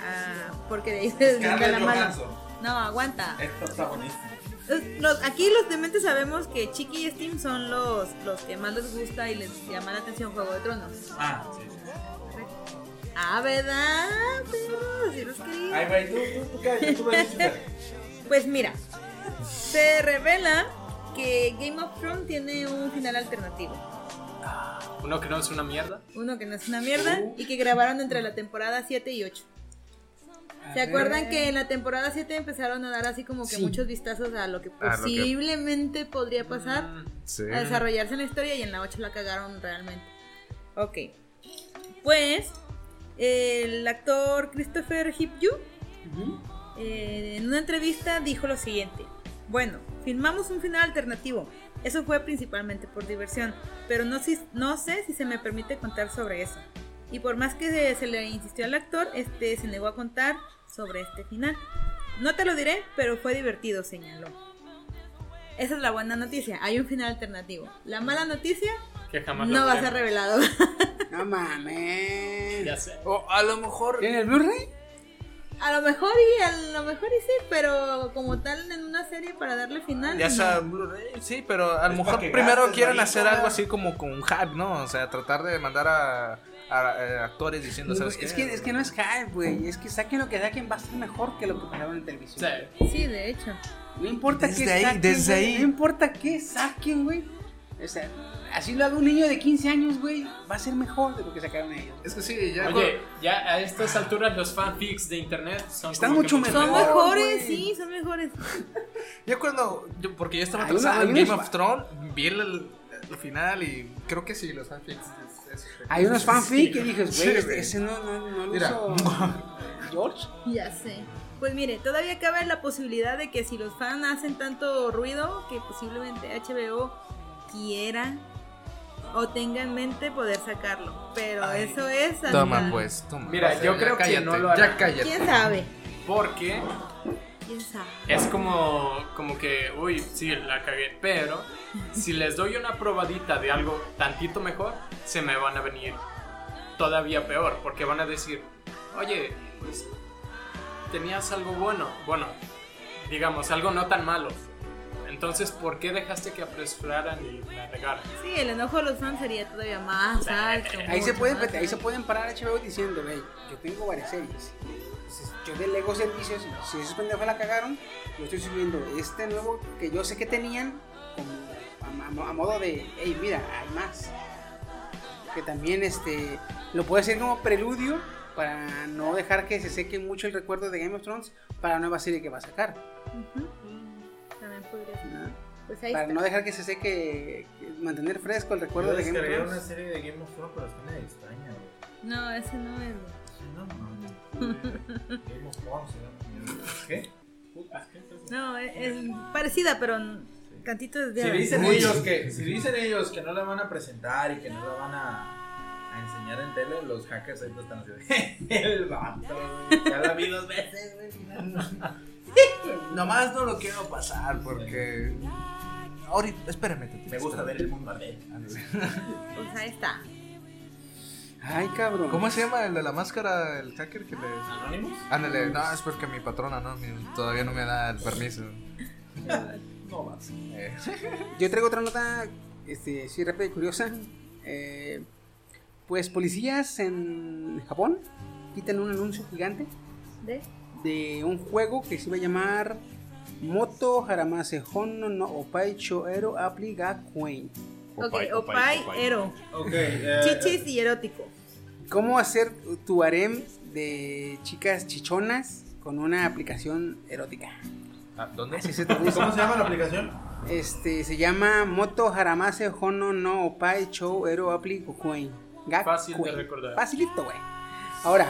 S6: ah, porque de ahí se deslinda la mala. No, aguanta.
S2: Esto está buenísimo.
S6: Los- los- aquí los dementes sabemos que Chiqui y Steam son los, los que más les gusta y les llama la atención Juego de Tronos.
S2: Ah, sí. sí.
S6: Ah, ¿verdad? Pero, si los quería.
S2: Ay, güey, tú, tú, tú, cállate, tú me dices. güey.
S6: <laughs> Pues mira, se revela que Game of Thrones tiene un final alternativo.
S5: Uno que no es una mierda.
S6: Uno que no es una mierda y que grabaron entre la temporada 7 y 8. ¿Se acuerdan que en la temporada 7 empezaron a dar así como que
S1: Sí.
S6: muchos vistazos a lo que
S4: A lo que-
S6: posiblemente podría pasar
S4: Sí.
S6: a desarrollarse en la historia y en la 8 la cagaron realmente? Ok. Pues el actor Christopher Hipju eh, en una entrevista dijo lo siguiente. Bueno, filmamos un final alternativo. Eso fue principalmente por diversión, pero no, si- no sé si se me permite contar sobre eso. Y por más que se, se le insistió al actor, este se negó a contar sobre este final. No te lo diré, pero fue divertido, señaló. Esa es la buena noticia, hay un final alternativo. La mala noticia
S5: Que jamás
S6: no
S5: lo
S6: va a
S5: veré.
S6: ser revelado. <laughs>
S1: No mames.
S5: Ya sé.
S4: O a lo mejor.
S1: ¿Tiene el Blu-ray?
S6: A lo mejor y a lo mejor y sí, pero como tal en una serie para darle final.
S4: Ya
S6: no.
S4: sea Blu-ray, sí, pero a lo
S2: Es
S4: mejor
S2: pa' que
S4: primero
S2: gastes,
S4: quieren
S2: marica.
S4: hacer algo así como con un hype, ¿no? O sea, tratar de mandar a, a- eh, actores diciendo,
S1: No,
S4: ¿sabes
S1: es,
S4: qué?
S1: que, es que no es hype, güey. Es que saquen lo que saquen, va a ser mejor que lo que pagaron en televisión.
S5: Sí.
S6: Sí, de hecho.
S1: No importa
S4: Desde
S1: qué
S4: ahí,
S1: saquen.
S4: desde
S1: güey,
S4: ahí.
S1: No importa qué saquen, güey. O sea, así lo haga un niño de 15 años, güey. Va a ser mejor de lo que sacaron ellos.
S4: Es que sí, ya.
S5: Oye, ya a estas alturas los fanfics de internet son
S1: Están
S5: como que
S1: mucho
S5: mucho-
S1: mejor.
S6: Son
S1: Pero,
S6: mejores,
S1: güey.
S6: sí, son mejores.
S4: Yo cuando, yo- porque yo estaba
S1: Hay una-
S4: atrasado
S1: hay
S4: en
S1: una-
S4: Game of Thrones, vi el, el final y creo que sí, los fanfics. es- es-
S1: Hay unos fanfic que dices,
S4: Sí,
S1: güey,
S4: güey.
S1: este- ese no, no, no lo
S4: Mira. <laughs>
S1: usó George.
S6: Ya sé. Pues mire, todavía cabe la posibilidad de que si los fans hacen tanto ruido, que posiblemente HBO quiera o tenga en mente poder sacarlo. Pero eso es. hasta-
S4: Toma, pues, toma.
S5: Mira,
S4: O sea,
S5: yo
S4: ya
S5: creo que
S4: cállate,
S5: no lo hará.
S4: Ya cállate.
S6: ¿Quién sabe?
S5: Porque
S6: ¿Quién sabe?
S5: es como, como que, uy, sí, la cagué. Pero si les doy una probadita de algo tantito mejor, se me van a venir todavía peor. Porque van a decir, oye, pues tenías algo bueno. Bueno, digamos, algo no tan malo. Entonces, ¿por qué dejaste que apresuraran y la regaran?
S6: Sí, el enojo de los fans sería todavía más alto.
S1: Ahí se,
S6: mucho
S1: pueden,
S6: más
S1: ahí se
S6: alto.
S1: pueden parar HBO diciendo, güey, yo tengo varias series. Entonces, Yo delego servicios. Si esos pendejos la cagaron, yo estoy subiendo este nuevo que yo sé que tenían como a, a- a modo de, hey, mira, hay más. Que también este lo puede hacer como preludio para no dejar que se seque mucho el recuerdo de Game of Thrones para la nueva serie que va a sacar.
S6: Ujú. También podría ser.
S1: ¿no?
S6: Pues ahí
S1: Para
S6: está.
S1: no dejar que se seque que mantener fresco el
S2: Yo
S1: recuerdo de Game of
S2: descargué
S1: Thrones.
S2: una serie de Game of Thrones, pero está en la de España, güey.
S6: No, ese no es, güey.
S2: No, no, no. Game of Thrones, se llama. ¿Qué? Puta, ¿qué es eso?
S6: No, es, es parecida, pero cantito es de.
S2: Si dicen, ellos que, si dicen ellos que no la van a presentar y que no la van a, a enseñar en tele, los hackers ahorita están así. de, <laughs> El vato, ya la vi dos veces, güey.
S4: <laughs> Nomás no lo quiero pasar porque. Ahorita, espérame. tantito,
S2: Me gusta
S4: espérame.
S2: ver el mundo arder.
S6: Pues ahí está.
S1: Ay, cabrón.
S4: ¿Cómo se llama el de la máscara, el hacker que le.
S2: ¿Anónimos?
S4: Ándale, no, es porque mi patrona no, mi- todavía no me da el permiso.
S2: No vas.
S4: Eh,
S1: Yo traigo otra nota, este, sí, rápida y curiosa. Eh, pues policías en Japón quitan un anuncio gigante
S6: ¿De?
S1: de un juego que se iba a llamar Moto Haramase Hono no Opai Choero Apliga Queen.
S6: Ok, Opai, Ero. <laughs>
S2: Ok. eh,
S6: Chichis y erótico.
S1: ¿Cómo hacer tu harem de chicas chichonas con una aplicación erótica?
S4: ¿Dónde?
S2: ¿Cómo se llama la aplicación?
S1: Este se llama Moto Haramase Hono no Opai Cho Ero Apli Gakuen. Gakuen.
S5: Fácil de recordar.
S1: Facilito, güey. Ahora,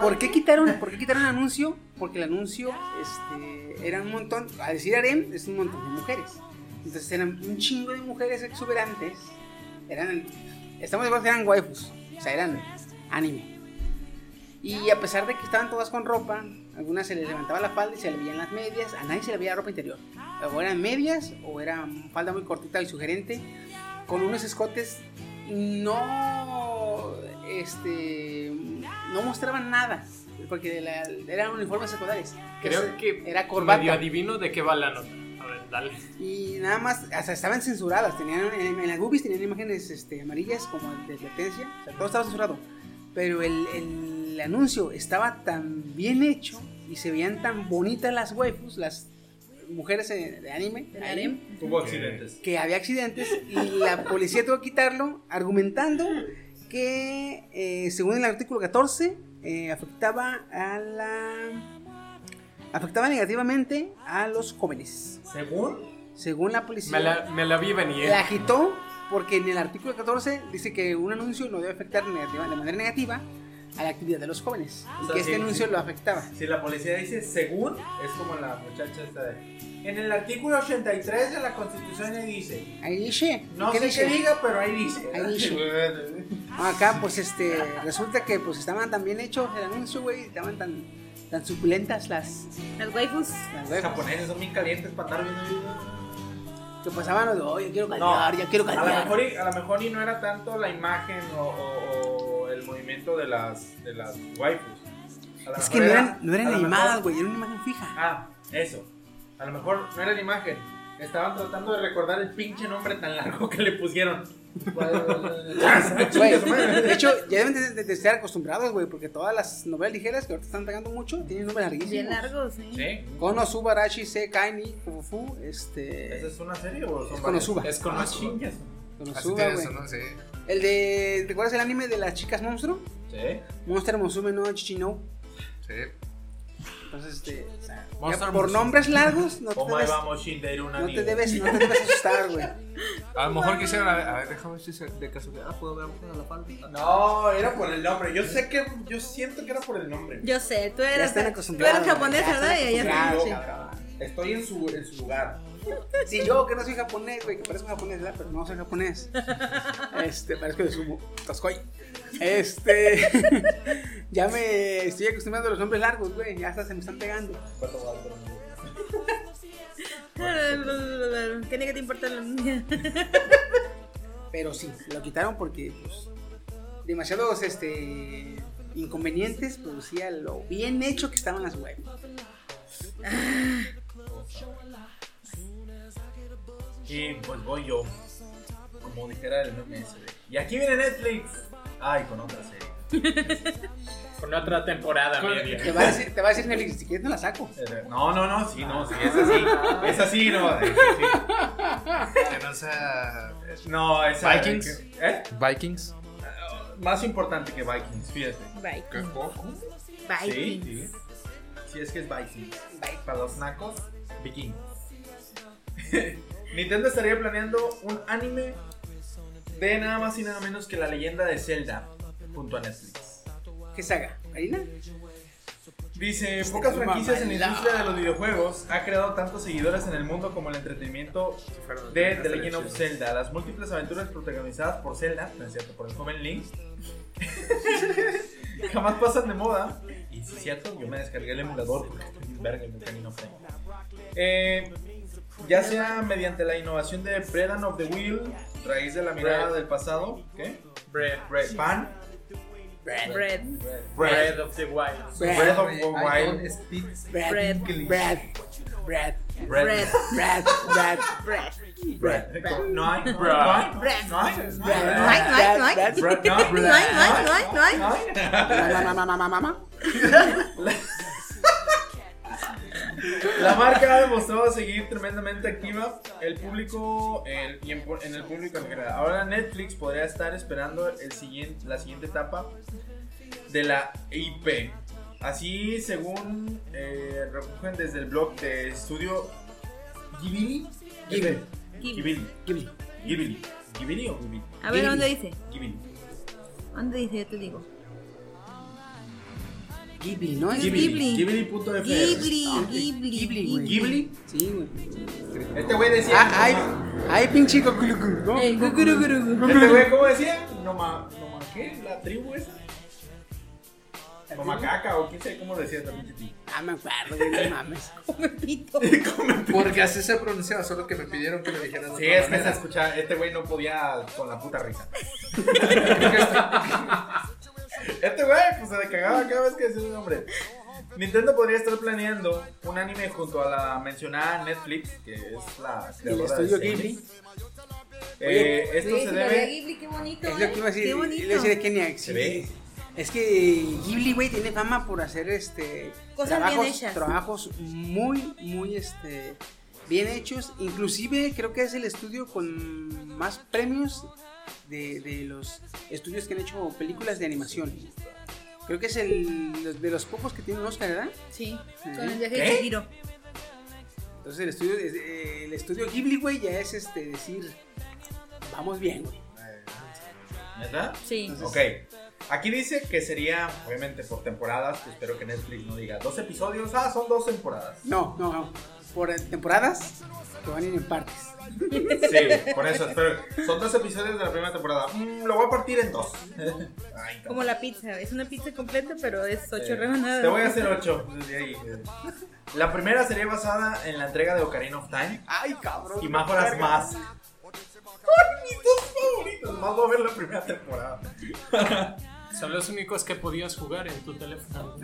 S1: ¿por qué quitaron, por qué quitaron el anuncio? Porque el anuncio este, era un montón, a decir harem, es un montón de mujeres. Entonces eran un chingo de mujeres exuberantes. Eran estamos de acuerdo que eran waifus, o sea, eran anime. Y a pesar de que estaban todas con ropa, algunas se les levantaba la falda y se le veían las medias, a nadie se le veía ropa interior. O eran medias o era falda muy cortita y sugerente, con unos escotes no este no mostraban nada, porque la- eran uniformes secundarios.
S5: Creo que
S1: era
S5: Medio
S1: corbata
S5: adivino de qué va la nota. A ver, dale.
S1: y nada más, o sea, estaban censuradas, tenían en, en las boobies tenían imágenes este, amarillas como de advertencia, o sea, todo estaba censurado. Pero el, el anuncio estaba tan bien hecho y se veían tan bonitas las waifus, las mujeres eh, de anime,
S6: Del
S1: ahí,
S6: harem.
S2: Hubo accidentes.
S1: que había accidentes y la policía tuvo que quitarlo argumentando que eh, según el artículo 14 eh, afectaba a la afectaba negativamente a los jóvenes.
S2: ¿Según?
S1: Según la policía
S5: Me la, me la vi venir.
S1: la quitó porque en el artículo 14 dice que un anuncio no debe afectar negativa- de manera negativa a la actividad de los jóvenes y
S2: O sea,
S1: que este
S2: sí,
S1: anuncio
S2: sí.
S1: lo afectaba.
S2: Si la policía dice según, es como la muchacha esta de. En el artículo 83 de la Constitución ahí dice.
S1: Ahí dice, ¿y
S2: No sé
S1: dice?
S2: qué diga, pero ahí dice. <laughs>
S1: Ahí dice. Acá pues este resulta que pues estaban tan bien hechos el anuncio, güey, estaban tan tan suculentas las
S6: Las waifus.
S1: las
S2: Los
S1: huevas
S2: japoneses son bien calientes Este para estar viendo videos.
S1: que pasaban, oh, yo quiero caldear, yo quiero
S2: A lo,
S1: caldear.
S2: mejor y, a lo mejor y no era tanto la imagen o, o- o el movimiento de las, de las waifus. A lo
S1: Es
S2: mejor
S1: que no
S2: era-
S1: eran, no
S2: a
S1: eran
S2: lo mejor-
S1: animadas, güey, era una imagen fija.
S2: Ah, eso. A lo mejor no era la imagen. Estaban tratando de recordar el pinche nombre tan largo que le pusieron. <laughs>
S1: Güey, de hecho, ya deben de, de- de estar acostumbrados, güey, porque todas las novelas ligeras que ahorita están pegando mucho tienen nombres
S6: Bien
S1: larguísimos.
S6: largos, ¿eh?
S2: ¿Sí?
S1: Konosuba, Rashi, Sekai, Ni, Fufu, este...
S2: ¿Esa es una serie o son
S1: Es
S2: varias?
S1: Konosuba.
S5: Es con
S2: Ah,
S5: más chingas.
S2: chingas.
S4: Así
S1: Konosuba,
S4: tiene
S1: güey.
S4: eso, ¿no? Sí.
S1: El de... ¿Te acuerdas el anime de las chicas monstruo?
S2: Sí.
S1: Monster Musume no Chichino.
S4: Sí.
S1: Entonces, este... o sea, ya
S4: Monster
S1: por
S4: Musume.
S1: nombres largos no te
S2: ¿Cómo
S1: debes...
S2: vamos Shinderu
S1: No te debes, no te debes asustar,
S6: <laughs>
S1: güey.
S4: A lo mejor quisieron. A ver, a ver, déjame ver si se- de casualidad puedo ver alguna de la falda.
S2: No, era por el nombre. Yo sé que. Yo siento que era por el nombre.
S6: Yo sé, tú
S1: Ya
S6: eres,
S1: están
S6: tú
S1: acostumbrados.
S6: eres japonés,
S1: ya están
S6: ¿verdad? Y allá están.
S1: acostumbrados.
S2: Yo, cabrón, Estoy en su, en su lugar.
S1: Sí, yo que no soy japonés, güey, que parezco japonés, ¿verdad? Pero no
S6: <laughs>
S1: soy japonés. Este, parezco de sumo. Toscoy. Este. <laughs> ya me estoy acostumbrando a los nombres largos, güey. Ya hasta se me están pegando.
S6: <laughs> ¿Qué ni que te importa la niña?
S1: Pero sí, lo quitaron porque, pues. Demasiados, este. Inconvenientes producía lo bien hecho que estaban las web.
S2: Y pues voy yo. Como dijera el MMS. Y aquí viene Netflix. Ay, con otra serie.
S5: Con otra temporada media.
S1: Te va a decir, te va a decir Netflix, si quieres no la saco.
S2: Eh, No, no, no, sí, no, sí, es así. Es así, no. es así.
S4: Que no sea.
S2: No, es así.
S4: Vikings.
S2: ¿Eh?
S4: Vikings.
S2: Más importante que Vikings, fíjate.
S6: Bye.
S4: Goku.
S6: Bye.
S2: Sí, sí. Sí, es que es Vikings. Para los <laughs> nacos, vikingos. Nintendo estaría planeando un anime de nada más y nada menos que la leyenda de Zelda junto a Netflix.
S1: ¿Qué saga? ¿Marina?
S2: Dice, pocas franquicias en la industria de los videojuegos ha creado tantos seguidores en el mundo como el entretenimiento de The Legend of Zelda. Las múltiples aventuras protagonizadas por Zelda, no es cierto, por el joven Link, <laughs> jamás pasan de moda. Y si es cierto, yo me descargué el emulador porque estoy bien verga y nunca ni no fue. Eh, ya sea mediante la innovación de Bread and of the Wheel, raíz de la mirada
S7: Bread.
S2: del pasado, ¿qué?
S7: Bread.
S2: Bread. Pan.
S6: Bread.
S2: Bread.
S7: of the Wild.
S2: Bread of the Wild.
S6: Bread.
S1: Brad. Brad.
S6: Bread.
S1: Brad. Brad.
S6: Bread.
S2: Bread. No hay. No
S7: Bread.
S2: hay. No hay. No hay.
S6: No hay, no hay, no hay.
S1: Brad.
S2: Bread. No hay.
S6: No hay, no hay, no hay, no hay.
S1: Mamá, mamá, mamá, mamá.
S2: La marca ha demostrado seguir tremendamente activa el público el- y en, en el público en general. Ahora Netflix podría estar esperando el siguiente, la siguiente etapa de la IP. Así, según eh, recogen desde el blog de estudio Ghibli. Ghibli. Ghibli. Ghibli. Ghibli. Ghibli o Ghibli?
S6: A ver, ¿dónde dice?
S2: Ghibli.
S6: ¿Dónde dice? Yo te digo.
S1: Ghibli, ¿no? Es
S6: Ghibli.
S2: Ghibli.fr.
S6: Ghibli, Ghibli,
S1: Ah, güey.
S6: Ghibli.
S2: Ghibli.
S1: Sí, güey.
S2: Este güey decía.
S1: Ah, ay, ay, pinche cuculu, ¿no?
S6: Eh, guguru, guru, guru.
S2: Este güey, ¿cómo decía? No ma, no ma, ¿qué? La tribu esa. No macaca o quién sabe cómo decía esta pinche tribu.
S1: Ah, me acuerdo, güey, no mames.
S6: <laughs>
S4: Porque así se pronunciaba, solo que me pidieron que lo dijera. de
S2: Sí,
S4: otra
S2: es que se
S4: manera.
S2: escucha, este güey no podía con la puta <laughs> risa. este güey, pues se le cagaba cada vez que decía su nombre. Nintendo podría estar planeando un anime junto a la mencionada Netflix, que es la
S1: El
S2: creadora de
S1: estudio
S2: series.
S1: Ghibli.
S2: Eh, esto
S6: Oye,
S2: se
S6: si lo de
S2: debe.
S6: Ghibli, qué bonito.
S1: Es lo que iba a
S6: ¿eh?
S1: decir.
S6: Qué
S1: iba a
S6: bonito.
S1: decir que ni a- sí.
S2: ve.
S1: Es que Ghibli, güey, tiene fama por hacer este.
S6: Cosas bien
S1: trabajos,
S6: hechas.
S1: Trabajos muy, muy este. Bien hechos. Inclusive creo que es el estudio con más premios de, de los estudios que han hecho películas de animación. Creo que es el los- de los pocos que tiene un Oscar, ¿verdad?
S6: Sí,
S1: Sí.
S6: con el viaje de Shihiro.
S1: Entonces el estudio, es- eh, el estudio Ghibli, güey, ya es este decir, vamos bien, güey.
S2: Eh, ¿Verdad?
S6: Sí.
S2: Ok. Aquí dice que sería, obviamente, por temporadas. que espero que Netflix no diga dos episodios. Ah, son dos temporadas.
S1: No, no, no. Por eh, temporadas que van a ir en partes.
S2: Sí, <laughs> por eso espero. Son dos episodios de la primera temporada. Mm, lo voy a partir en dos. <laughs> Ay, no.
S6: Como la pizza. Es una pizza completa, pero es ocho
S2: Eh,
S6: rebanadas.
S2: Te voy a hacer ocho. desde ahí. eh. La primera sería basada en la entrega de Ocarina of Time.
S1: Ay, cabrón.
S2: Y Majora's Mask. Son mis dos favoritos. Más voy a ver la primera temporada.
S5: Son los únicos que podías jugar en tu teléfono.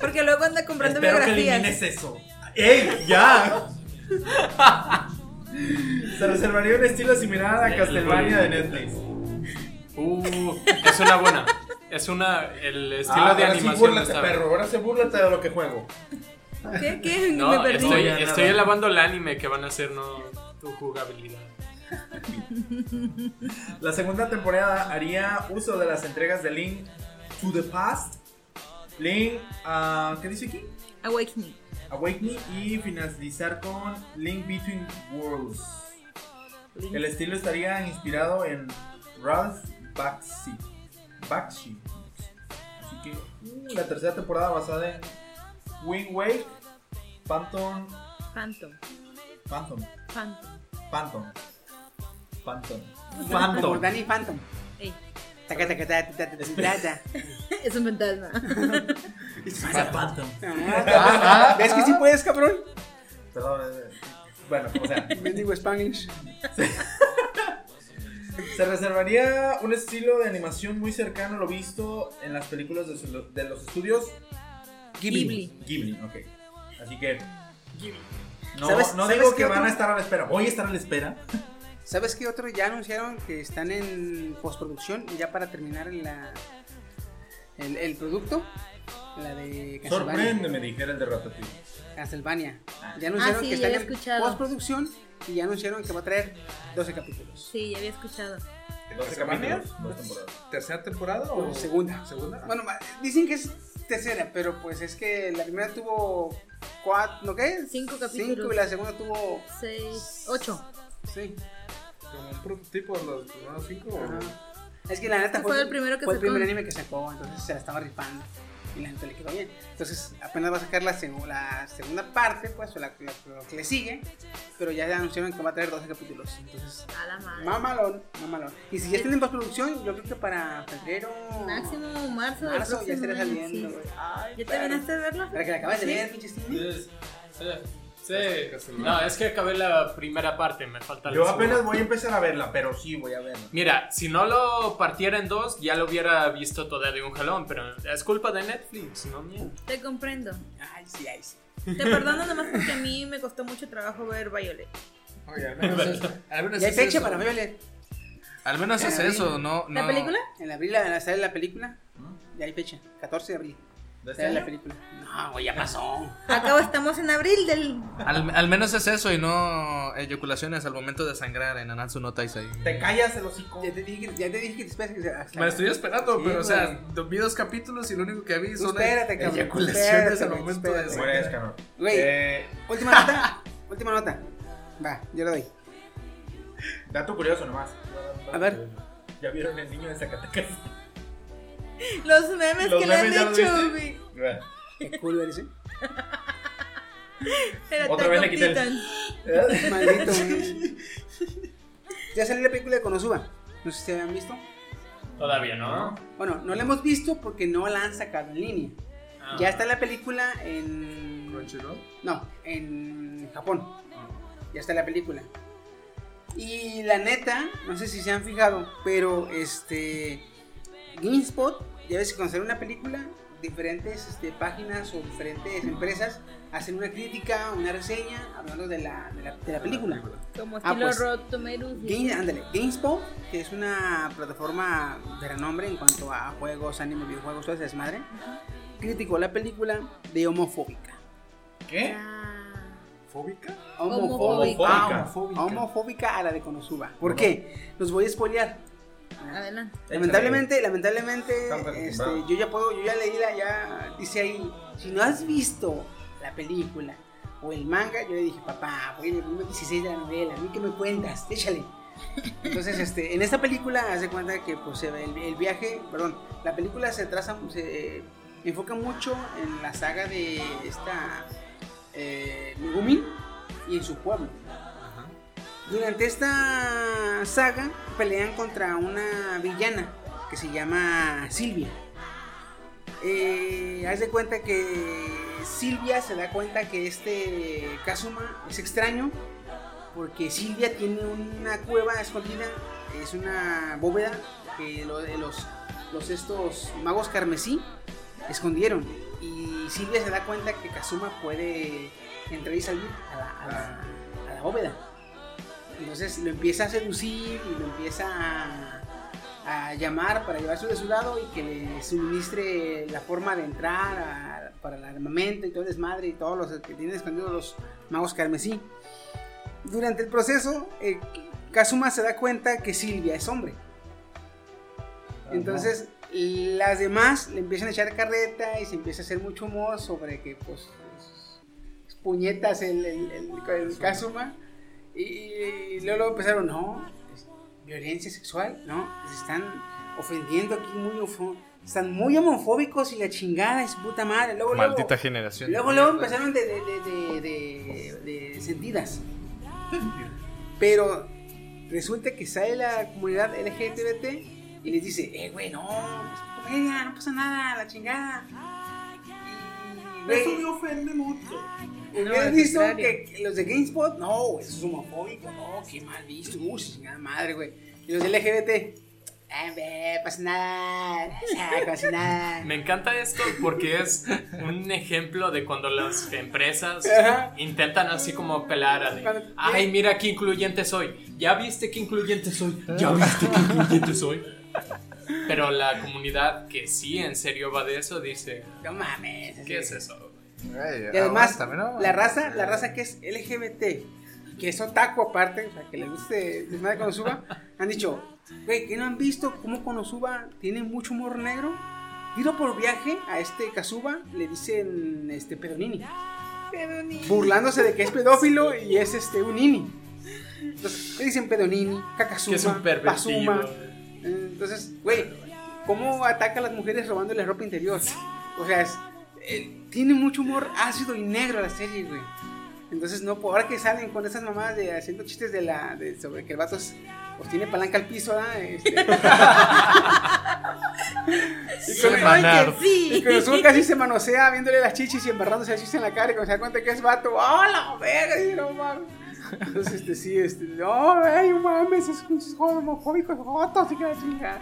S6: Porque luego anda comprando
S2: Espero que
S6: biografías.
S2: elimines eso. ¡Ey! ¡Ya! Se reservaría un estilo similar a la Castlevania de Netflix.
S5: Uh, es una buena. Es una. El estilo
S2: Ah,
S5: de
S2: ahora sí,
S5: animación.
S2: búrlate,
S5: está-
S2: perro. Ahora sí, búrlate de lo que juego.
S6: ¿Qué? ¿Qué? Me
S5: No,
S6: perdí.
S5: estoy,
S2: Ya, nada.
S5: estoy alabando el anime que van a hacer, no tu jugabilidad.
S2: La segunda temporada haría uso de las entregas de Link to the Past, Link, ah, ¿qué dice aquí?
S6: Awakening.
S2: Awakening y finalizar con Link Between Worlds.
S6: Link.
S2: El estilo estaría inspirado en Ralph Bakshi. Bakshi. Así que uh, la tercera temporada basada en Wind Wake, Phantom,
S6: Phantom.
S2: Phantom,
S6: Phantom.
S2: Phantom, Phantom,
S1: Como
S2: Phantom.
S1: Danny Phantom.
S6: Ey.
S1: Taca, taca, ta, ta, ta, ta, ta, ta.
S6: <laughs> Es un fantasma.
S2: Phantom.
S1: Ah, ¿Ves que sí puedes, cabrón?
S2: Perdón. eh, Bueno, o sea.
S1: Mendigo Spanish.
S2: Se reservaría un estilo de animación muy cercano a lo visto en las películas de, su- de los estudios
S6: Ghibli.
S2: Ghibli, ok. Así que. No,
S1: ¿Sabes-
S2: no
S1: sabes
S2: digo
S1: qué
S2: que van
S1: otro?
S2: a estar a la espera. Voy a estar a la espera.
S1: ¿Sabes qué otro? Ya anunciaron que están en postproducción ya para terminar la, el, el producto. La de Castlevania.
S2: Sorpréndeme, dijera el de Ratatouille.
S1: Castlevania. Ya anunciaron
S6: Ah, sí, ya
S1: que están
S6: lo he
S1: en
S6: escuchado.
S1: postproducción y ya anunciaron que va a traer 12 capítulos.
S6: Sí, ya había escuchado.
S2: 12 capítulos, dos temporadas.
S4: ¿Tercera temporada o
S1: No, segunda.
S4: ¿Segunda?
S1: Bueno, ma- dicen que es tercera, pero pues es que la primera tuvo cuatro, ¿no qué?
S6: Cinco
S1: Cinco
S6: capítulos.
S1: y la segunda tuvo
S6: Seis. Ocho.
S1: Sí.
S2: como un prototipo de los primeros cinco.
S1: Ajá. Es que la neta
S6: Fue el primero que
S1: fue
S6: sacó.
S1: el primer anime que sacó, entonces se la estaba rifando y la gente le quedó bien. Entonces apenas va a sacar la, segu- la segunda parte, pues, o la, la- lo que le sigue, pero ya anunciaron que va a traer 12 capítulos. Entonces,
S6: A la madre.
S1: mamalón, mamalón. Y si ya tienen postproducción, yo creo que para febrero,
S6: Máximo marzo. del
S1: marzo, ya
S6: próximo
S1: estará
S6: año,
S1: saliendo.
S6: sí.
S1: güey. Ay,
S6: ¿Ya
S1: perro.
S6: terminaste de verlo?
S1: Para que la acabes de
S6: Sí.
S1: ver, pinche Steve.
S5: Sí. Sí. No, es que acabé la primera parte, me falta la
S2: Yo
S5: segunda.
S2: apenas voy a empezar a verla, pero sí voy a verla.
S5: Mira, si no lo partiera en dos, ya lo hubiera visto toda de un jalón, pero es culpa de Netflix, no mía.
S6: Te comprendo.
S1: Ay, sí, ay, sí.
S6: Te perdono nomás porque a mí me costó mucho trabajo ver Violet.
S4: Oye, al menos es, al menos
S1: <laughs> Ya hay
S4: es
S1: fecha
S4: eso.
S1: para Violet.
S4: Al menos es eso, no,
S6: ¿La
S4: no-
S6: película?
S1: En abril la- sale la película. Ya hay fecha, 14 de abril.
S2: este
S1: Sale la película. ¿Mm? ¿Este No, güey, ya pasó.
S6: Acabo, estamos en abril del.
S4: Al, al menos es eso y no eyaculaciones al momento de sangrar en Anansu no Taisai.
S2: Te callas el hocico.
S1: Ya te dije que, ya te dije que te esperes que se- hasta-
S4: Me estoy esperando,
S1: Sí,
S4: pero o sea,
S1: güey.
S4: do- vi dos capítulos y lo único que vi
S1: Tú
S4: son
S1: espérate, cabrón,
S4: eyaculaciones
S1: espérate,
S4: al
S1: güey,
S4: momento de
S1: espérate.
S4: sangrar.
S2: Mueres, cabrón.
S1: Güey,
S2: Eh,
S1: última nota.
S4: <laughs>
S1: última nota. Va, yo le doy.
S2: dato curioso nomás.
S1: A ver.
S2: ¿Ya vieron el niño de Zacatecas?
S6: <laughs>
S1: <laughs>
S6: Los memes
S2: Los
S6: que le han
S2: memes ya los
S6: hecho,
S2: viste.
S6: güey.
S1: Qué cool eres, ¿eh?
S6: Era
S2: Otra
S6: Attack
S2: vez le
S6: on
S2: quité el-
S6: Titan.
S1: <laughs> Maldito, güey. Ya salió la película de Konosuba. No sé si habían visto.
S5: Todavía no.
S1: Bueno, no la hemos visto porque no la han sacado en línea.
S5: Ah.
S1: Ya está la película en.
S2: Crunchyroll.
S1: No, en Japón. Ya está la película. Y la neta, no sé si se han fijado, pero este. GameSpot, ya ves que cuando sale una película, diferentes este, páginas o diferentes empresas hacen una crítica, una reseña hablando de la, de la, de la película.
S6: Como
S1: Ah,
S6: estilo
S1: pues.
S6: Rotten Tomatoes.
S1: Game, ándale, GameSpot, que es una plataforma de renombre en cuanto a juegos, anime, videojuegos, todo ese desmadre, criticó la película de homofóbica.
S2: ¿Qué?
S6: Ah.
S2: ¿Fóbica?
S6: Homofóbica.
S1: Ah,
S2: Homofóbica.
S1: homofóbica a la de Konosuba. ¿Por qué? Los voy a spoilear.
S6: Adelante.
S1: Lamentablemente, lamentablemente,
S2: Estamos
S1: este,
S2: acostumbrados.
S1: yo ya puedo, yo ya leí la, ya dice ahí, si no has visto la película o el manga, yo le dije, papá, voy en el número 16 de la novela, a mí que me cuentas, échale. Entonces, este, en esta película hace cuenta que pues, se ve el, el viaje, perdón, la película se traza, se eh, enfoca mucho en la saga de esta eh, Megumin y en su pueblo. Durante esta saga pelean contra una villana que se llama Silvia. Eh, haz de cuenta que Silvia se da cuenta que este Kazuma es extraño porque Silvia tiene una cueva escondida, es una bóveda que lo- eh, los, los estos magos carmesí escondieron y Silvia se da cuenta que Kazuma puede entrar y salir a la, a la- a la bóveda. Entonces lo empieza a seducir y lo empieza a, a llamar para llevarse de su lado y que le suministre la forma de entrar a- para el armamento y todo el desmadre y todos los que tienen escondidos los magos carmesí. Durante el proceso, eh, Kazuma se da cuenta que Silvia es hombre. Entonces, las demás le empiezan a echar carreta y se empieza a hacer mucho humor sobre que, pues, es- es puñetas el, el, el- el Kazuma. Y luego, luego empezaron, no, es violencia sexual, no, se están ofendiendo aquí muy ofo- Están muy homofóbicos y la chingada es puta madre. Luego, luego-
S4: Maldita generación.
S1: Luego, luego empezaron de, de- de- de- de- de sentidas. Pero resulta que sale la comunidad LGBT y les dice, eh, güey, no, es comedia, no pasa nada, la chingada. Y, güey,
S2: Eso me ofende mucho.
S1: ¿Hubieras
S6: al
S1: visto que
S6: contrario.
S1: que los de GameSpot? No, güey, eso es homofóbico, no, qué mal visto, uy, chingada madre, güey. Y los de LGBT, ah, ve, pasa nada, ah, pasa
S5: <laughs>
S1: nada.
S5: Me encanta esto porque es un ejemplo de cuando las empresas
S1: Ajá.
S5: intentan así como pelar a de, ay, mira qué incluyente soy. Ya viste qué incluyente soy. Ya viste qué incluyente soy. Pero la comunidad que sí en serio va de eso dice,
S1: No mames.
S5: ¿qué es eso?
S1: Y además, la raza,
S5: Este,
S1: la raza que es LGBT, que es otaku aparte, o sea, que le guste desmadre Konosuba, han dicho, güey, ¿qué no han visto cómo Konosuba tiene mucho humor negro? Tiro por viaje a este Kazuba, le dicen este pedonini,
S6: Pedonini.
S1: burlándose de que es pedófilo y es este un nini. Entonces, ¿qué dicen Pedonini? Kakazuma,
S5: Que es un pervertido.
S1: Bazuma. Eh, Entonces, güey, ¿cómo ataca a las mujeres robándole ropa interior? O sea, es- eh, tiene mucho humor ácido y negro la serie, güey. Entonces, no, por ahora que salen con esas mamadas de haciendo chistes de la, de- sobre que el vato es- pues tiene palanca al piso, ¿verdad? Este, y con-
S6: Ay, que
S1: y
S6: sí.
S1: que Cruz Azul casi se manosea viéndole las chichis y embarrándose las chichis en la cara y cuando se da cuenta que es vato, ¡oh, la verga! Y no mames. Entonces, este, sí, este, no, ey, mames, esos pinches homofóbicos jotos y que la chingada.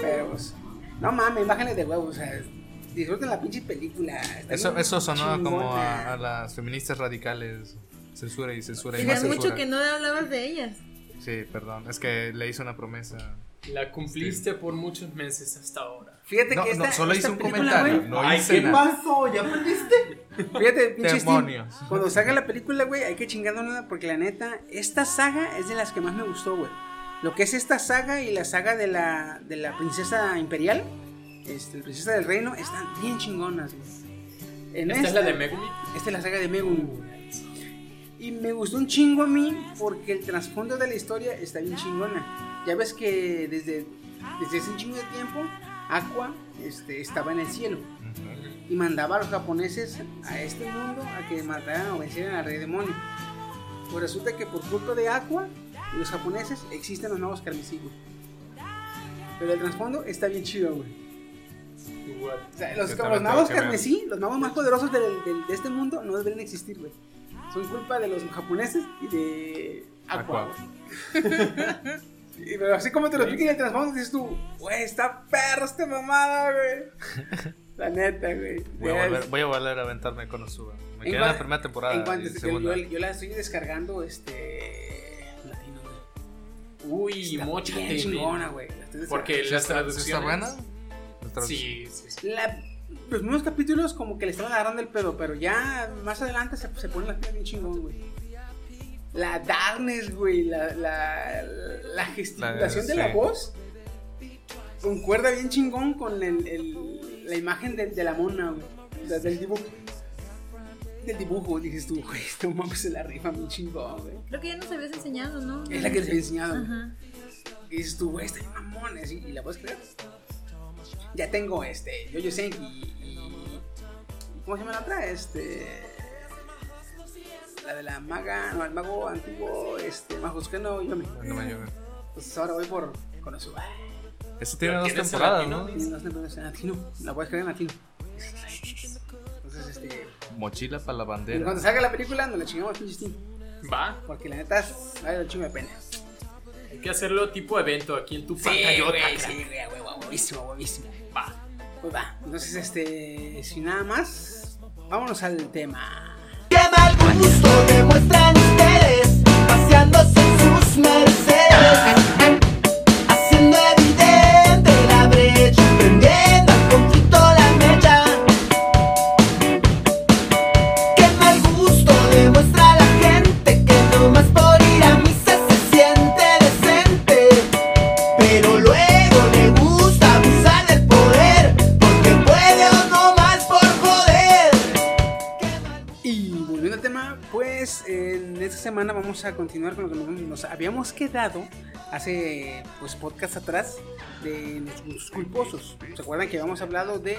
S1: Pero, pues, no mames, bájale de huevos, o sea, disfruten la pinche película. está
S4: Eso,
S1: bien
S4: eso sonó
S1: chingona.
S4: como a, a las feministas radicales. Censura y censura y,
S6: Y
S4: más
S6: hace mucho
S4: censura.
S6: que no hablabas de ellas.
S4: Sí, perdón. Es que le hice una promesa.
S5: La cumpliste por muchos meses hasta ahora.
S1: Fíjate
S4: No,
S1: que esta,
S4: no, solo
S1: esta
S4: hice un
S1: película,
S4: comentario.
S1: güey,
S4: No hice
S7: ¿Qué
S4: nada.
S7: pasó? ¿Ya aprendiste?
S1: Fíjate, pinche Steam,
S4: Demonios.
S1: Cuando salga la película, güey, hay que chingándola porque la neta, esta saga es de las que más me gustó, güey. Lo que es esta saga y la saga de la, de la princesa imperial, este, la princesa del reino, están bien chingonas, güey. En
S5: Esta es la de Megumi.
S1: Esta es la saga de Megumi, güey. Y me gustó un chingo a mí porque el trasfondo de la historia está bien chingona. Ya ves que desde, desde hace un chingo de tiempo, Aqua este, estaba en el cielo y mandaba a los japoneses a este mundo a que mataran o vencieran al rey demonio. Pues resulta que por culpa de Aqua y los japoneses existen los nuevos carmesí, güey. Pero el trasfondo está bien chido, güey. O sea, los,
S4: Yo
S1: como
S4: también
S1: los
S4: tengo
S1: magos
S4: que ver.
S1: carmesí, los magos más poderosos del- del- de este mundo no deberían existir, güey. Son culpa de los japoneses y de Aqua.
S4: Aqua.
S1: güey. <laughs> y, pero así como te lo explican en el trasfondo, dices tú, güey, está perro esta mamada, güey. La neta, güey.
S4: Voy a
S1: Ya,
S4: volver, voy a, volver a aventarme con Osuba. Me
S1: En
S4: quedé en la
S1: cuan-
S4: primera temporada.
S1: En
S4: y
S1: cuanto yo,
S4: segunda.
S1: yo- yo la estoy descargando, este. Latino, güey.
S5: Uy,
S1: Está
S5: mocha
S1: bien chingona, güey. La estoy descargando.
S5: Porque las
S4: ¿Está- ¿Está buena?
S5: traducciones.
S4: La traducción.
S5: Sí, sí, sí.
S1: La- los primeros capítulos, como que le estaban agarrando el pedo, pero ya más adelante se, se ponen las pilas bien chingón, güey. La darkness, güey. La, la, la gesticulación de la
S4: sí.
S1: voz concuerda bien chingón con el, el- la imagen de, de la mona, güey. O sea, del dibujo. Del dibujo, dices tú, güey, <laughs> este mames se la rifa bien chingón, güey.
S6: Creo que ya nos habías enseñado, ¿no?
S1: Es la que les había enseñado. güey.
S6: Ajá.
S1: Y dices tú, güey, está bien mamón. así, ¿Y la puedes creer? Ya tengo este, yo, yo sé, y, y- ¿Cómo se llama la otra? Este. La de la maga, no, el mago antiguo, este, mago no yo me.
S4: No me llueve.
S1: Entonces ahora voy por. Con eso.
S4: Eso tiene dos
S5: ¿Tienes el
S4: temporadas,
S5: latino?
S4: ¿no?
S1: Y no sé, pero es en latino, la puedes creer en latino. Entonces, este.
S4: Mochila para la
S1: Y cuando
S4: bandera.
S1: salga la película, nos la chingamos, pinche Steam.
S5: Va,
S1: Porque la neta, es- vale, la chingo de pena.
S5: hay que hacerlo tipo evento aquí en tu pantalla.
S1: güey, sí, güey, a huevo, a huevísimo, a huevísimo.
S5: Va.
S1: Pues va, entonces este, sin nada más, vámonos al tema. Y volviendo al tema, pues en esta semana vamos a continuar con lo que nos, nos habíamos quedado hace pues podcast atrás de los gustos culposos. ¿Se acuerdan que habíamos hablado de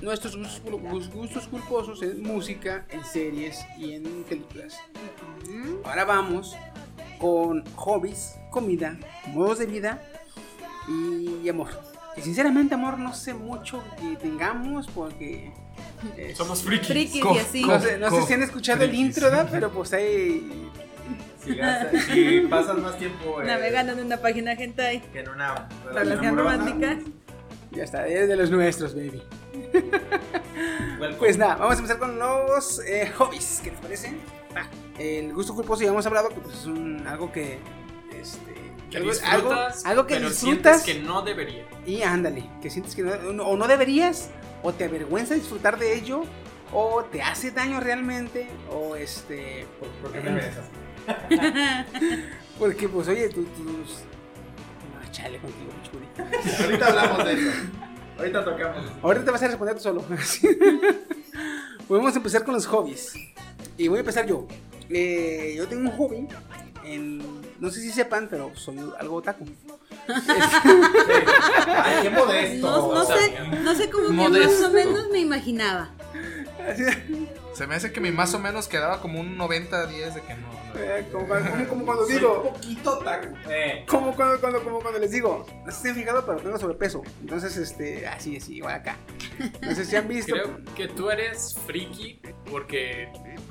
S1: nuestros gustos, cul- gus- gustos culposos en música, en series y en películas? Ahora vamos con hobbies, comida, modos de vida y amor. Que sinceramente amor no sé mucho que tengamos porque... eh,
S5: Somos frikis.
S6: Frikis y así.
S1: no sé, no sé si han escuchado el intro, ¿da? pero pues ahí.
S7: Si, gastas- si pasas más tiempo eh,
S6: Navegando en una página hentai.
S7: que en una
S6: Relación romántica.
S1: Ya está, es de los nuestros, baby.
S7: welcome.
S1: Pues nada, vamos a empezar con los eh, hobbies, ¿qué les parece? Va, el gusto culposo, ya hemos hablado que pues, es un, algo que. Este,
S5: Que
S1: algo, algo,
S5: disfrutas,
S1: algo que
S5: pero
S1: disfrutas
S5: sientes que no debería.
S1: y ándale, que sientes que no, o no deberías, o te avergüenza disfrutar de ello, o te hace daño realmente, o este.
S7: ¿Por, por qué me besas?
S1: Porque pues oye, tú. tú no, chale contigo, churi.
S7: Ahorita hablamos de eso. Ahorita
S1: <laughs>
S7: tocamos.
S1: Ahorita te vas a responder <laughs> tú solo. Vamos a empezar con los hobbies. Y voy a empezar yo. eh, yo tengo un hobby. en- no sé si sepan, pero soy algo otaku. <laughs>
S7: Ay, qué modesto.
S6: No, no
S7: o sea,
S6: sé, no sé cómo que más
S4: Modesto.
S6: o menos me imaginaba.
S4: Se me hace que mi más o menos quedaba como un 90-10 de que no. no.
S1: Eh, como, cuando- como- como cuando
S7: soy
S1: digo,
S7: un poquito taco. Eh,
S1: como cuando, cuando- como cuando les digo, no sé si han fijado, pero tengo sobrepeso. Entonces, este, así, así, igual acá. No sé si han visto.
S5: Creo que tú eres friki porque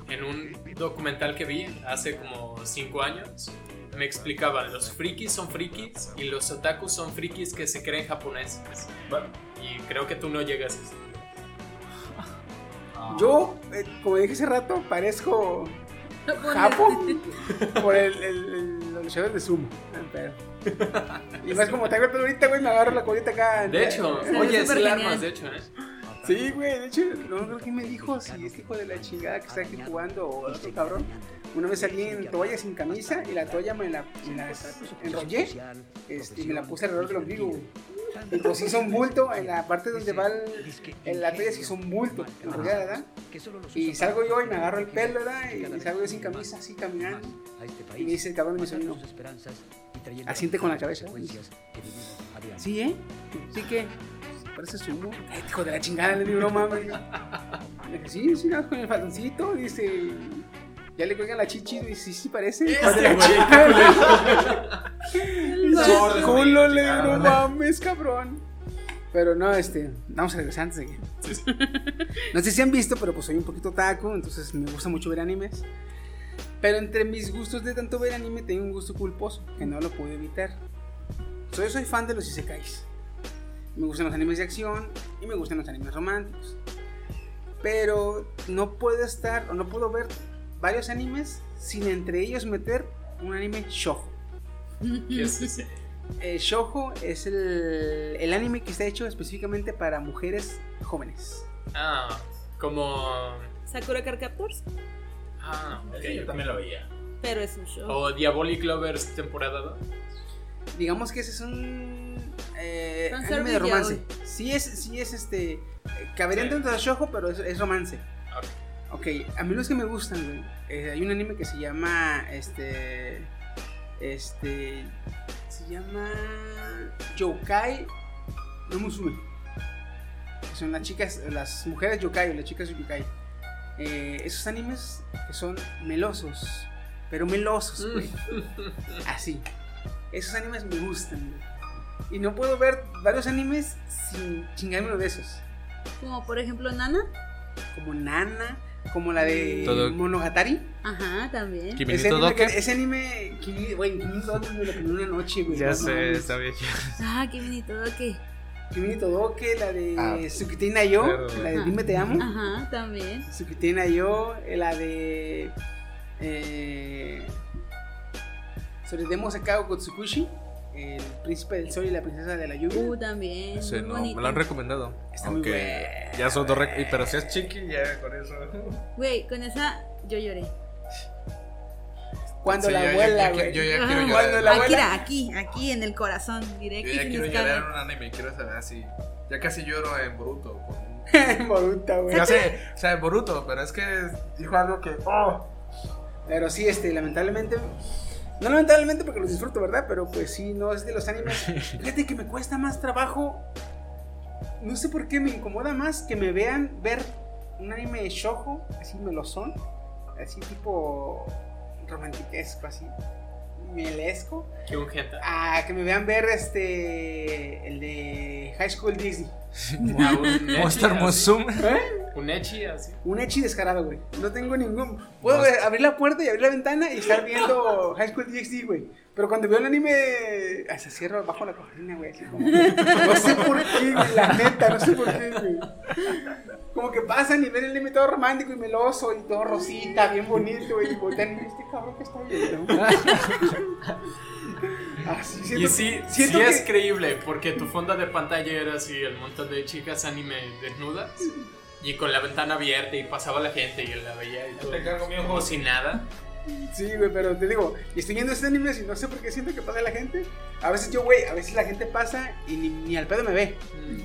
S5: en un documental que vi hace como 5 años me explicaban, los frikis son frikis y los otakus son frikis que se creen japoneses. Y creo que tú no llegas a eso.
S1: Yo, eh, como dije hace rato, parezco Japo por el, el, el- los luchadores de sumo. Ah, pero- Y más como tengo el pelo ahorita, güey, me agarro la colita acá.
S5: De hecho,
S6: Se ve
S5: oye, es
S6: súper
S5: el
S6: genial.
S5: armas, de hecho, ¿eh?
S1: Sí, güey, de hecho, no creo que me dijo si este hijo de la chingada que está aquí jugando o este cabrón. Una vez salí en toalla sin camisa y la toalla me la, me la enrollé este, y me la puse alrededor del ombligo. güey. Y pues hizo un bulto en la parte donde va el, en la toalla, se hizo un bulto enrollada, ¿verdad? Y salgo yo y me agarro el pelo, ¿verdad? Y, y salgo yo sin camisa, así caminando. Y me dice el cabrón de mi sobrino, asiente con la cabeza. pues. Sí, ¿eh? Sí que parece sumo. Ay, hijo de la chingada, le digo, no mames. Le dije, sí, sí, nada, más con el faldoncito, dice. Ya le cuelgan la chichi, y dice, sí, sí, parece. hijo de la chingada. <laughs> Dice, culo, le digo, no mames, cabrón. Pero no, este, vamos a regresar antes de que. No sé si han visto, pero pues soy un poquito taco, entonces me gusta mucho ver animes. Pero entre mis gustos de tanto ver anime tengo un gusto culposo, que no lo puedo evitar. Soy, soy fan de los isekais. Me gustan los animes de acción y me gustan los animes románticos. Pero no puedo estar o no puedo ver varios animes sin entre ellos meter un anime shoujo.
S5: ¿Qué es ese?
S1: El shoujo es el, el anime que está hecho específicamente para mujeres jóvenes.
S5: Ah, como...
S6: <laughs> Sakura Card Captors,
S5: Ah, ok,
S7: ese yo
S5: ok.
S7: también lo veía.
S6: pero es un show.
S5: O Diabolic Lovers temporada 2.
S1: Digamos que ese es un eh,
S6: Fanservice
S1: anime de romance.
S6: yaoi.
S1: Sí es, sí es este. eh, Cabería
S5: Sí.
S1: dentro de shoujo, pero es, es romance. Ok, a mí los que me gustan, güey. eh, hay un anime que se llama. Este. Este. Se llama. Yokai no Musume. Que son las chicas. Las mujeres yokai o las chicas yokai. Eh, esos animes que son melosos. Pero melosos, güey. Así. Esos animes me gustan, güey. Y no puedo ver varios animes sin chingarme de esos.
S6: Como por ejemplo Nana.
S1: Como Nana, como la de
S4: Todo-
S1: Monogatari.
S6: Ajá, también.
S1: Ese
S4: Kiminito
S1: anime, que-
S4: Doke.
S1: ese anime, Kimi- güey, Kimi Doke me lo comí una noche, güey. no mames.
S4: bien.
S6: Ah, qué bonito, ok.
S1: Kimi Doke, la de
S4: Ah,
S1: Tsukitena Yo,
S4: claro.
S1: la de
S6: Ah.
S1: Dime Te Amo.
S6: Ajá, también.
S1: Tsukitena Yo, eh, la de. Eh, sobre Demo Sakao Gotsukushi, el príncipe del sol y la princesa de la lluvia.
S6: Uh, también.
S8: Sí,
S6: muy
S8: no,
S6: bonito.
S8: me lo han recomendado.
S1: Está muy
S8: Aunque ya son dos rec- y Pero si es chiqui, ya con eso.
S6: Güey, con esa yo lloré.
S1: Cuando
S4: Sí, yo-
S1: la
S4: yo-
S1: abuela,
S4: yo-
S1: güey.
S4: yo- yo-
S6: Ajá.
S4: quiero llorar.
S1: Cuando la
S6: aquí,
S1: abuela.
S6: era, aquí, aquí en el corazón, directo
S4: Yo
S6: y
S4: ya
S6: sin
S4: quiero
S6: escalas.
S4: llorar en un anime, quiero saber así. Ya casi lloro en Boruto. por un-
S1: <laughs> Boruto, güey.
S4: Ya sé, o sea, en Boruto, pero es que dijo algo que. ¡Oh!
S1: Pero sí, este, lamentablemente. No lamentablemente porque los disfruto, ¿verdad? Pero pues sí, no es de los animes. Fíjate que me cuesta más trabajo. No sé por qué me incomoda más que me vean ver un anime de shoujo, así melosón, así tipo romantiquesco, así mielesco,
S5: Que un hentai.
S1: a que me vean ver este el de High School Disney.
S5: Ah, <laughs> un ecchi,
S4: Monster
S5: así.
S4: Musume.
S5: Un echi así.
S1: Un hechi descarado, güey. No tengo ningún. Puedo ver- abrir la puerta y abrir la ventana y
S5: <laughs>
S1: estar viendo High School DxD, güey. Pero cuando veo el anime, hasta cierro bajo la cortina, güey. Así como. No sé por qué, güey. La neta, no sé por qué, güey. Como que pasan y ven el anime todo romántico y meloso y todo rosita, bien bonito, güey. Y voltean y dicen, este cabrón que está
S5: <laughs>
S1: viendo. Así siento
S5: Y sí,
S1: que-
S5: sí
S1: siento
S5: es
S1: que-
S5: creíble, porque tu fondo de pantalla era así, el montón de chicas anime desnudas, y con la ventana abierta, y pasaba la gente, y yo la veía, y todo,
S7: te cargo mi ojo.
S5: como si nada.
S1: Sí, güey, pero te digo, y estoy viendo este anime y no sé por qué siento que pasa la gente. A veces yo, güey, a veces la gente pasa y ni, ni al pedo me ve.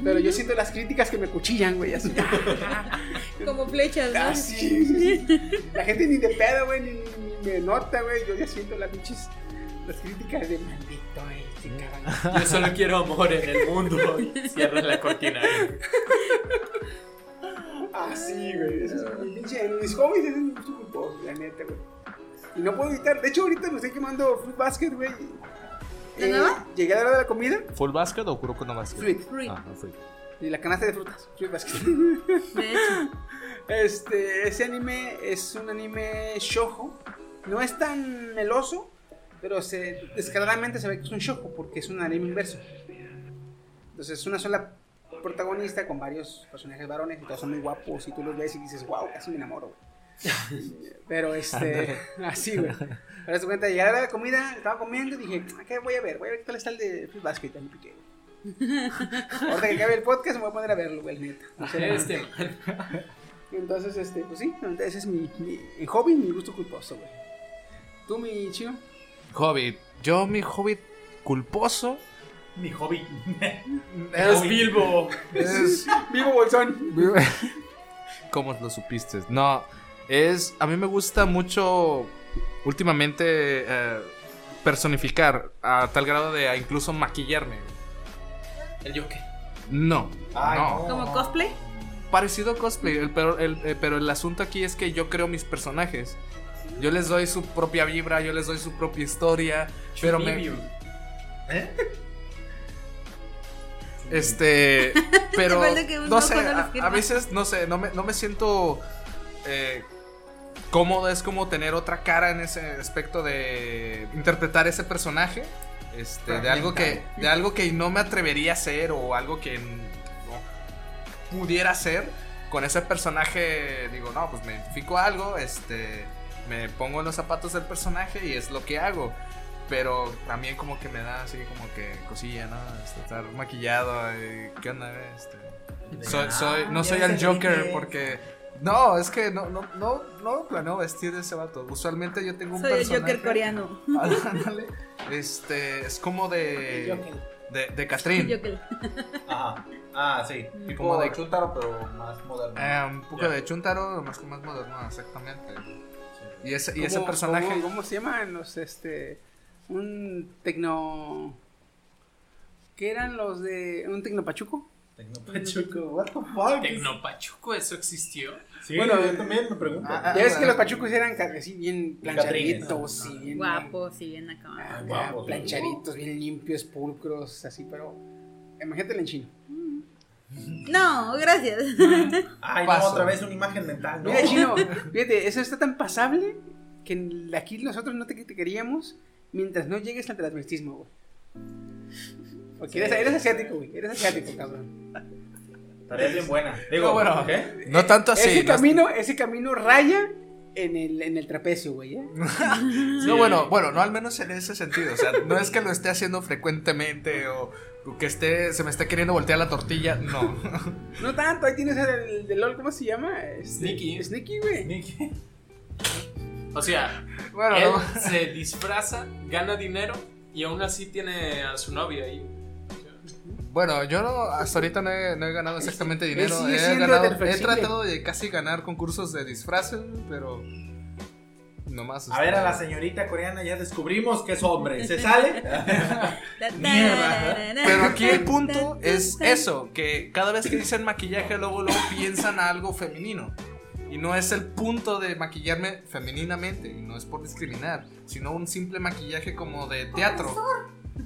S1: Pero yo siento las críticas que me cuchillan, güey, así. Ah,
S6: Como flechas, ¿no?
S1: así. La gente ni de pedo, güey, ni, ni- me nota, güey. Yo ya siento las pinches. Las críticas de maldito este cabrón.
S5: Yo solo quiero amor en el mundo. Cierra la cortina.
S1: Ah, sí, güey. Eso es mi pinche. Mis hobbies es mucho culposo, la neta, güey. Y no puedo evitar. De hecho, ahorita me estoy quemando Fruit Basket, güey. Eh,
S6: ¿De nada?
S1: Llegué a la hora de la comida.
S4: ¿Full basket o Kuroko no basket?
S1: Fruit.
S6: Fruit.
S4: Ah, no, fruit.
S1: Y la canasta de frutas. Fruit Basket.
S6: De hecho,
S1: Este, ese anime es un anime shojo. No es tan meloso, pero se, descaradamente se ve que es un shojo porque es un anime inverso. Entonces es una sola protagonista con varios personajes varones y todos son muy guapos y tú los ves y dices, wow, casi me enamoro. güey". pero este, <laughs> así, güey. Pero se cuenta, llegar a la comida, estaba comiendo y dije, "Ah, ¿qué voy a ver? Voy a ver qué tal está el de Fruit Basket. Ya me piqué, güey. Ahorita que acabe el podcast me voy a poner a verlo, güey, neta. O sea,
S5: Este man.
S1: entonces, este, pues sí, ese es mi, mi- mi hobby, mi gusto culposo, güey. Tú, mi chido.
S4: Hobbit. Yo, mi hobbit culposo.
S7: Mi hobby.
S4: Es
S5: Bilbo.
S4: Es-
S1: Vivo Bolsón.
S4: <laughs> ¿Cómo lo supiste? No, es. A mí me gusta mucho. Últimamente. eh, personificar. A tal grado de a incluso maquillarme.
S5: El Joker.
S4: No.
S7: Ay,
S4: no.
S7: no.
S6: como cosplay.
S4: parecido a cosplay, el, pero, el, eh, pero el asunto aquí es que yo creo mis personajes. Yo les doy su propia vibra, yo les doy su propia historia, pero me,
S5: Chunibium.
S6: <laughs>
S4: este, pero
S6: Igual de que un
S4: no
S6: ojo
S4: sé,
S6: no les
S4: a,
S6: firma.
S4: a veces no sé, no me, no me siento eh, cómodo, es como tener otra cara en ese aspecto de interpretar ese personaje, este, de algo que, de algo que no me atrevería a hacer o algo que no pudiera hacer con ese personaje, digo, no, pues me identifico a algo, este, me pongo en los zapatos del personaje y es lo que hago. Pero también como que me da así como que cosilla, ¿no? Este, estar maquillado, eh, ¿qué onda? eh? Este, soy, soy, no soy el Joker porque... No, es que no, no, no, no planeo vestir de ese vato. Usualmente yo tengo un
S6: Soy el
S4: personaje...
S6: Joker coreano.
S4: <laughs> Ándale. este, es como de... De, de Catrín.
S6: Joker.
S7: Ajá. Ah, sí.
S4: Como
S7: Tipo
S4: de-
S7: de Chuntaro, pero más moderno.
S4: Eh, un poco
S7: Ya.
S4: de Chuntaro, más que más moderno, exactamente. Y ese, y
S1: ¿Cómo-
S4: ese personaje...
S1: ¿cómo, cómo se llaman los, este, un tecno... ¿Qué eran los de un tecnopachuco?
S7: Tecnopachuco, what the fuck?
S5: Tecnopachuco, eso existió.
S7: Sí, bueno, yo también me pregunto.
S4: Ah, ah,
S1: ya ves
S4: ah,
S1: que los pachucos eran ca- así bien planchaditos,
S7: Catrines,
S1: y bien
S6: Guapo, sí, bien acá.
S1: ah,
S7: Guapos.
S1: planchaditos, bien limpios, pulcros, así, pero imagínate en chino.
S6: No, gracias.
S4: Ah.
S6: <laughs>
S7: Ay,
S4: Paso.
S7: no, otra vez una imagen mental. ¿no?
S1: Mira, Chino, fíjate, eso está tan pasable que aquí nosotros no te criticaríamos mientras no llegues al transvestismo, güey. Porque eres, eres asiático, güey. Eres asiático, cabrón.
S7: Tarea bien buena. Digo,
S4: No, bueno,
S7: ¿qué?
S4: no tanto así.
S1: eh, ese,
S4: no-
S1: camino, ese camino raya en el, en el trapecio, güey. ¿eh?
S4: No, bueno, bueno, no al menos en ese sentido. O sea, no es que lo esté haciendo frecuentemente o, o que esté, se me esté queriendo voltear la tortilla. No. <laughs>
S1: No tanto, ahí tienes el de LOL, ¿cómo se llama? Este,
S5: Sneaky.
S1: Sneaky, güey.
S7: Nick.
S5: O sea,
S4: Bueno,
S5: él
S4: no.
S5: se disfraza, gana dinero y aún así tiene a su novia ahí.
S4: Bueno, yo no- hasta ahorita no he, no he ganado exactamente dinero.
S1: sigue
S4: He,
S1: siendo
S4: ganado- he
S1: heteroflexible.
S4: tratado de casi ganar concursos de disfraces, pero. Nomás.
S7: A ver, a la señorita coreana ya descubrimos que es hombre. ¿Se <laughs> sale? Mierda.
S4: Pero aquí
S6: <laughs>
S4: el punto es eso: que cada vez que dicen maquillaje, luego, luego piensan a algo femenino. Y no es el punto de maquillarme femeninamente, y no es por discriminar, sino un simple maquillaje como de teatro.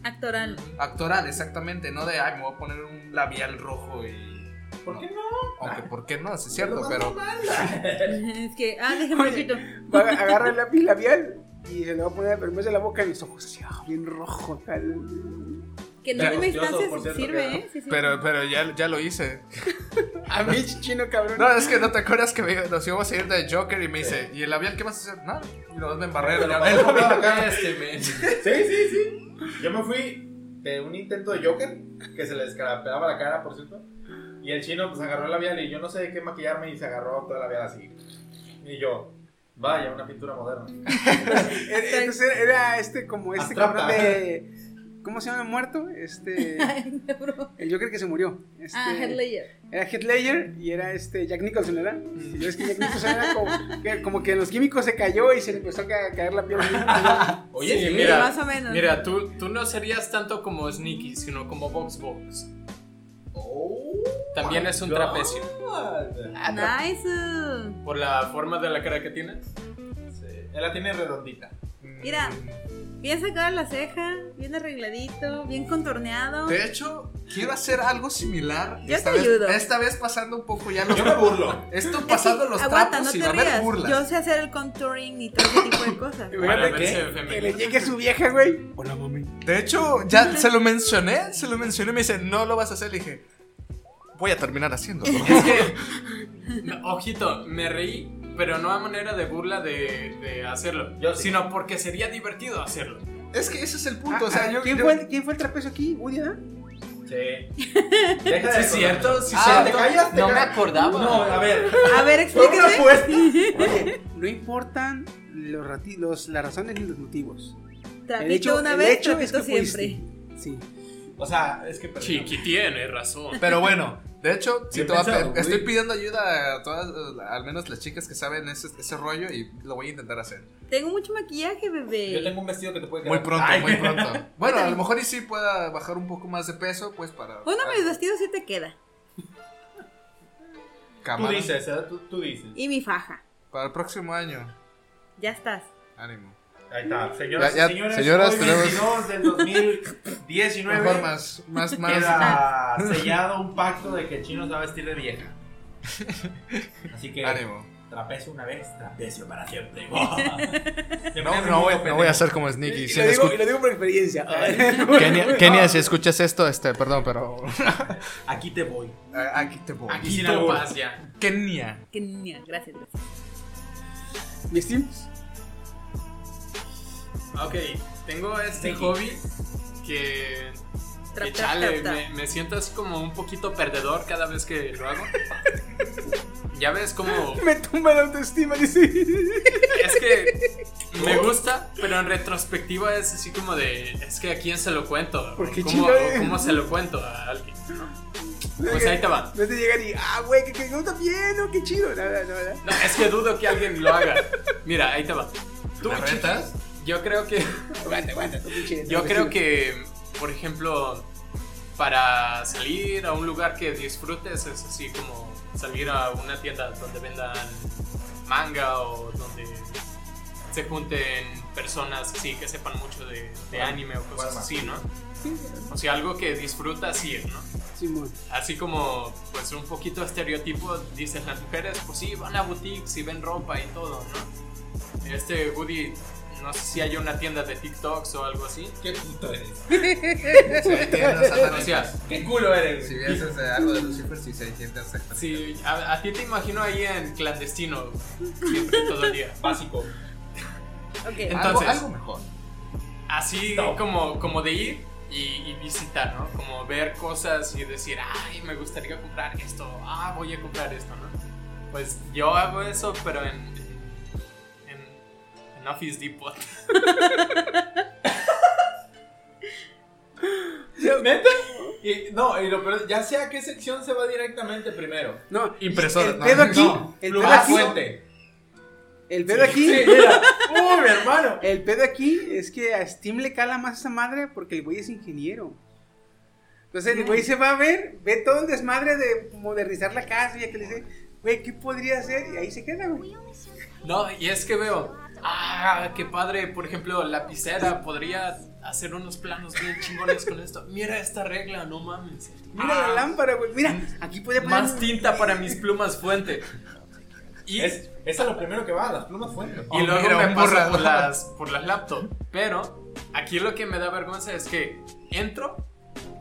S6: Actoral. <laughs>
S4: Actoral, exactamente, no de ay, me voy a poner un labial rojo y.
S7: ¿Por qué no?
S4: Aunque, ¿por qué no? Sí, es cierto,
S7: Lo más
S4: pero.
S7: normal.
S6: Es que, ah, déjame poquito.
S1: Va, agarra el lápiz labial y se lo va a poner al permiso de la boca y los ojos así, ah, bien rojo, tal.
S6: Que en última
S7: Yo soy, por
S6: instancia
S7: cierto,
S6: sirve,
S7: que-
S6: ¿eh? Sí, sí. <laughs>
S4: Pero, pero ya, ya lo hice.
S1: A mí, <laughs> chino, cabrón.
S4: No, es que no te acuerdas que me- nos íbamos a ir de Joker y me dice, ¿y el labial qué vas a hacer? Nada. Y nomás me embarré el labial.
S5: Este men.
S7: Sí, sí, sí. Yo me fui de un intento de Joker, que se le descarapelaba la cara, por cierto. Y el chino pues agarró el labial y yo no sé de qué maquillarme y se agarró todo el labial así. Y yo, vaya, una pintura moderna.
S1: Era- Entonces era este como este
S7: Atrapa.
S1: cabrón de. ¿Cómo se llama el
S6: <laughs>
S1: muerto? Este. el Joker que se murió. Este,
S6: Ah, Heath Ledger.
S1: Era Heath Ledger y era este Jack Nicholson, ¿verdad?
S4: Mm.
S1: Y es que Jack Nicholson era como que, como que en los químicos se cayó y se le empezó a ca- caer la
S4: <laughs>
S1: piel.
S5: Oye,
S6: sí,
S5: mira,
S6: más o menos.
S5: Mira, tú, tú no serías tanto como Sneaky, sino como Box Box. También es un trapecio.
S6: Ah, Nice.
S5: Por la forma de la cara que tienes.
S2: Él la tiene redondita.
S6: Mira, bien sacada la ceja, bien arregladito, bien contorneado.
S4: De hecho, quiero hacer algo similar.
S6: Yo
S4: esta
S6: te
S4: vez,
S6: ayudo.
S4: Esta vez pasando un poco ya los.
S2: Yo me burlo.
S4: Esto
S6: Es
S4: pasando
S6: que,
S4: los
S6: aguanta,
S4: trapos
S6: no
S4: sin
S6: te
S4: haber
S6: rías.
S4: burlas.
S6: Yo sé hacer el contouring y todo ese tipo de cosas.
S5: Para
S1: Fíjate
S5: verse
S1: que, que le
S5: femenino.
S1: llegue su vieja, güey. Hola, mami.
S4: De hecho,
S6: <laughs>
S4: ya se lo mencioné, se lo mencioné y me dice, no lo vas a hacer. Le dije, voy a terminar haciéndolo.
S2: <laughs>
S5: Es que, no, ojito, me reí, pero no a manera de burla de, de hacerlo, sino porque sería divertido hacerlo.
S4: es que ese es el punto. o
S1: Ah,
S4: sea, yo.
S1: ¿quién,
S4: yo-
S1: Fue el, ¿Quién fue el trapecio aquí? Woody, ¿verdad?
S4: <laughs>
S2: Sí.
S5: Sí, es cierto, sí, es
S2: Ah,
S5: cierto.
S2: ¿te callas? ¿Te
S5: no me
S2: callas?
S5: acordaba.
S2: No, a ver.
S6: A ver,
S2: Fue una
S6: explíqueme.
S2: apuesta.
S1: Oye, no importan los rati- los- las razones ni los motivos.
S6: Trapito una
S1: el
S6: vez,
S1: hecho es
S6: trapito
S1: que fuiste.
S6: siempre.
S1: Sí.
S2: O sea, es que perdí.
S5: Chiqui tiene razón.
S4: Pero bueno, de hecho, si
S2: Bien
S4: te va a pe-
S2: pensado, güey.
S4: estoy pidiendo ayuda a todas, eh, al menos las chicas que saben ese, ese rollo y lo voy a intentar hacer.
S6: Tengo mucho maquillaje, bebé.
S2: Yo tengo un vestido que te puede quedar.
S4: Muy pronto,
S2: Ay.
S4: muy pronto. Bueno, a lo mejor y sí pueda bajar un poco más de peso, pues para.
S6: Uno
S5: Ah.
S6: de mis vestidos sí te queda.
S2: <laughs> Tú
S4: cámara.
S2: dices, ¿eh? tú, tú dices.
S6: Y mi faja.
S4: Para el próximo año.
S6: Ya estás.
S4: Ánimo.
S2: Ahí está, señoras
S4: Ya, ya,
S2: y señores.
S4: señoras,
S2: hoy
S4: tenemos-
S2: 22 del 2019.
S4: Mejor más, más, más.
S2: Queda sellado un pacto de que el chino se va a vestir de vieja. Así que
S4: Ánimo.
S2: trapecio una vez, trapecio para siempre.
S6: <laughs>
S4: No, no voy, no voy a ser como Sneaky.
S1: Y
S4: si
S1: lo,
S4: le
S1: digo,
S4: escu-
S1: y lo digo por experiencia. <laughs>
S4: Kenia, Kenia, si escuchas esto, este, perdón, pero.
S2: Aquí te voy.
S4: Aquí te voy.
S5: Aquí
S2: Sin
S5: tú
S2: albur.
S5: vas ya.
S4: Kenia.
S6: Que niña, gracias, gracias.
S1: Mis teams.
S5: Ok, tengo este hobby que.
S6: Trap,
S5: que
S6: trap,
S5: chale,
S6: trap, trap.
S5: Me, me siento así como un poquito perdedor cada vez que lo hago. Ya ves como.
S1: Me tumba la autoestima, dice.
S5: Es que me gusta, pero en retrospectiva es así como de, es que a quién se lo cuento,
S1: ¿Por qué
S5: ¿Cómo,
S1: chingada?
S5: o cómo se lo cuento a alguien, ¿no? Pues ahí te va.
S1: No te llegan y, ah, güey, que, que no está bien, no, qué chido. No, no, no, no.
S5: No, es que dudo que alguien lo haga. Mira, ahí te va. ¿Tú retas? Yo creo que,
S1: Aguanta, aguanta, tú, pinche
S5: yo creo
S1: imbécil.
S5: que, por ejemplo, para salir a un lugar que disfrutes es así como salir a una tienda donde vendan manga o donde se junten personas así que sepan mucho de, de anime o cosas así, ¿no? O sea, algo que disfrutas ir, ¿no?
S1: Simón.
S5: Así como, pues un poquito estereotipo, dicen las mujeres, pues sí, van a boutiques y ven ropa y todo, ¿no? Este Woody, no sé si hay una tienda de TikToks o algo así.
S2: Qué puto eres.
S4: Si hay tiendas
S5: O sea,
S4: satánicas.
S2: Qué culo eres.
S4: Si vienes de algo de Lucifer, si hay tiendas satánicas.
S5: sí, a, a ti te imagino ahí en clandestino, siempre todo el día.
S2: Básico.
S6: Ok.
S4: Algo,
S5: Entonces,
S4: algo mejor.
S5: así
S2: No.
S5: como, como de ir y, y visitar, ¿no? Como ver cosas y decir, ay, me gustaría comprar esto, ah, voy a comprar esto, ¿no? Pues yo hago eso, pero en, en, en Office Depot.
S2: <laughs> ¿Neta? Y, no, y lo peor, ya sé a qué sección se va directamente primero.
S1: No,
S4: Impresora,
S1: El
S4: no,
S1: pedo aquí.
S2: No,
S1: el pedo
S2: pluma
S1: aquí.
S2: fuente.
S1: El pedo aquí.
S2: Sí, mira.
S5: Uh,
S2: Uy, mi hermano.
S1: El pedo aquí es que a Steam le cala más esa madre porque el güey es ingeniero. Entonces el güey se va a ver, ve todo el desmadre de modernizar la casa y ya que le dice, güey, ¿qué podría hacer? Y ahí se queda, güey.
S5: No, y es que veo, ah, qué padre, por ejemplo, lapicera, podría hacer unos planos bien chingones con esto. Mira esta regla, no mames.
S1: Mira
S5: Ah, Mm.
S1: la lámpara, güey. Mira, aquí podría poner.
S5: Más tinta para mis plumas fuente. Y
S2: Es, es a lo primero que va, las plumas fuentes.
S5: Y
S4: Oh,
S5: luego
S4: mira,
S5: me
S4: un
S5: paso
S4: borrador.
S5: por las, por las laptops. Pero aquí lo que me da vergüenza es que entro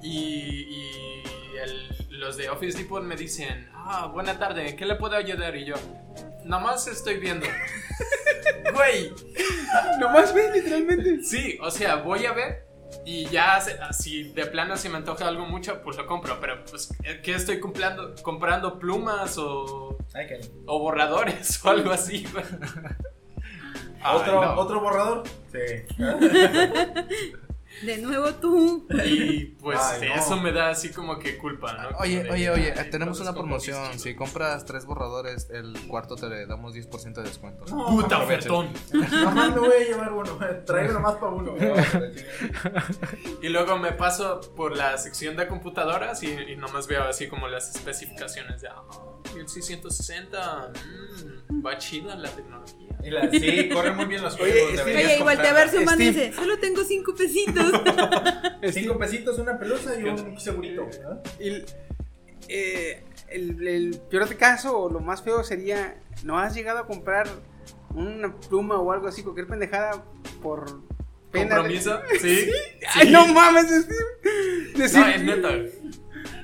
S5: y, y el- los de Office Depot me dicen, ah, buena tarde, ¿en ¿qué le puedo ayudar? Y yo, nomás estoy
S4: <laughs>
S5: viendo. Güey,
S1: Nomás ve, literalmente.
S5: sí, o sea, voy a ver y ya se- si de plano si me antoja algo mucho, pues lo compro. Pero pues, ¿qué estoy comprando? ¿Comprando plumas o,
S2: Ay, qué-
S5: o borradores <laughs> o algo así? güey?
S2: ¿Otro,
S4: no.
S2: ¿Otro borrador? Sí.
S6: De nuevo tú.
S5: Y pues
S2: Ay, no.
S5: eso me da así como que culpa, ¿no? Como
S4: Oye,
S5: de,
S4: oye, oye,
S5: "Ay,
S4: tenemos
S5: entonces
S4: una
S5: como
S4: promoción.
S5: que-
S4: Si compras tres borradores, el cuarto te damos 10% de descuento.
S5: Puta ofertón.
S11: Nomás me voy a llevar uno. Traigo nomás para
S6: <laughs>
S11: uno.
S5: Y luego me paso por la sección de computadoras y, y nomás veo así como las especificaciones de ah, 1660. mm, va chida la tecnología.
S2: Y la- sí, corren muy bien los
S11: Oye,
S2: juegos.
S11: es que-
S2: deberías
S6: Oye, y voltea a ver su mano y
S1: Steve.
S6: dice, solo tengo
S5: <laughs>
S6: cinco pesitos.
S11: Cinco pesitos, una pelusa y un segurito. ¿verdad?
S1: El, eh, el- el peor de caso, o lo más feo sería, no has llegado a comprar una pluma o algo así, cualquier pendejada por pena. de-
S5: ¿Compromiso? Sí.
S1: <laughs> Ay,
S5: sí.
S1: no mames, Steve. Decir,
S5: No, es neta.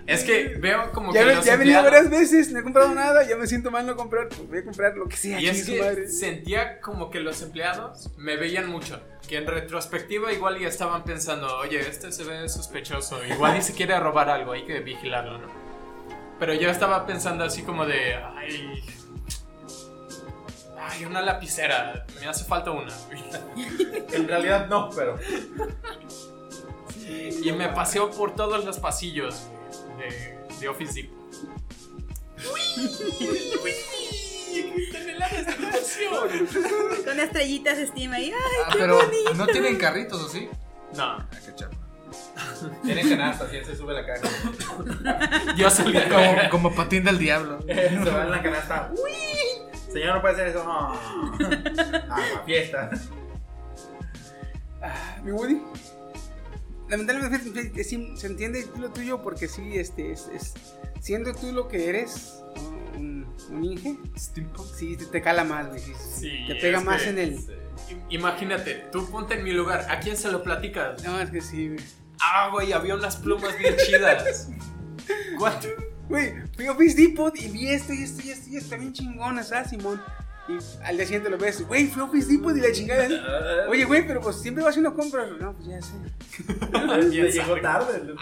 S5: Es que veo como
S1: Ya,
S5: que.
S1: ve-
S5: los
S1: ya he venido
S5: empleados-
S1: varias veces, no he comprado nada, ya me siento mal no comprar, pues voy a comprar lo que sea.
S5: Y es
S1: chingue su madre.
S5: que sentía como que los empleados me veían mucho. Que en retrospectiva igual ya estaban pensando, oye, este se ve sospechoso. Igual y se quiere robar algo, hay que vigilarlo, ¿no? Pero yo estaba pensando así como de, ay. Ay, una lapicera, me hace falta
S1: <laughs>
S5: una.
S2: En realidad no,
S6: <laughs>
S2: pero.
S5: Y me paseo por todos los pasillos de, de Office Depot. <laughs>
S6: Con estrellitas de estima. Y, ay,
S4: Ah, pero no tienen carritos, ¿o sí?
S5: No,
S4: Ah, qué chafa.
S2: Tienen canastas y él se sube a la caja.
S5: yo soy el
S1: <laughs>
S4: Como, como patín del diablo.
S2: se va en la canasta. Señor, no puede hacer <laughs> eso. No. Agua, fiesta.
S1: Mi Woody. Lamentablemente es- es- se entiende lo tuyo porque sí, este, es, es- siendo tú lo que eres, un, un inge, sí, te, te cala más, güey. sí, sí,
S5: Sí,
S1: te pega
S5: es
S1: más
S5: que-
S1: en el...
S5: Im- Imagínate, tú ponte en mi lugar, ¿a quién se lo platicas?
S1: No, es que sí, güey.
S5: Ah, güey, había unas plumas bien
S2: <laughs>
S5: chidas. ¿Cuánto?
S1: Güey, fui a Office Depot y vi esto y esto y esto y esto, bien chingonas, ¿sabes, Simón? Y al día siguiente lo ves, güey, fui a Office Depot y la chingada. ¿sí? Oye, güey, pero pues siempre vas y uno compra. No, pues ya sé.
S5: <laughs>
S11: Le llegó tarde.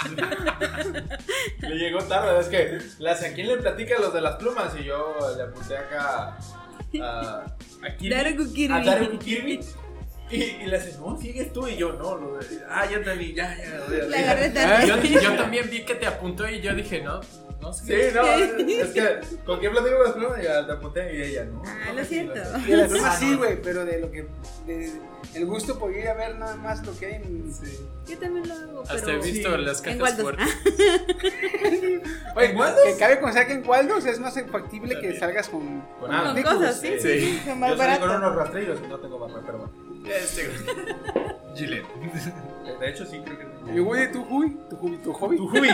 S2: Le llegó tarde, es que las, a quién le platica los de las plumas y yo le apunté acá a, a Kirby.
S6: Daruku Kirby.
S2: A
S6: <laughs>
S2: Daruku Kirby. Y, y le haces, no, sigues tú y yo, no, lo de- ah, ya entendí, ya, ya, ya,
S6: La
S2: ya".
S6: agarré <laughs>
S5: Yo,
S6: tarde.
S5: yo también vi que te apuntó y yo dije, no, no
S2: Sí,
S5: sé.
S2: no, es que, ¿con quién platico las plumas? Ya te apunté y ella, no.
S6: Ah, lo siento.
S1: De
S2: <laughs>
S1: las
S2: Ah,
S1: demás sí, güey, pero de lo que. de- el gusto por ir a ver nada más lo que hay en.
S6: Yo también lo hago, pero...
S5: Hasta he visto las
S6: En
S5: cajas
S6: Waldos.
S5: fuertes.
S1: Oye, Que cabe pensar que en Waldos es más factible que salgas con.
S2: Con
S6: Ah,
S2: nada.
S6: con cosas, sí, sí. sí, son
S2: Yo
S6: más
S2: salí con
S6: barato.
S2: unos rastrillos y no tengo barba, pero bueno.
S4: Gillette.
S2: Eh, De hecho, sí, creo que
S1: Mi Woody, tu hobby, tu hobby, tu hobby.
S2: Tu hobby,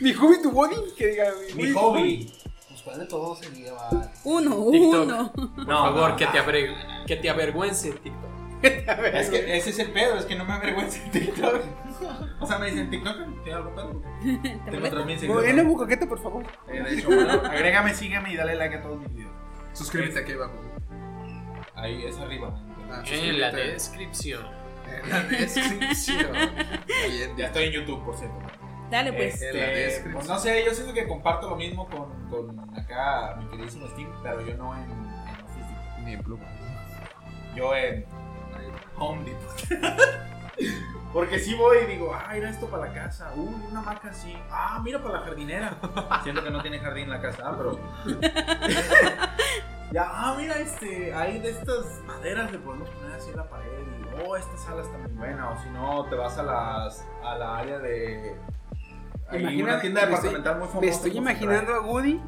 S1: Mi hobby, tu hobby, que diga.
S2: mi
S1: Woody, tu
S2: hobby. Pues cuál de todos se lleva.
S6: Uno,
S5: TikTok.
S6: uno.
S5: Por
S2: No,
S5: favor,
S2: no,
S5: que,
S2: no.
S5: te abre- que te avergüence, TikTok.
S2: Es que ese es el pedo, es que no me avergüenza en TikTok. O sea, me dicen TikTok, te algo pedo. Tengo 3000
S1: Moreno
S2: seguidores.
S1: Bucoquete, por favor.
S2: Eh, de hecho, bueno, agrégame, sígueme y dale like a todos mis videos.
S4: Suscríbete aquí abajo.
S2: Ahí es arriba.
S4: Ah,
S5: En la
S4: suscríbete.
S5: descripción.
S4: En la descripción. Bien,
S2: Ya
S4: ya.
S2: estoy en YouTube, por cierto.
S6: Dale,
S5: Eh,
S6: pues.
S4: En Eh, la
S2: Este,
S4: descripción.
S2: pues no sé, yo siento que comparto lo mismo con, con acá mi queridísimo Steve, pero yo no en, en Office Depot.
S4: Ni en pluma.
S2: Yo en Home Depot. <laughs> Porque si voy y digo, ah, mira esto para la casa, uy, una maca así, ah, mira para la jardinera. Siento que no tiene jardín la casa, ah, pero. ya, ah, mira, este, hay de estas maderas le podemos poner así en la pared y, oh, esta sala está muy buena, o si no, te vas a las, a la área de. Hay una
S1: Imagina-
S2: tienda
S1: me
S2: departamental muy famosa.
S1: Me estoy
S2: que
S1: imaginando a Woody.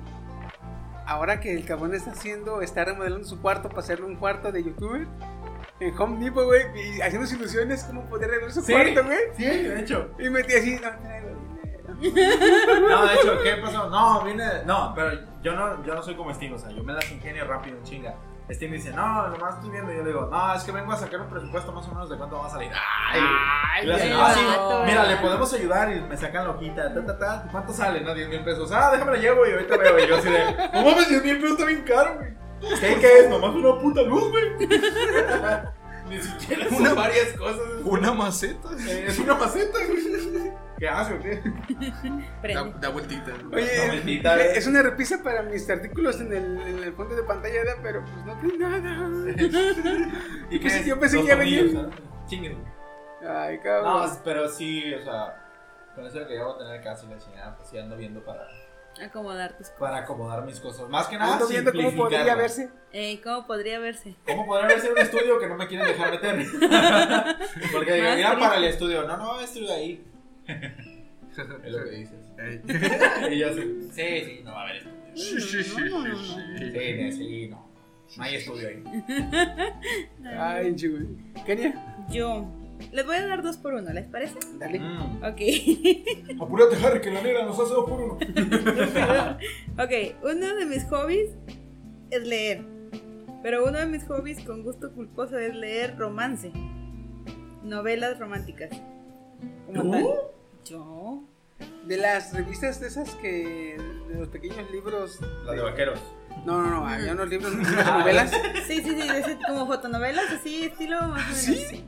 S1: Ahora que el cabrón está haciendo, está remodelando su cuarto para hacerle un cuarto de youtuber en Home Depot, güey, y haciéndose ilusiones cómo poder arreglar su
S2: Sí.
S1: cuarto, güey.
S2: Sí,
S1: <laughs>
S2: de hecho.
S1: Y metí así, no, traigo dinero.
S2: <laughs> No, de hecho, ¿qué pasó? No, vine. No, pero yo no, yo no soy como Steve, o sea, yo me las ingenio rápido, en chinga. Steve dice, no, nomás estoy viendo. Y yo le digo, no, es que vengo a sacar un presupuesto más o menos de cuánto va a salir. ¡Ay! y le hacen,
S6: qué
S2: "Ah, sí,
S6: barato,
S2: mira,
S6: ¿verdad?"
S2: le podemos ayudar. Y me sacan la hojita, ta, ta, ta. ¿Cuánto sale? No, 10 mil pesos. Ah, déjame la llevo y ahorita veo. Y yo así de, no mames, 10 mil pesos está bien caro, güey. ¿Qué, ¿Qué es? Nomás una puta luz, güey. <laughs> Ni siquiera son varias <laughs> cosas.
S4: Una maceta.
S2: Eh, Es una maceta, güey. ¿Qué hace o qué?
S4: Da,
S6: Prende.
S4: da vueltita.
S1: Oye,
S2: No, bendita, eh.
S1: es una repisa para mis artículos en el, en el fondo de pantalla, ¿verdad? pero pues no tiene nada.
S2: ¿Y
S1: Pues
S2: qué <laughs>
S1: sí,
S2: es?
S1: yo pensé
S2: Los
S1: que ya
S2: tornillos,
S1: venía.
S2: ¿sabes? Chinguen.
S1: Ay,
S2: No,
S1: cabrón.
S2: es- pero sí, o sea, con eso de que ya voy a tener casi la chingada, pues sí ando viendo para,
S6: Acomodar tus cosas.
S2: para acomodar mis cosas. Más que nada,
S1: Ando viendo cómo podría
S2: simplificarlas.
S1: verse.
S6: Eh, ¿Cómo podría verse?
S2: ¿Cómo podría ser un estudio que no me quieren
S6: <laughs>
S2: dejar meter? Porque digo,
S6: Más
S2: mira
S6: triste.
S2: para el estudio, no, no, estudio <laughs> ahí. Es lo que dices. <laughs> y yo sí, sí, sí, no va a haber estudio.
S6: No, no, no, no, no.
S2: Sí, sí, no. No hay estudio ahí.
S1: Ay, güey. Kenia.
S6: Yo. Les voy a dar dos por uno, ¿les parece?
S1: Dale.
S2: Mm.
S6: Ok. <laughs>
S2: Apúrate, Harry, que la negra nos hace dos por uno.
S6: ok, uno de mis hobbies es leer. Pero uno de mis hobbies con gusto culposo es leer romance. Novelas románticas. Como
S1: ¿Tú?
S6: tal. Yo.
S1: De las revistas de esas que. de los pequeños libros.
S2: La de vaqueros.
S1: No, no, no, había
S6: <laughs>
S1: unos libros, unas novelas.
S6: Sí, sí, sí, de ese- como fotonovelas, así, estilo más o menos. Sí.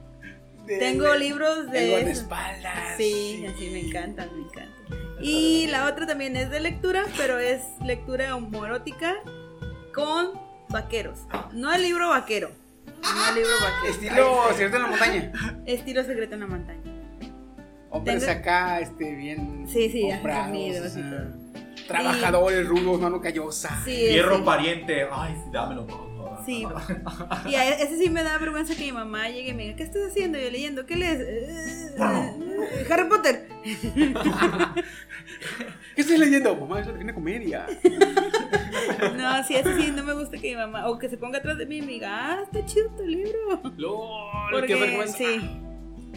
S1: de-
S6: Tengo libros
S1: El
S6: de. esos.
S1: guardaespaldas.
S6: Sí, así me encantan, me encantan. Y la otra también es de lectura, pero es lectura homoerótica con vaqueros. No el libro vaquero, no el libro vaquero.
S1: Estilo Cierto en la Montaña.
S6: <laughs> Estilo secreto en la montaña.
S1: Hombres
S6: Tengo-
S1: acá, este, bien.
S6: Sí, sí, ya,
S1: comprados,
S6: unidos
S1: o
S6: y
S1: sea,
S6: todo.
S1: Trabajadores, rudos, mano callosa.
S6: Sí,
S2: Hierro
S6: ese.
S2: pariente. Ay, sí, dámelo. por favor.
S6: Sí. Y a ese sí me da vergüenza que mi mamá llegue y me diga, ¿qué estás haciendo? Yo leyendo, ¿qué lees? "Eh, eh, <laughs> Harry Potter.
S1: ¿Qué estás leyendo? Mamá, eso tiene comedia.
S6: No, sí, ese sí, no me gusta que mi mamá, o que se ponga atrás de mí y me diga, ah, está chido tu libro.
S5: ¡Lol!
S6: Porque,
S5: ¡Qué vergüenza!
S6: sí,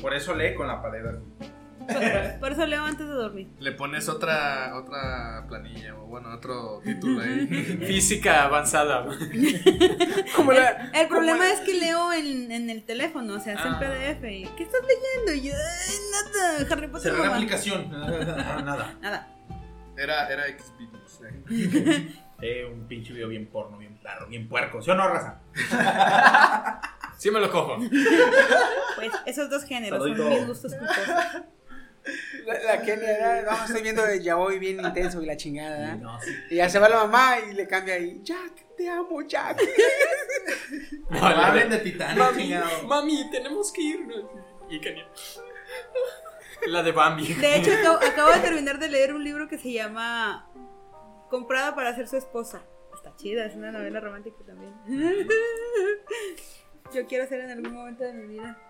S2: Por eso lee con la pared así.
S6: por, por eso leo antes de dormir.
S4: Le pones otra, otra planilla o bueno, otro título ahí. <laughs>
S5: Física avanzada.
S1: Como
S6: El,
S1: la.
S6: el problema
S1: como-
S6: es que leo en, en el teléfono, o sea, es en
S5: Ah.
S6: PDF. y, ¿Qué estás leyendo? Y yo, "Ay, nada, Harry Potter.
S2: Cerrar
S6: mamá".
S2: aplicación. Ah, <laughs> Nada.
S6: Nada.
S4: Era, era Xvideos, eh.
S2: Eh, un pinche video bien porno, bien claro, bien puerco. ¿Sí o no, raza?
S5: Sí me lo cojo.
S6: Pues esos dos géneros
S2: Te doy
S6: son
S2: todo.
S6: mis gustos culposos.
S1: La, la Kenia era, no, estoy viendo de Yaoi bien intenso y la chingada. ¿eh?
S2: No, sí.
S1: Y ya se va la mamá y le cambia ahí, Jack, te amo,
S2: <laughs>
S1: Jack.
S5: No,
S2: No,
S5: la-
S2: hablen de Titanic, chingado.
S5: Mami, tenemos que irnos. Y Kenia. La de Bambi. <laughs>
S6: De hecho, acabo, acabo de terminar de leer un libro que se llama Comprada para ser su esposa. Está chida, es una novela romántica también. <laughs> Yo quiero ser en algún momento de mi vida.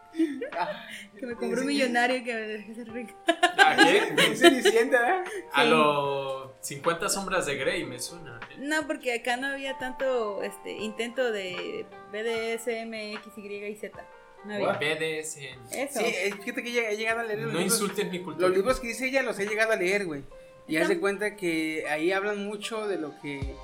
S6: Que me compre un millonario y que me deje ser rica.
S5: ¿A Ah, qué?
S1: Se dicienda, ¿eh?
S5: A los 50 sombras de Grey me suena. ¿eh?
S6: No, porque acá no había tanto este intento de BDSM, X, Y y Z. No había.
S5: BDSM.
S6: Eso.
S1: Sí, eh, fíjate que he he llegado a leer los
S5: No
S1: libros-
S5: insulten mi
S1: Los
S5: cultura.
S1: libros que dice ella los he llegado a leer, güey. Y haz de cuenta que ahí hablan mucho de lo que.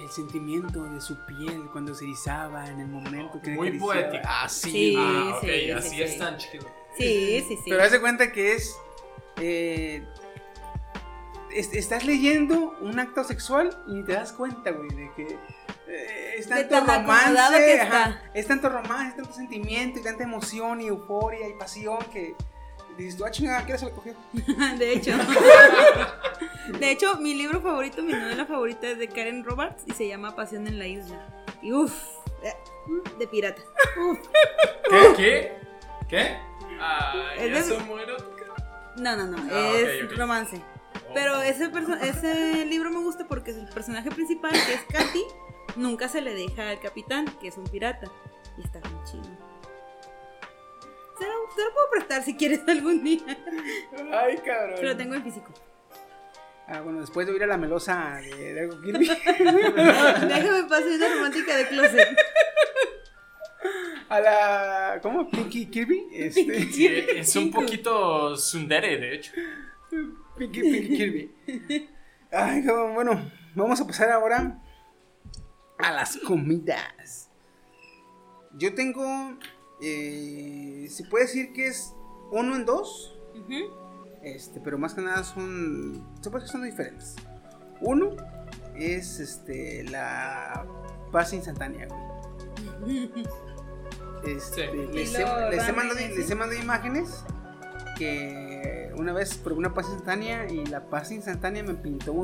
S1: El sentimiento de su piel cuando se erizaba en el momento que le
S5: Muy
S1: acariciaba.
S5: poético.
S1: Ah, sí.
S6: Sí.
S1: güey.
S5: Ah, ok,
S6: sí,
S5: así
S6: sí.
S5: es tan chido.
S6: Sí, sí, sí.
S1: Pero haz de cuenta que es. eh, es- estás leyendo un acto sexual y ni te das cuenta, güey, de que. eh, es
S6: De
S1: tanto
S6: tan acomodado
S1: romance,
S6: que
S1: ajá,
S6: está.
S1: es tanto romance, es tanto sentimiento y tanta emoción y euforia y pasión que dices, tú, ah, chingada, ¿qué hora se le cogió?
S6: <laughs> De
S1: <laughs>
S6: hecho. De hecho, mi libro favorito, mi novela favorita es de Karen Roberts y se llama Pasión en la Isla. Y uff, de pirata. Uf.
S5: ¿Qué? ¿Qué?
S2: ¿Qué?
S5: Ah,
S6: Es
S5: ya
S6: de-
S5: son muy eróticas.
S6: No, no, no,
S5: Ah,
S6: es
S5: ok, ok.
S6: romance. Pero ese, perso- ese libro me gusta porque el personaje principal, que es Katy, nunca se le deja al capitán, que es un pirata. Y está bien chido. Se lo, se lo puedo prestar si quieres algún día.
S1: Ay,
S6: Pero
S1: cabrón.
S6: tengo el físico. <laughs>
S1: Ah, bueno, después de oír a la melosa de Drago Kirby. <laughs>
S6: Déjame pasar una romántica de closet.
S1: a la. ¿Cómo? Pinky Kirby. Este, <laughs>
S5: Sí, Eh, es un poquito sundere, de hecho.
S1: Pinky, Pinky Kirby. Ay, cabrón, bueno, vamos a pasar ahora a las comidas. Yo tengo. eh, se puede decir que es uno en dos. Este, pero más que nada son. Se puede decir que son diferentes. Uno es este. la pasta instantánea, güey. Este,
S5: Sí.
S1: les,
S6: Y
S1: he,
S6: luego
S1: les he
S6: ramen,
S1: mandado,
S6: ¿sí?
S1: les he mandado imágenes que una vez probé una pasta instantánea y la pasta instantánea me pintó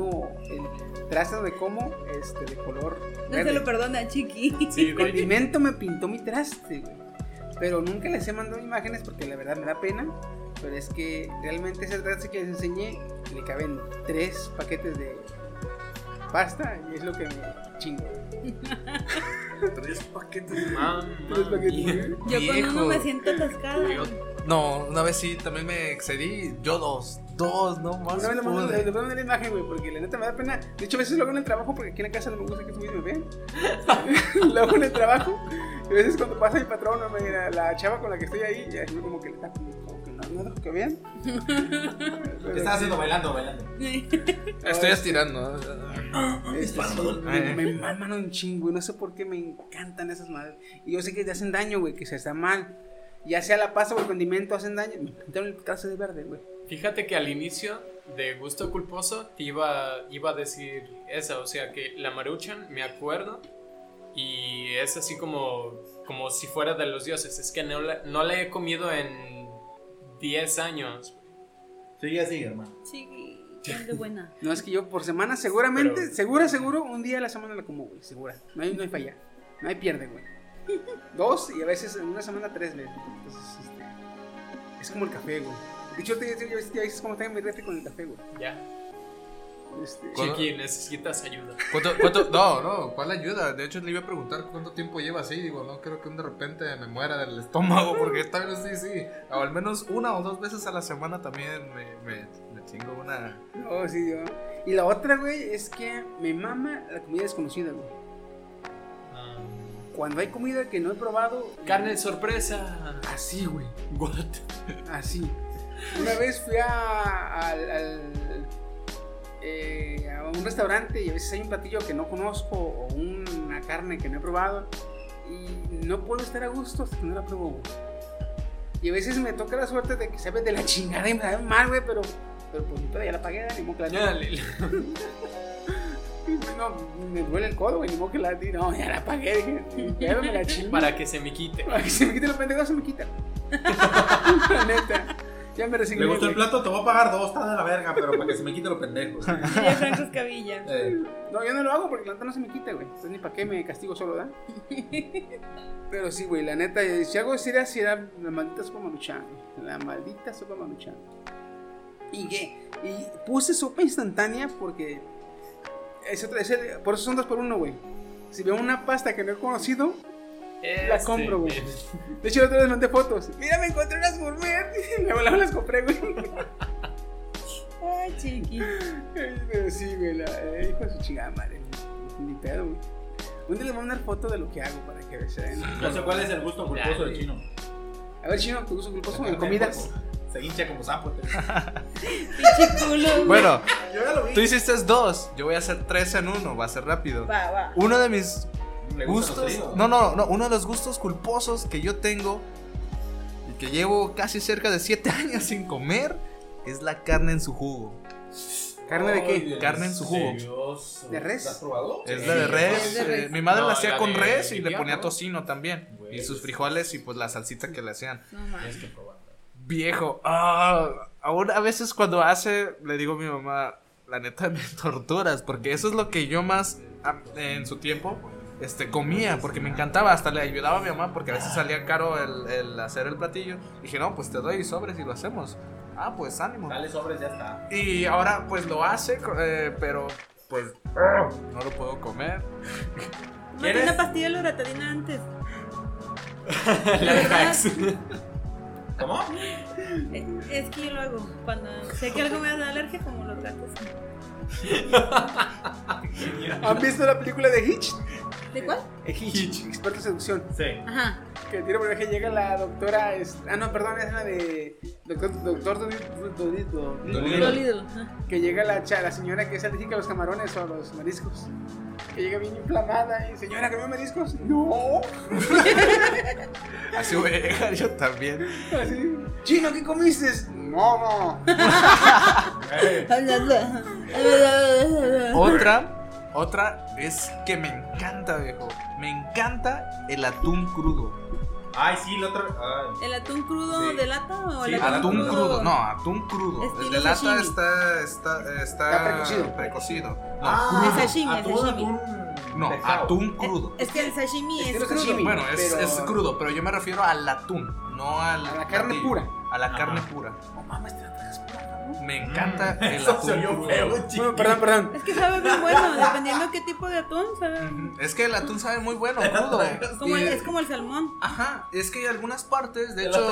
S1: el trazo de cómo este de color
S6: No se
S1: verde.
S6: lo perdona, chiqui.
S5: Sí,
S1: el
S5: güey.
S1: condimento me pintó mi traste, güey. Pero nunca les he mandado imágenes porque la verdad me da pena. Pero es que realmente ese traste que les enseñé le caben tres paquetes de pasta y es lo que me chingo.
S2: Tres paquetes de
S5: Mamá
S1: Tres paquetes.
S5: mía.
S6: Yo con uno
S4: Viejo.
S6: me siento atascada.
S5: Yo-
S4: No, una vez sí, también me excedí. Yo dos, dos, no más.
S1: Una vez le mando-
S4: pude.
S1: le mando la imagen, güey, porque la neta me da pena. De hecho, a veces lo hago en el trabajo porque aquí en la casa no me gusta que subís me vean. ¿eh? lo hago en el trabajo. Y a veces cuando pasa mi patrón, o me- la, la chava con la que estoy ahí, ya yo como que le tapo, como que no, no dejo que vean.
S2: ¿Qué estás haciendo? Bailando, bailando.
S6: <laughs>
S4: Estoy estirando.
S1: Este, sí, me, me maman un chingo, y no sé por qué me encantan esas madres. Y yo sé que te hacen daño, güey, que se está mal. Ya sea la pasta o el condimento hacen daño. Me pintaron el caso de verde, güey.
S5: Fíjate que al inicio de Gusto Culposo te iba, iba a decir esa, o sea que la maruchan, me acuerdo, y es así como, como si fuera de los dioses, es que no la, no la he comido en 10 años.
S2: Sigue así, hermano.
S6: Sí, de buena.
S1: No, es que yo por semana seguramente,
S5: Pero-
S1: segura, seguro, un día a la semana la como, güey, segura. No hay, no hay falla. No hay pierde, güey. Dos y a veces en una semana tres veces. Entonces, este, es como el café, güey. De hecho, te- te- yo yo a veces como tengo mi refri con el café, güey.
S5: Ya,
S1: Este,
S4: ¿Cuál-
S5: Chiqui, necesitas ayuda.
S4: ¿Cuánto, cuánto- No, no, ¿cuál ayuda? De hecho, le iba a preguntar cuánto tiempo lleva así. Digo, no creo que de repente me muera del estómago, porque tal vez sí, sí. O al menos una o dos veces a la semana también me, me, me chingo una.
S1: no, sí, yo. Y la otra, güey, es que me mama la comida desconocida, güey.
S5: Ah,
S1: Cuando hay comida que no he probado,
S5: carne de sorpresa.
S1: así, Ah, güey.
S5: What?
S1: Así. Ah, Una vez fui a, al- al- eh, a un restaurante y a veces hay un platillo que no conozco o una carne que no he probado y no puedo estar a gusto hasta que no la pruebo. güey. Y a veces me toca la suerte de que sabe de la chingada y me sabe mal, güey, pero, pero pues todavía la pagué, ni modo que la
S5: Ya, le- le-
S1: No, me duele el codo, güey, ni modo que la di. No, ya la pagué, dije,
S2: <laughs>
S1: ni pedo, me la chingo.
S5: para que se me quite.
S1: Para que se me quite lo pendejo, se me quita. <laughs> la neta. Ya me resigné.
S2: ¿Le gustó el
S1: güey.
S2: plato? Te voy a pagar dos, está de la verga, pero para que se me quite lo pendejo.
S6: Diría Franco Escamilla.
S2: Eh,
S1: No, yo no lo hago porque la neta no se me quita, güey. Entonces ni para qué me castigo solo, ¿da? <laughs> Pero sí, güey, la neta, eh, si hago sería, si era la maldita sopa maruchan. güey. La maldita sopa maruchan. ¿Y qué? Y puse sopa instantánea porque. Es otra, es el- por eso son dos por uno, güey. Si veo una pasta que no he conocido,
S5: Este,
S1: compro, güey.
S5: eh,
S1: de hecho la otra vez mandé fotos. Mira, me encontré unas gourmet. <laughs> Me volaron, las compré, güey. <laughs>
S6: Ay, chiqui.
S1: Ay, Pero sí, güey, la, eh, hijo de su chingada madre. Ni pedo, güey. Un día les voy a mandar foto de lo que hago para que vean.
S2: No sé cuál es el gusto culposo del chino.
S1: A ver, chino, ¿te gusta un grupo de
S2: pues,
S1: comidas?
S2: Se hincha como sapo. te- <laughs>
S6: Pinche culo.
S4: Bueno,
S2: Yo ya lo vi.
S4: tú hiciste dos. Yo voy a hacer tres en uno, va a ser rápido.
S6: Va, va.
S4: Uno de mis
S2: ¿Le gusta
S4: gustos.
S2: los tríos?
S4: No, no, no. Uno de los gustos culposos que yo tengo y que llevo casi cerca de 7 <laughs> años sin comer es la carne en su jugo.
S1: ¿Carne de
S5: eh,
S1: qué?
S4: Carne en su jugo.
S2: Delicioso.
S1: ¿De res?
S2: ¿La has probado?
S4: Es la de res.
S6: Es de res.
S4: eh, mi madre
S5: No,
S4: la hacía
S5: la
S4: con
S5: de
S4: res y le
S5: liviano,
S4: ponía
S5: ¿no?
S4: tocino también.
S2: Güey.
S4: Y sus frijoles y pues la salsita que le hacían.
S6: No mames.
S4: Viejo. ah, aún a veces cuando hace, le digo a mi mamá, la neta <laughs> me torturas. Porque eso es lo que yo más am- en su tiempo este, comía. Porque me encantaba. Hasta le ayudaba a mi mamá porque a veces salía caro el, el hacer el platillo. Dije, no, pues te doy sobres y lo hacemos. Ah, pues ánimo.
S2: Dale sobres, ya está.
S4: Y ahora pues lo hace, co- eh, pero pues ah, no lo puedo comer.
S6: Mate
S2: ¿Quieres?
S6: una pastilla de loratadina antes.
S2: ¿Cómo?
S6: Eh, Es que yo lo hago. Cuando sé que algo me da alergia, como los gatos.
S1: ¿Han visto la película de Hitch?
S6: ¿De cuál?
S1: Eh, Hitch, experto en seducción.
S2: Sí.
S6: Ajá.
S1: Que tiene por viaje llega la doctora. es- ah, no, perdón, es la de. Doctor, doctor Dolittle- Dolittle.
S6: Lo Lidl. ajá.
S1: Que llega la, cha- la señora que es alérgica a los camarones o a los mariscos. Que llega bien inflamada y señora, ¿comió mariscos? No.
S4: Así voy a llegar yo también.
S1: Así, Chino, ¿qué comiste? No, no.
S4: Oh. Otra, otra es que me encanta, viejo. Me encanta el atún crudo.
S2: Ay, sí, la otra. Ay.
S6: ¿El atún crudo
S2: Sí.
S6: de lata o
S2: Sí,
S6: el atún,
S4: Atún
S6: crudo?
S4: crudo, no, atún crudo.
S6: Estilo
S4: El de lata
S6: sashimi.
S4: está, está, está
S1: Está precocido.
S4: precocido. No,
S2: Ah,
S6: De sashimi,
S2: atún,
S6: sashimi.
S2: atún
S4: No,
S2: Pescado. <laughs>
S4: atún crudo.
S6: Eh, Es que el sashimi
S1: Es que
S6: es
S1: no es
S6: crudo.
S1: sashimi.
S4: Bueno, es,
S1: pero-
S4: es crudo, pero yo me refiero al atún, no al
S1: A la carne
S4: platillo.
S1: pura.
S4: A la carne pura. Me encanta
S1: Mm.
S4: el atún crudo.
S1: Bueno, perdón, perdón.
S6: Es que sabe bien bueno, dependiendo qué tipo de atún, sabe.
S4: Ujú. Es que el atún sabe muy bueno,
S1: <laughs>
S4: crudo.
S6: Como el-
S4: Y-
S6: es como el salmón.
S4: Ajá, es que hay algunas partes, de hecho,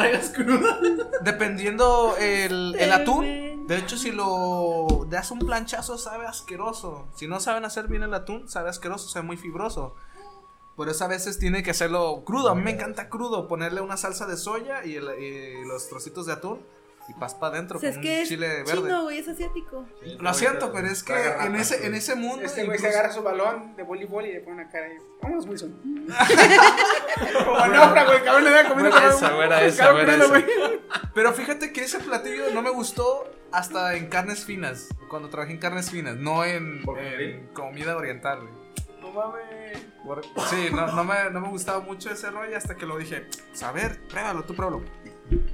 S4: dependiendo el,
S6: Este
S4: el atún, de hecho, si lo das un planchazo, sabe asqueroso. Si no saben hacer bien el atún, sabe asqueroso, sabe muy fibroso. Por eso a veces tiene que hacerlo crudo. A mí me encanta crudo, ponerle una salsa de soya y, el- y los trocitos de atún y pas para adentro
S6: O sea, es
S4: con un
S6: que es
S4: chile
S6: chino,
S4: verde.
S6: güey, es asiático.
S4: Lo siento, pero es que en ese, en ese mundo.
S1: Este güey se
S4: incluso-
S1: agarra su balón de voleibol y le pone una cara y vámonos Wilson.
S4: <laughs>
S1: Como <laughs> náufrago, el cabrón le da comiendo
S4: Buena
S1: con-
S4: esa, buena
S1: con el
S4: esa,
S1: cabrón
S4: buena
S1: comiendo,
S4: Pero fíjate que ese platillo no me gustó hasta en carnes finas. Cuando trabajé en carnes finas, no en, en comida oriental, güey.
S1: güey. No mames.
S4: Por- Sí, no, no me, no me gustaba mucho ese rollo hasta que lo dije. "Pues, A ver, pruébalo, tú pruébalo.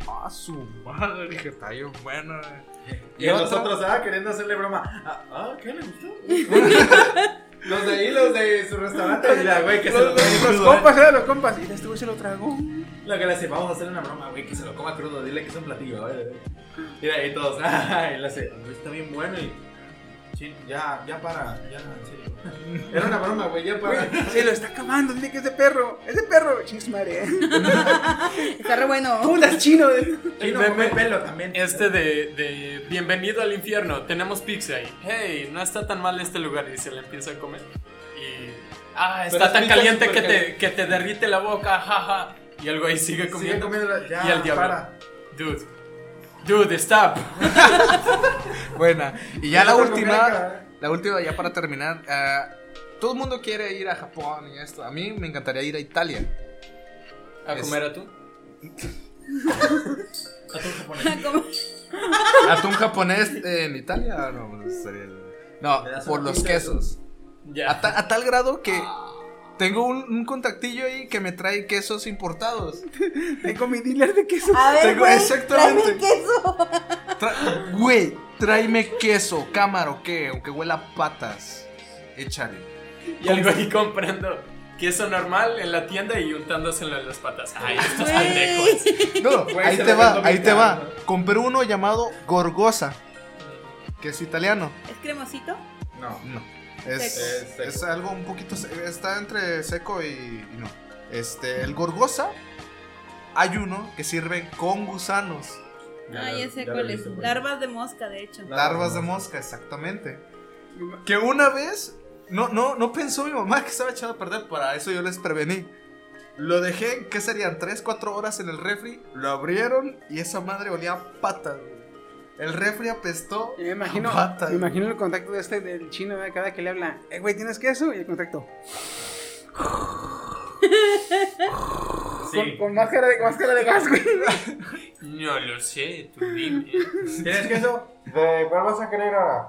S4: Ah, su madre, dije, está bien eh". bueno, güey".
S2: Y
S4: otro-
S2: nosotros, ah, queriendo hacerle broma. Ah, ah, ¿qué le gustó? <laughs> los de ahí, los de su restaurante. Y la güey que se lo come
S1: Los, los
S2: crudo. eh.
S1: compas, eran los compas. Y este güey se lo tragó.
S2: Lo que le hace, vamos a hacer una broma, güey, que se lo coma crudo. Dile que es un platillo, eh. Mira, y todos, <laughs> ah, y le hace, "Güey, está bien bueno. Y "Sí, ya, ya para, ya, en serio. <laughs> Era una broma, güey, ya para.
S1: Güey, Se lo está acabando, dile que es de perro. Es de perro. Chis <laughs> madre.
S6: Está re bueno.
S1: Puta, es chino.
S2: Y no, come pelo también.
S5: Este de, de Bienvenido al infierno, tenemos pizza y hey, no está tan mal este lugar y se la empieza a comer. Y ah,
S2: Pero
S5: está
S2: es
S5: tan
S2: pizza
S5: caliente que
S2: súper
S5: te, que te derrite la boca, jaja. Y el güey sigue
S2: Sigue
S5: comiendo.
S2: comiendo la- ya,
S1: Ah,
S5: y el diablo.
S2: para.
S5: Dude. Dude, stop.
S4: Buena. Y ya la
S2: ¿eh? Yo no
S4: última,
S2: comía,
S4: la última ya para terminar. ah, todo el mundo quiere ir a Japón y esto. A mí me encantaría ir a Italia.
S5: ¿A
S4: Es-
S5: comer atún?
S4: ¿Atún japonés en Italia? No, pues, sería el- no
S2: Le das
S4: por
S2: una
S4: los
S2: pinta de atún.
S4: quesos.
S5: Ya.
S4: A, ta- a tal grado que tengo un, un contactillo ahí que me trae quesos importados.
S1: Tengo mi dealer de queso.
S12: A ver,
S4: Tengo-
S12: güey,
S4: exactamente.
S12: tráeme queso.
S4: Tra- Güey, tráeme queso, cámara, ¿qué? Aunque huela a patas. Échale.
S5: Y el güey comprando queso normal en la tienda y untándoselo en las patas. Ay, estos pendejos.
S6: Güey.
S4: No,
S2: Güey,
S4: ahí
S2: se
S4: te
S2: lo
S4: va,
S2: vendo
S4: ahí
S2: bien
S4: te va.
S2: caro,
S4: Compré uno llamado Gorgosa, que es italiano.
S6: Es cremosito.
S2: No.
S4: No. Es,
S2: Seco. Es seco.
S4: es algo un poquito. se- Está entre seco y, y no. Este, el gorgosa. Hay uno que sirven con gusanos.
S6: Ah, ya sé cuál es. Larvas de mosca, de hecho.
S4: Larvas de mosca, exactamente. Que una vez. No, no, no pensó mi mamá que estaba echado a perder. Para eso yo les prevení. Lo dejé, ¿qué serían? 3, 4 horas en el refri. Lo abrieron y esa madre olía a pata. güey. El refri apestó.
S1: Y Me imagino,
S4: a pata,
S1: me imagino el contacto de este del chino ¿verdad? cada que le habla, eh, güey, ¿tienes queso? Y el contacto. Con,
S5: Sí.
S1: con máscara de máscara de
S4: <laughs>
S1: gas, güey.
S5: No lo sé, tú dime.
S2: ¿Tienes queso? ¿De cuál vas a querer <laughs> ahora?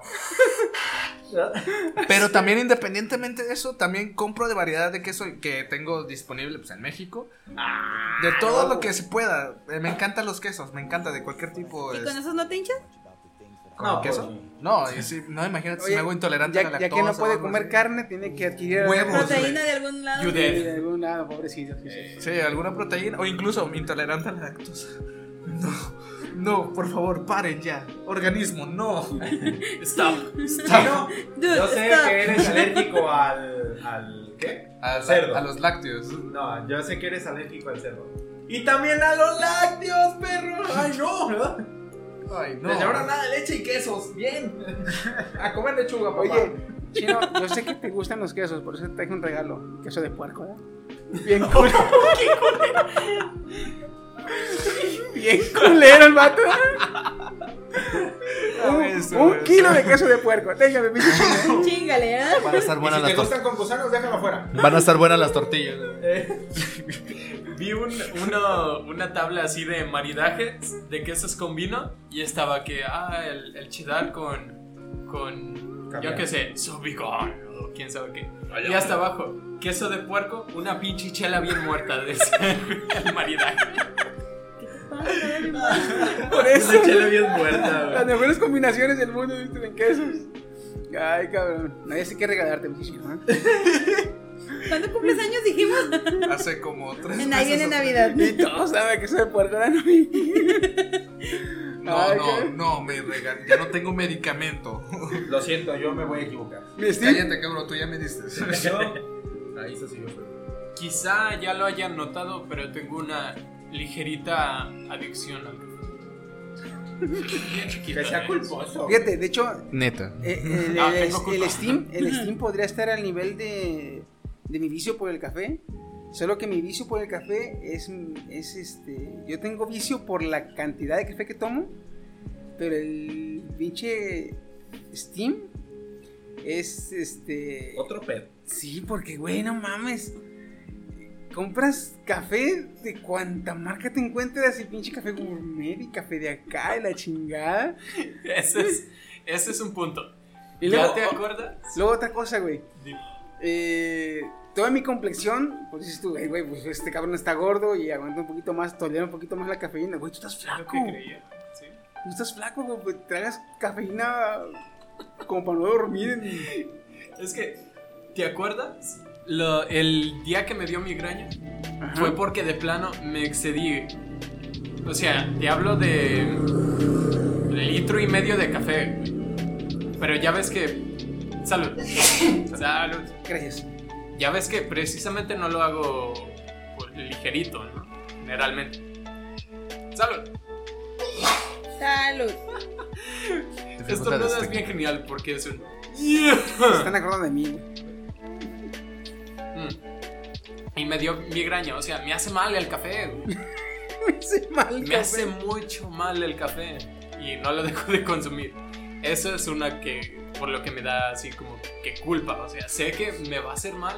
S4: Pero también independientemente de eso, también compro de variedad de queso que tengo disponible pues, en México.
S1: Ah,
S4: De todo lo que se pueda. Eh, Me encantan los quesos, me encanta de cualquier tipo.
S6: ¿Y
S4: este,
S1: pues.
S4: es-
S6: con esos no te hinchas?
S4: ¿Con
S2: No,
S4: el queso?
S2: pues,
S4: No, y si- no, imagínate si
S1: Oye,
S4: me hago intolerante a
S1: ya,
S4: la
S1: ya
S4: lactosa.
S1: que no
S4: o
S1: puede
S4: algo
S1: comer
S4: así.
S1: carne, tiene que adquirir
S4: Huevos.
S6: Proteína de algún lado.
S5: You
S1: Sí,
S5: dead.
S1: pues, <laughs> de algún lado, pobrecito. sí, sí.
S4: Sí, alguna proteína o incluso intolerante a la lactosa. No, no, por favor, paren ya. Organismo, no.
S5: Stop.
S2: Chino,
S6: Dude,
S2: yo sé
S6: stop.
S2: que eres alérgico al. al ¿Qué?
S4: A, la-
S2: cerdo.
S4: a los lácteos.
S2: No, yo sé que eres alérgico al cerdo. Y también a los lácteos, perro. Ay, no, ¿verdad?
S4: Ay, no.
S2: Desde ahora nada de leche y quesos. Bien. A comer lechuga, papá.
S1: Oye, chino, yo sé que te gustan los quesos, por eso te dejo un regalo. Queso de puerco, ¿eh? Bien culero. Bien culero el vato.
S4: No,
S1: Un,
S4: eso,
S1: un
S4: eso.
S1: kilo de queso de puerco. Téngame, pinche
S6: <laughs>
S1: chino.
S6: Chingale, ¿eh?
S4: Van a estar
S2: y si
S4: buenas
S2: te
S4: las tortillas.
S2: gustan con gusanos, déjalo afuera.
S4: Van a estar buenas las tortillas.
S5: Eh, <laughs> Vi un, uno- una tabla así de maridajes de quesos con vino y estaba que, ah, el, el cheddar con, con yo qué sé, sobigón o quién sabe qué. Y hasta abajo, queso de puerco, una pinche chela bien muerta <laughs> de ese el maridaje.
S6: ¿Qué te pasa, animal?
S1: Por eso.
S2: Una chela bien muerta,
S1: Las
S2: güey.
S1: mejores combinaciones del mundo viste en quesos. Ay, cabrón. Nadie sé qué regalarte, muchachos.
S6: ¿Cuándo
S1: <laughs>
S6: cumples años dijimos?
S4: Hace como tres
S6: En-
S4: meses.
S6: Ahí viene Navidad.
S1: Y todos saben que soy puerco de Navidad.
S4: No,
S1: Ay,
S4: no,
S1: qué-
S4: no, me rega- ya no tengo medicamento.
S2: Lo siento, yo me voy a equivocar.
S1: Mi Steve,
S4: Cállate, cabrón, tú ya me diste.
S2: Yo. <laughs> Ahí está, sí, yo creo.
S5: Quizá ya lo hayan notado, pero tengo una ligerita adicción al café. Bien chiquita,
S2: Que sea <laughs>
S5: ¿eh?
S2: culposo.
S1: fíjate, de hecho,
S4: Neta.
S1: eh, el,
S5: Ah,
S1: el-
S5: tengo
S1: el
S5: culpa.
S1: Steam, el Steam podría estar al nivel de, de mi vicio por el café. Solo que mi vicio por el café es, es este. Yo tengo vicio por la cantidad de café que tomo. Pero el pinche Steam es este.
S2: Otro pedo.
S1: Sí, porque, güey, no mames. Compras café de cuanta marca te encuentres, y pinche café gourmet y café de acá y la chingada.
S5: <laughs> Ese es, ese es un punto.
S1: Y
S5: ¿Ya
S1: luego-
S5: te acuerdas?
S1: Luego otra cosa, güey. Eh, toda mi complexión, pues dices tú, "Ey, güey, pues este cabrón está gordo y aguanta un poquito más, tolera un poquito más la cafeína. Güey, tú estás
S5: Lo
S1: flaco.
S5: que creía. sí.
S1: Tú estás flaco, güey, pues tragas cafeína como para no dormir. en-
S5: Es que, ¿te acuerdas? Lo- el día que me dio migraña fue porque de plano me excedí. O sea, te hablo de litro y medio de café. güey. Pero ya ves que... Salud. Salud.
S1: Gracias.
S5: Ya ves que precisamente no lo hago por- ligerito, ¿no? Generalmente. Salud.
S6: Salud.
S5: Esto
S4: Dificultades
S5: es bien
S4: técnicas.
S5: genial porque es un... Ah.
S1: Se están acordando de mí, güey. <laughs>
S5: Mm. Y me dio migraña, o sea, me hace mal el café. güey.
S1: Me hace mal,
S5: Me
S1: café.
S5: hace mucho mal el café y no lo <laughs> dejo de consumir. Eso es una que, por lo que me da así como que culpa. O sea, sé que me va a hacer mal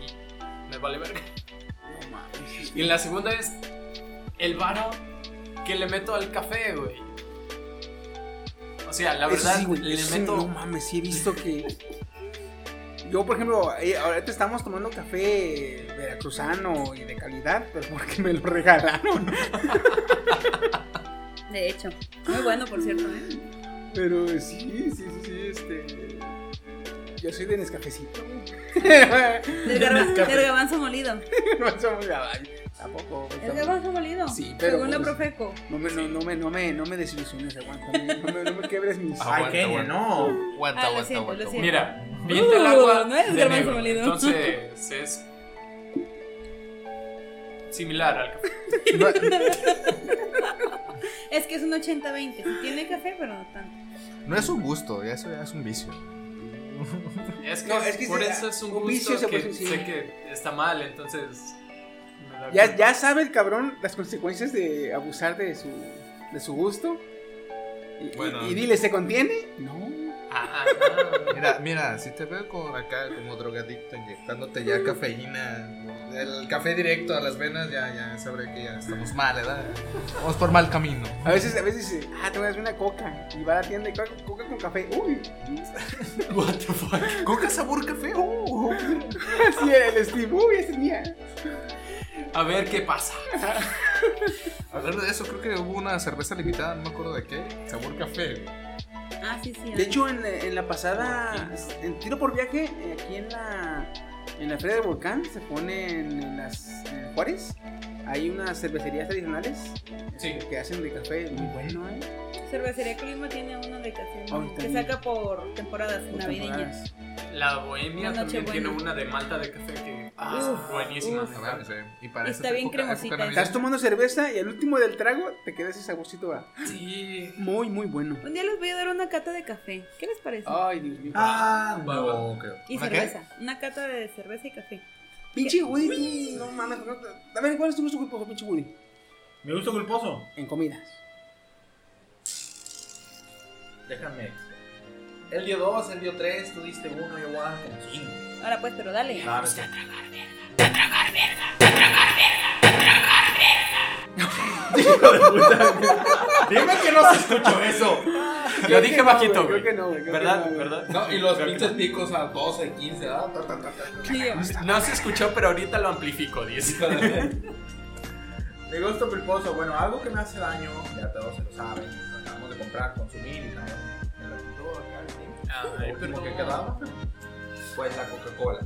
S5: y me vale verga. Y la segunda es el varo que le meto al café, güey. O sea, la
S1: Eso
S5: verdad,
S1: sí, güey,
S5: le
S1: eso sí, No
S5: meto.
S1: mames, sí he visto que. Yo, por ejemplo, eh, ahorita estamos tomando café veracruzano y de calidad, pero porque me lo regalaron.
S6: De hecho, muy bueno, por cierto,
S1: <laughs>
S6: ¿eh?
S1: Pero sí, sí, sí, sí, este. Yo soy de Nescafecito. <laughs> güey.
S6: Del, garba- del garbanzo molido.
S1: no somos de Adán, Tampoco. güey,
S6: ¿El
S1: tampoco.
S6: garbanzo molido?
S1: Sí, pero
S6: Según la
S1: pues-
S6: Profeco.
S1: No me, no, no me, no me, no me desilusiones, aguántame. No me, no me quebres mis.
S4: Aguanta,
S2: Ay, Kenia,
S4: aguanta.
S2: no.
S4: Aguanta,
S6: Ah, lo
S4: aguanta,
S6: siento,
S4: aguanta.
S6: lo siento.
S5: Mira, pinta el agua.
S6: Uh, no eres
S5: de
S6: garbanzo
S5: negro.
S6: molido.
S5: Entonces, es similar al
S1: <laughs>
S5: café.
S6: Es que es un 80-20. Sí Tiene café, pero no tanto.
S4: No es un gusto, ya es, ya es un vicio.
S5: Es que,
S1: No, es que
S5: por
S1: sí,
S5: eso es un,
S1: un
S5: gusto
S1: vicio se
S5: que
S1: puede decir.
S5: sé que está mal, entonces. me da
S1: <laughs> Ya,
S5: culpa.
S1: ya sabe el cabrón las consecuencias de abusar de su, de su gusto. Y,
S4: Bueno.
S1: y- y dile, ¿se contiene? No.
S5: Ah, ah,
S4: Mira, mira, si te veo como acá, como drogadicto, inyectándote ya cafeína, el café directo a las venas, ya, ya sabré que ya estamos mal, ¿verdad? Vamos por mal camino.
S1: A veces, a veces dice, ah, te voy a hacer una coca. Y va a la tienda y coca, coca con café. Uy.
S5: ah. What the fuck.
S4: ¿Coca sabor café?
S1: Uh. Así era el Steve. Uy, esa es mía.
S5: A ver qué pasa.
S4: Hablando de eso, creo que hubo una cerveza limitada, no me acuerdo de qué, sabor café.
S6: Ah, sí, sí.
S1: De hecho, en, la- en la pasada, en Tiro por Viaje, eh, aquí en la, en la Feria del Volcán, se ponen en las en Juárez. Hay unas cervecerías tradicionales
S5: Sí.
S1: que hacen de café muy bueno, ¿eh?
S6: Cervecería Clima tiene uno de café. ¿no?
S1: Ah, Ahorita
S6: que
S1: mismo.
S6: saca por temporadas
S1: Por
S6: navideñas.
S1: temporadas.
S5: Pues La bohemia
S6: La
S5: también tiene
S6: Nochebuena.
S5: una de malta de café que ah,
S6: Uf,
S5: buenísima.
S6: uf.
S4: No mames, eh, y para
S6: Está
S4: esa
S6: bien
S4: época- época
S6: cremosita.
S4: navideña.
S1: Estás tomando cerveza y al último del trago te queda ese saborcito a-
S5: Sí.
S1: muy, muy bueno.
S6: Un día les voy a dar una cata de café. ¿Qué les parece?
S1: Ay, Dios mío.
S2: Ah,
S4: No, creo.
S6: y
S4: ¿Una qué?
S6: cerveza. Una cata de cerveza y café.
S1: Pinche Woody. No mames. no te- A ver, ¿cuál es tu gusto culposo, pinche Woody?
S2: ¿Me gusta culposo?
S1: En comidas.
S2: Déjame. Él dio dos, él dio tres, tú diste uno, yo voy a dar como cinco.
S6: Ahora pues, pero dale.
S2: Nada, no es cierto. Dime que no se escuchó eso.
S5: Lo dije bajito,
S1: Creo
S5: güey.
S1: que no, güey. creo que no,
S5: ¿Verdad?
S1: güey.
S5: ¿Verdad?
S2: No, y los pinches picos a 12, 15, ¿verdad? Ta, ta, ta, ta, ta.
S6: Sí,
S5: No se escuchó, pero ahorita lo amplifico, dice.
S2: Híjole. Mi gusto culposo, bueno, algo que me hace daño, ya todos se lo saben, lo acabamos de comprar, consumir y traer en la cultura acá al tiempo.
S5: Ay,
S2: Lo último
S5: perdón.
S2: que quedaba, pues la Coca-Cola.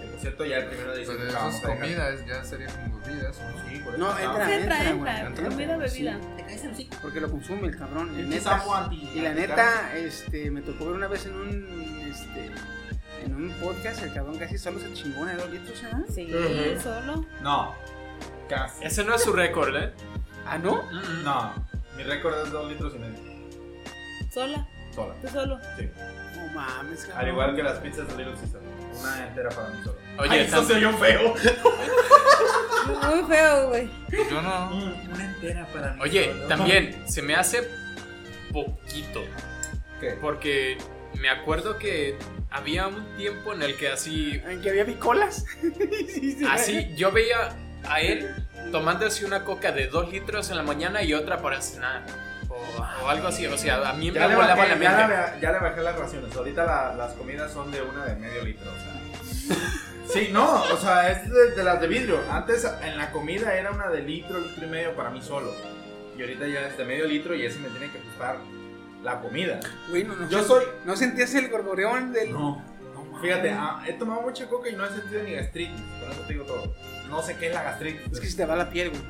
S2: Que, Por cierto, ya el primero de
S4: Pero
S2: diciembre la
S4: eso es
S2: vamos a dejar.
S4: comida, es- ya sería como bebida. eso no
S2: Sí, por eso
S1: No,
S2: estaba-
S6: Entra,
S1: entra, entra, güey,
S6: entra,
S1: entra,
S6: comida,
S1: güey, sí.
S6: bebida.
S1: Te caes en sí. Porque lo consume el cabrón. Y,
S2: Pinche
S1: neta,
S2: sapo anti-
S1: y la
S2: anticarne.
S1: neta, este, me tocó ver una vez en un, este, en un podcast, el cabrón casi solo se chingó en dos litros, ¿ah?
S6: Sí,
S2: Ujú.
S6: solo.
S2: No, casi.
S5: Ese no es su récord, ¿eh?
S1: ¿Ah, no?
S5: Mm, mm.
S2: No, mi récord es dos litros y medio.
S6: Sola,
S2: Sola.
S6: tú solo.
S2: Sí.
S1: No mames, cabrón.
S2: Al igual que las pizzas de Little Caesar. Una entera para mí solo.
S5: Oye,
S2: Ay, eso
S5: tam-
S2: se oyó feo.
S6: Muy feo, güey.
S4: sé.
S6: <laughs>
S4: Yo no.
S2: Una entera para mí
S5: Oye,
S2: solo.
S5: también se me hace poquito.
S2: ¿Qué?
S5: Porque me acuerdo que había un tiempo en el que
S1: <laughs>
S5: así
S1: ¿En que había bicolas? <laughs> Sí, sí,
S2: Ah,
S5: Así yo veía a él tomándose una coca de 2 litros en la mañana y otra para cenar. O, o algo así. O sea, a mí
S2: Ya
S5: me
S2: le,
S5: volaba
S2: bajé,
S5: la
S2: ya,
S5: mente.
S2: la- ya le bajé las raciones. Ahorita la- las comidas son de una de medio litro.
S5: <laughs>
S2: O sea. Sí, no, o sea, es de, de las de vidrio. Antes en la comida era una de litro, litro y medio para mí solo. Y ahorita ya es de medio litro y ese me tiene que gustar la comida.
S1: Güey, no, no
S2: Yo
S1: sen-
S2: soy-
S1: ¿No sentías el gorgoreón del...?
S2: No. Fíjate, ah, he tomado mucha coca y no he sentido ni gastritis. Por eso te digo todo. No sé qué es la gastritis.
S1: Es que se te va la piel, güey.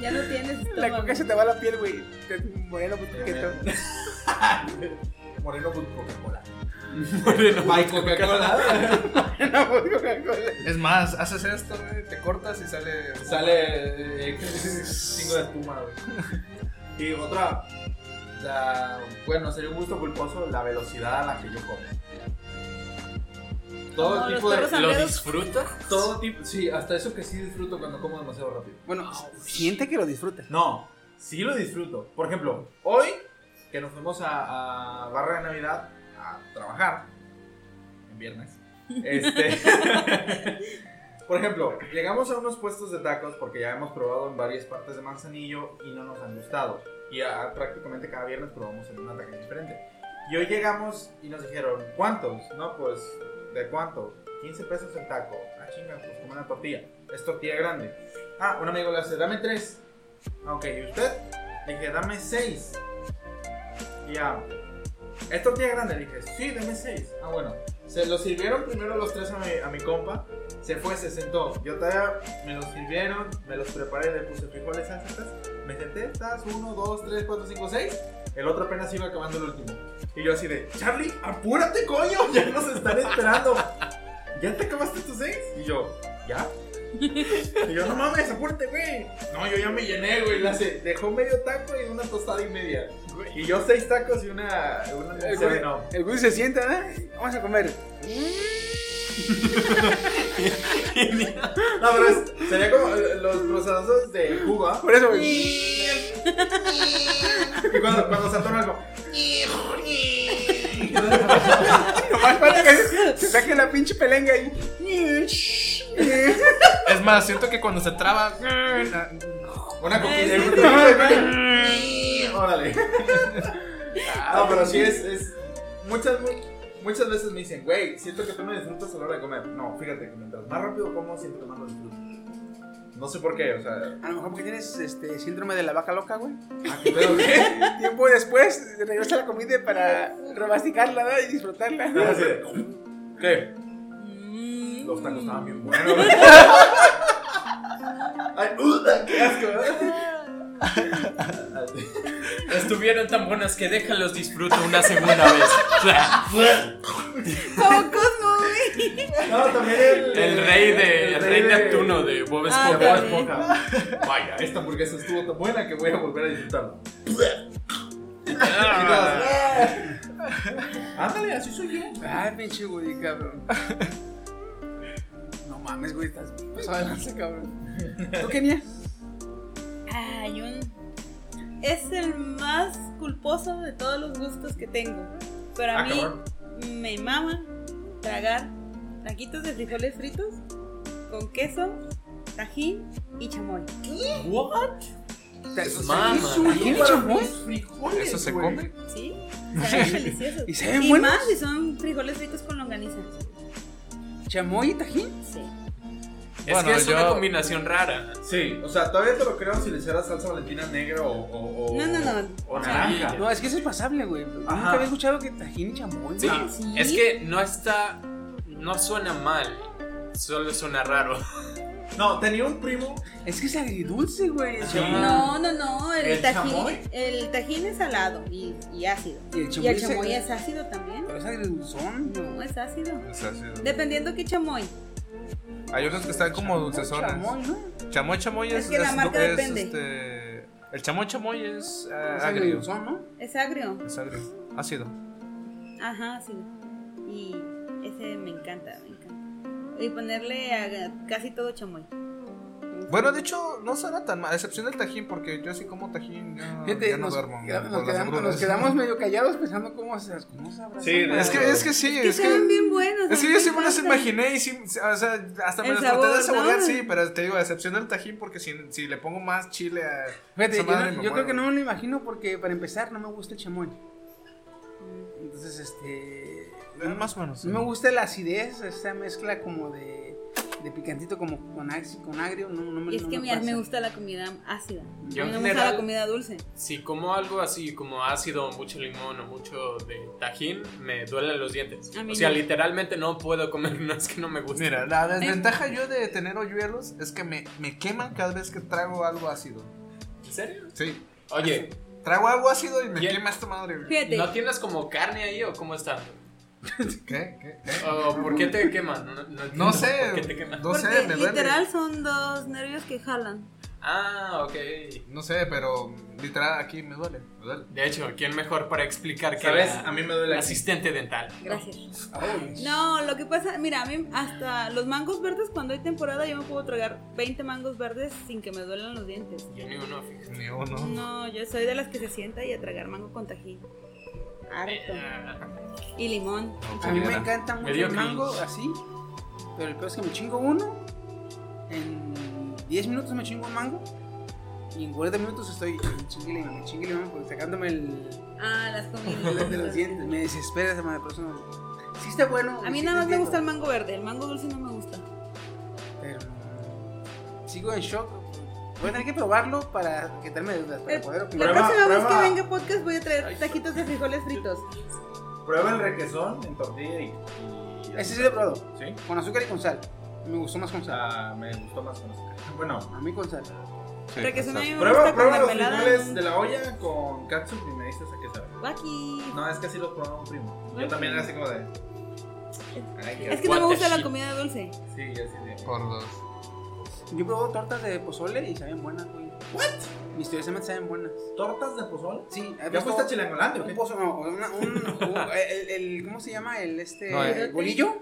S6: Ya no tienes
S1: La
S6: estómago.
S1: coca se te va la piel, güey. Te pues, moreno muy coqueto.
S2: Moreno con Coca-Cola.
S5: <laughs>
S2: Moreno by Coca-Cola.
S1: Moreno muy Coca-Cola.
S4: Es más, haces esto, güey, te cortas y sale.
S2: Sale eh, chingo de espuma, güey. Y otra, la- bueno, sería un gusto culposo la velocidad a la que yo como. Todo
S6: Como Ah, los
S2: tipo de.
S6: perros
S5: ¿Lo
S6: Sanderos. <laughs>
S5: disfruta?
S2: Todo tipo. Sí, hasta eso que sí disfruto cuando como demasiado rápido.
S1: Bueno, <laughs> siente que lo disfrutas.
S2: No, sí lo disfruto. Por ejemplo, hoy que nos fuimos a, a Barra de Navidad a trabajar, en viernes, este, por ejemplo, llegamos a unos puestos de tacos porque ya hemos probado en varias partes de Manzanillo y no nos han gustado. Y a- prácticamente cada viernes probamos en una taquería diferente. Y hoy llegamos y nos dijeron, ¿cuántos? No, pues, ¿de cuánto? 15 pesos el taco. Ah, chinga, pues como una tortilla. Es tortilla grande. Ah, un amigo le hace, dame tres. Ah, ok, ¿y usted? Le dije, dame seis. Y ya. ¿Es tortilla grande? Le dije, sí, dame seis. Ah, bueno. Se lo sirvieron primero los tres a mi, a mi compa. Se fue, se sentó. Yo todavía me los sirvieron, me los preparé, le puse frijoles, salsas. Me senté, estás uno, dos, tres, cuatro, cinco, seis. El otro apenas iba acabando el último. Y yo así de, Charlie, apúrate, coño. Ya nos están esperando. <laughs> ¿Ya te acabaste tus seis? Y yo, ¿ya? Y yo, no mames, apúrate, güey. No, yo ya me llené, güey. La se dejó medio taco y una tostada y media. Y yo seis tacos y una. una
S1: El
S2: seven
S1: Eh, güey,
S2: up.
S1: el güey se sienta, ¿eh? Vamos a comer.
S2: No, pero es- sería como eh, los procesos de Cuba.
S1: Por eso, güey.
S2: Y cuando, cuando se atora algo.
S1: <laughs> Nomás falta que se- se saque la pinche pelenga y.
S4: Es más, siento que cuando se traba.
S2: Una coquilla. y-
S1: <laughs>
S2: <laughs> Órale. No, pero sí es. es muchas, mu- muchas veces me dicen, güey, siento que tú no disfrutas a la hora de comer. No, fíjate que mientras más rápido como, siento que más lo disfruto. No sé por qué, o sea.
S1: A lo mejor porque tienes este síndrome de la vaca loca, güey.
S2: ¿a qué
S1: <laughs>
S2: pedo, qué?
S1: Tiempo después regresa la comida para rebasticarla ¿no? y disfrutarla.
S4: Ah,
S2: Así de, ¿Qué?
S6: Mm.
S2: Los tacos ah. estaban bien buenos. Ay, uh, qué asco,
S5: Estuvieron tan buenas que déjalos disfruto una segunda vez. <laughs>
S6: Como Cosmo, güey.
S2: No, también el,
S5: El rey de.
S2: el
S5: El rey Neptuno de Bob
S6: Ah,
S2: de Bob
S5: Esponja.
S6: también.
S2: Esponja. Vaya, esta hamburguesa estuvo tan buena que voy a volver a disfrutarla. Y todas, "Ah". Ándale, así soy yo.
S1: Ay, pinche güey, cabrón. No mames, güey, estás pasado de lanza, cabrón. ¿Tú, Kenia?
S6: Ay, un. Es el más culposo de todos los gustos que tengo. Pero a
S2: Ah,
S6: mí
S2: cabrón.
S6: me mama tragar taquitos de frijoles fritos con queso, tajín y chamoy.
S1: ¿Te
S5: Mama,
S1: ¿Qué
S2: frijoles.
S4: ¿Eso se
S2: güey.
S4: come?
S6: ¿Sí? Saben
S1: <laughs>
S6: deliciosos.
S1: ¿Y saben
S6: y
S1: buenos?
S6: más si son frijoles fritos con longaniza.
S1: ¿Chamoy y tajín?
S6: Sí.
S5: Es
S4: Bueno,
S5: que es una
S4: yo-
S5: combinación rara.
S2: Sí, o sea, todavía te lo creo si le hicieras salsa valentina negra o, o, o-
S12: No, no, no.
S2: o naranja.
S1: No, es que eso es pasable, güey. Nunca
S2: Ajá.
S1: había escuchado que tajín y chamoy.
S5: Sí,
S1: güey.
S6: Ah, sí.
S5: es que no está. No suena mal, solo suena raro. <laughs>
S2: No, tenía un primo.
S1: Es que es agridulce, güey. el
S5: Sí.
S1: chamoy.
S6: No, no, no, el,
S2: ¿El
S6: tajín,
S2: chamoy?
S6: el tajín es salado y, y ácido.
S1: ¿Y el
S6: y
S1: chamoy
S6: el
S1: es
S6: chamoy
S1: ac-
S6: es ácido también.
S1: Pero es agridulzón.
S6: No, es ácido.
S4: O sea, sí.
S6: Dependiendo qué chamoy.
S4: Hay unos que están como dulcesones.
S1: Chamoy, ¿no?
S4: Chamoy chamoy es,
S6: Es que la marca
S4: es,
S6: depende.
S4: este, el chamoy chamoy es eh,
S1: Es
S4: agrio,
S1: agridulzón, ¿no?
S6: Es agrio.
S4: es agrio, ácido.
S6: Ajá, ácido. Y ese me encanta, me encanta. Y ponerle a casi todo chamoy.
S4: Bueno, de hecho no suena tan mal, a excepción del tajín porque yo sí como tajín, ya,
S1: Fíjate,
S4: ya no
S1: nos,
S4: duermo.
S1: queda-
S4: por
S1: nos
S4: las
S1: quedamos,
S4: hambrunas.
S1: nos quedamos medio callados pensando cómo se cómo se abrazan,
S2: Sí,
S1: güey.
S4: Es que es que sí,
S6: Que
S4: es que
S6: saben bien buenos.
S4: Es
S6: a
S4: que
S6: mí
S4: yo
S6: me
S4: sí me las
S6: encantan.
S4: imaginé y sí, o sea, hasta me
S6: El
S4: las
S6: sabor,
S4: traté de
S6: ¿no?
S4: saborear, sí, pero te digo, a excepción del tajín, porque si, si le pongo más chile a
S1: Fíjate,
S4: esa
S1: yo,
S4: madre
S1: no-
S4: me
S1: yo creo
S4: muero.
S1: que no me lo imagino porque para empezar no me gusta el chamoy. Entonces, este.
S4: Eh, Más o menos. sí.
S1: No me gusta la acidez, esta mezcla como de, de picantito como con, axi- con agrio. No, no me,
S6: Y es
S1: no
S6: que
S1: me
S6: mira,
S1: pasa.
S6: me gusta la comida ácida.
S5: Yo
S6: no
S5: en
S6: me gusta
S5: general-
S6: la comida dulce.
S5: Si como algo así como ácido, mucho limón o mucho de tajín, me duelen los dientes.
S6: A mí
S5: O sea,
S6: no.
S5: literalmente no puedo comer, <laughs> no es que no me guste.
S4: Mira, la desventaja yo de tener hoyuelos es que me, me queman cada vez que trago algo ácido.
S5: ¿En serio?
S4: Sí.
S5: Oye,
S4: Trago algo ácido y me
S5: Ya-
S4: quema esta madre. güey.
S6: Fíjate.
S5: ¿no tienes como carne ahí o cómo está?
S4: ¿Qué? ¿Qué? ¿Qué?
S5: ¿O por qué te queman? No, no entiendo
S4: No sé.
S5: ¿Por qué te queman?
S4: No
S6: porque
S4: sé, me duele.
S6: literal son dos nervios que jalan.
S5: Ah, ok.
S4: No sé, pero literal aquí me duele. Me duele.
S5: De hecho, ¿quién mejor para explicar que
S2: ¿Sabes?
S5: la
S2: A mí me duele aquí.
S5: asistente dental?
S6: Gracias. No, lo que pasa, mira, a mí hasta los mangos verdes cuando hay temporada yo me puedo tragar 20 mangos verdes sin que me duelan los dientes.
S5: Yo ni uno, fíjate.
S4: Ni uno.
S6: No, yo soy de las que se sienta y a tragar mango con tajín. Harto.
S5: Ah,
S6: Y limón.
S1: A mí me encanta mucho
S5: dio
S1: el mango
S5: cringe.
S1: así, pero el peor es que me chingo uno. En 10 minutos me chingo un mango. Y en 40 minutos estoy chingue me chingue porque Pues, sacándome el,
S6: Ah,
S4: <laughs>
S6: las
S1: el de los
S6: comidas.
S1: dientes. Me desespera esa madre persona. Sí está bueno.
S6: A mí
S1: sí
S6: nada más
S1: te
S6: me
S1: entiendo,
S6: gusta el mango verde, el mango dulce no me gusta.
S1: Pero sigo en shock. Voy a tener que probarlo para quitarme de dudas. Para
S6: El-
S1: poder
S6: Eh, La
S1: opinar.
S2: Prueba,
S6: próxima vez
S2: prueba.
S6: que venga podcast voy a traer taquitos de frijoles fritos.
S2: Prueba el requesón en tortilla y. y-
S1: Ese sí lo he probado.
S2: Sí.
S1: Con azúcar y con sal. Me gustó más con
S2: O
S1: sal.
S2: sea, me gustó más con azúcar. <laughs> Bueno,
S1: A mí con sal.
S6: Para que suene a mí me gusta
S2: prueba,
S6: con
S2: prueba los
S6: mermelada.
S2: frijoles de la olla con catsup y me dices a qué sabe.
S6: Guaki.
S2: No, es que así los probaba un primo. Yo también era así como de. Ay, qué
S6: Es que no
S5: What
S6: me
S5: the
S6: gusta la
S5: shit.
S6: comida dulce.
S2: Sí, yo sí de.
S4: Por dos.
S1: Yo probé tortas de pozole y sabían buenas, güey. ¿What? Mis teorías saben buenas.
S2: ¿Tortas de pozol?
S1: Sí,
S2: ¿Ya fuiste a Chilangolandia o
S1: Un
S2: qué?
S1: pozo, no, una- un, un- <laughs> el, el- ¿cómo se llama? El este
S4: No,
S1: el
S6: eh.
S1: bolillo.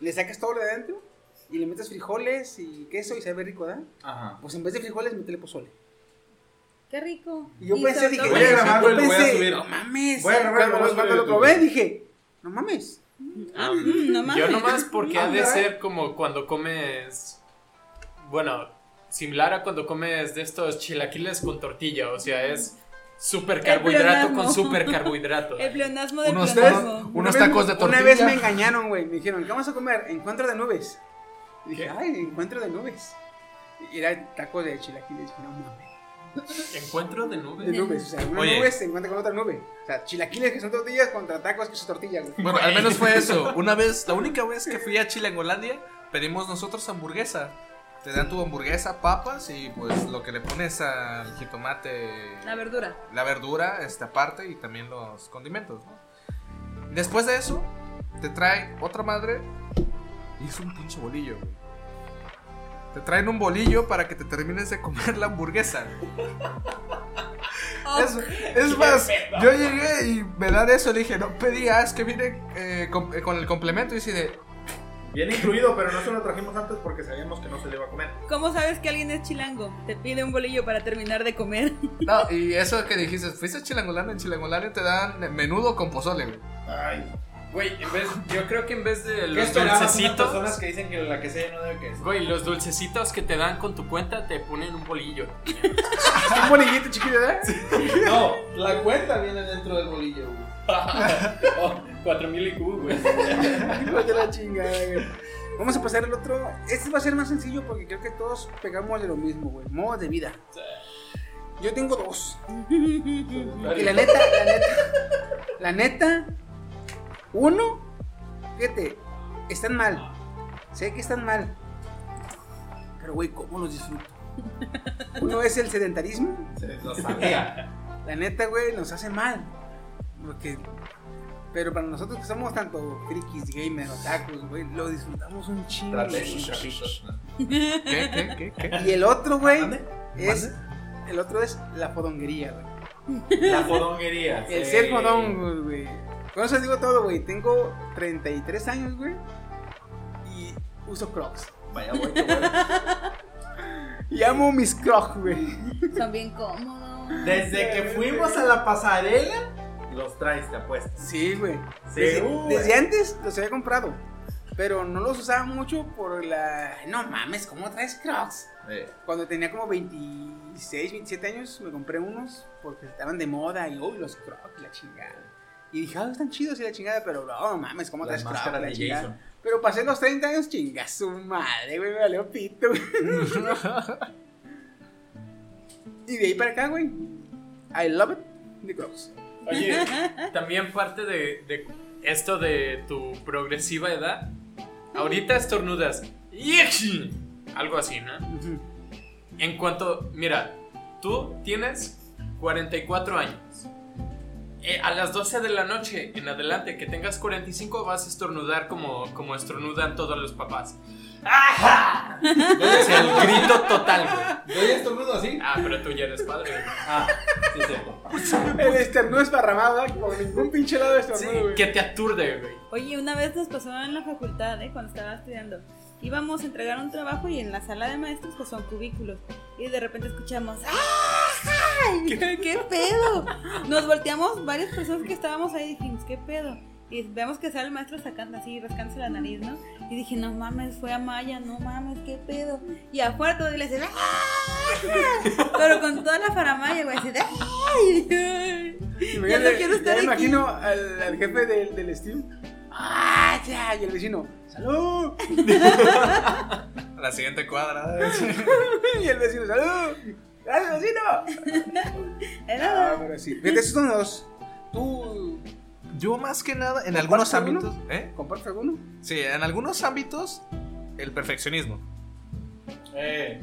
S1: Le sacas todo lo de adentro y le metes frijoles y queso y sabe rico, ¿verdad?
S2: Ajá.
S1: Pues en vez de frijoles, metele pozole.
S6: Qué rico.
S1: Y yo
S6: Y
S1: pensé,
S6: sobre
S1: dije,
S6: todo-
S2: voy a grabarlo y lo voy a
S1: pensé,
S2: subir.
S1: No mames.
S2: Voy a grabarlo y
S1: Cuando,
S2: lo voy a
S1: cuando
S2: subir a
S1: lo
S2: YouTube.
S1: probé, dije, no mames.
S5: Ah,
S6: <laughs> Mm, no
S5: Yo
S6: mames.
S5: nomás porque ha de
S1: Anda, eh.
S5: ser como cuando comes. Bueno, similar a cuando comes de estos chilaquiles con tortilla. O sea, es super carbohidrato
S6: pleonasmo.
S5: con super carbohidrato.
S6: <laughs> El pleonasmo del
S4: Unos-
S6: pleonasmo.
S4: unos
S1: Una vez-
S4: tacos de tortilla.
S1: Una vez me engañaron, güey. Me dijeron, ¿qué vamos a comer? Encuentro de nubes. Y dije, ay, encuentro de nubes. Y era taco de chilaquiles. Dije, no mames.
S5: Encuentro de
S1: de
S5: nubes.
S1: nubes. O sea, una
S5: Oye.
S1: nube se encuentra con otra nube. O sea, chilaquiles que son tortillas contra tacos que son tortillas. güey.
S4: Bueno, al menos fue eso. Una vez, la única vez que fui a Chilangolandia, pedimos nosotros hamburguesa. Te dan tu hamburguesa, papas y pues lo que le pones al jitomate,
S6: La verdura.
S4: la verdura, esta aparte y también los condimentos. ¿no? Después de eso, te trae otra madre y es un pinche bolillo, güey. Te traen un bolillo para que te termines de comer la hamburguesa. Es, es más, yo llegué y me dan eso, le dije, no pedí, ah, es que viene eh, con, eh, con el complemento y así de,
S2: Bien incluido, pero no se lo trajimos antes porque sabíamos que no se le iba a comer.
S6: Oh, ¿Cómo sabes que alguien es chilango? Te pide un bolillo para terminar de comer. <laughs>
S4: no, y eso que dijiste, fuiste a Chilangolana, en Chilangolana te dan menudo con pozole, <laughs> güey.
S2: Ay.
S5: Güey, en vez- yo creo que en vez de
S2: ¿Qué
S5: los
S2: esperabas unas
S5: dulcecitos.
S2: personas que dicen que la quesadilla no debe queso?
S5: Güey, los dulcecitos que te dan con tu cuenta te ponen un bolillo.
S1: Un bolillito chiquito,
S4: ¿eh?
S1: ¿verdad?
S2: No, la cuenta viene dentro del
S5: <laughs>
S2: bolillo, güey.
S5: Oh, Cuatro mil IQ, güey.
S2: <laughs>
S1: Hijo de la chingada, güey. Vamos a pasar al otro. Este va a ser más sencillo porque creo que todos pegamos de lo mismo, güey. Modos de vida. Yo tengo dos. Y la neta, la neta. La neta. Uno. Fíjate, están mal. Sé que están mal. Pero, güey, ¿cómo los disfruto? Uno es el sedentarismo.
S7: Lo sabía.
S1: La neta, güey, nos hace mal. Porque. Pero para nosotros que somos tanto frikis, gamers, otakus, güey, lo disfrutamos un chingo.
S7: Traté sus trapitos.
S4: ¿Qué, qué, qué, qué?
S1: Y el otro, güey,
S7: ¿Mande?
S1: es. El otro es la fodonguería, güey.
S7: La fodonguería.
S1: El
S7: sí.
S1: ser fodongo, güey. Con eso digo todo, güey. Tengo 33 años, güey. Y uso crocs.
S7: Vaya, güey, qué bueno.
S1: Y amo mis crocs, güey.
S6: Son bien cómodos.
S7: Desde que fuimos a la pasarela, los traes, te apuesto.
S1: Sí, güey.
S7: Sí, uh,
S1: desde,
S7: güey.
S1: desde antes los había comprado. Pero no los usaba mucho por la. No mames, ¿cómo traes crocs?
S7: Eh,
S1: Cuando tenía como 26, 27 años, me compré unos porque estaban de moda y uy, los crocs, la chingada. Y dije, ah, están chidos y la chingada, pero no mames, ¿cómo
S7: La
S1: traes crocs?
S7: máscara
S1: La
S7: de
S1: chingada.
S7: Jason.
S1: Pero pasé los 30 años, chinga su madre, güey, me valió pito.
S7: <laughs>
S1: güey. y de ahí para acá, güey, I love it, de crocs.
S5: Oye, también parte de, de esto de tu progresiva edad. Ahorita estornudas. "Yexi", Algo así, ¿no?
S1: Ujú.
S5: En cuanto, mira, tú tienes 44 años. Eh, a las 12 de la noche en adelante, que tengas 45, vas a estornudar como, como estornudan todos los papás. ¡Ajá! Es el grito total, güey.
S7: ¿Yo ya estornudo así?
S5: Ah, pero tú ya eres padre. güey.
S7: Ah, sí, cierto.
S1: El estornudo es parramado, por ningún pinche lado de estornudo, güey.
S5: Que te aturde, güey.
S4: Eh,
S6: Oye, una vez nos pasó en la facultad, ¿eh? cuando estaba estudiando. Íbamos a entregar un trabajo y en la sala de maestros, pues son cubículos. Y de repente escuchamos, ¡Ay, ¿Qué pedo? Nos volteamos varias personas que estábamos ahí y dijimos, ¿qué pedo? Y vemos que sale el maestro sacando así, rascándose la nariz, ¿no? Y dije, no mames, fue a Maya, no mames, ¿qué pedo? Y afuera todo y le hacen, ¡Ah! Pero con toda la faramaya, güey, así de, ¡ay! ay". Ya no quiero estar
S1: me
S6: aquí.
S1: imagino al, al jefe del, del Steam. ¡Ah, ya! Y el vecino, ¡salud! <laughs>
S4: La siguiente cuadra. ¿eh? <laughs>
S1: y el vecino, ¡salud! ¡Gracias, vecino!
S6: Era-
S1: Ah, pero sí. Fíjate, esos son dos. ¿Tú
S4: Yo más que nada, en algunos
S1: alguno?
S4: ámbitos. ¿Eh?
S1: compartes alguno?
S4: Sí, en algunos ámbitos, el perfeccionismo.
S7: Eh,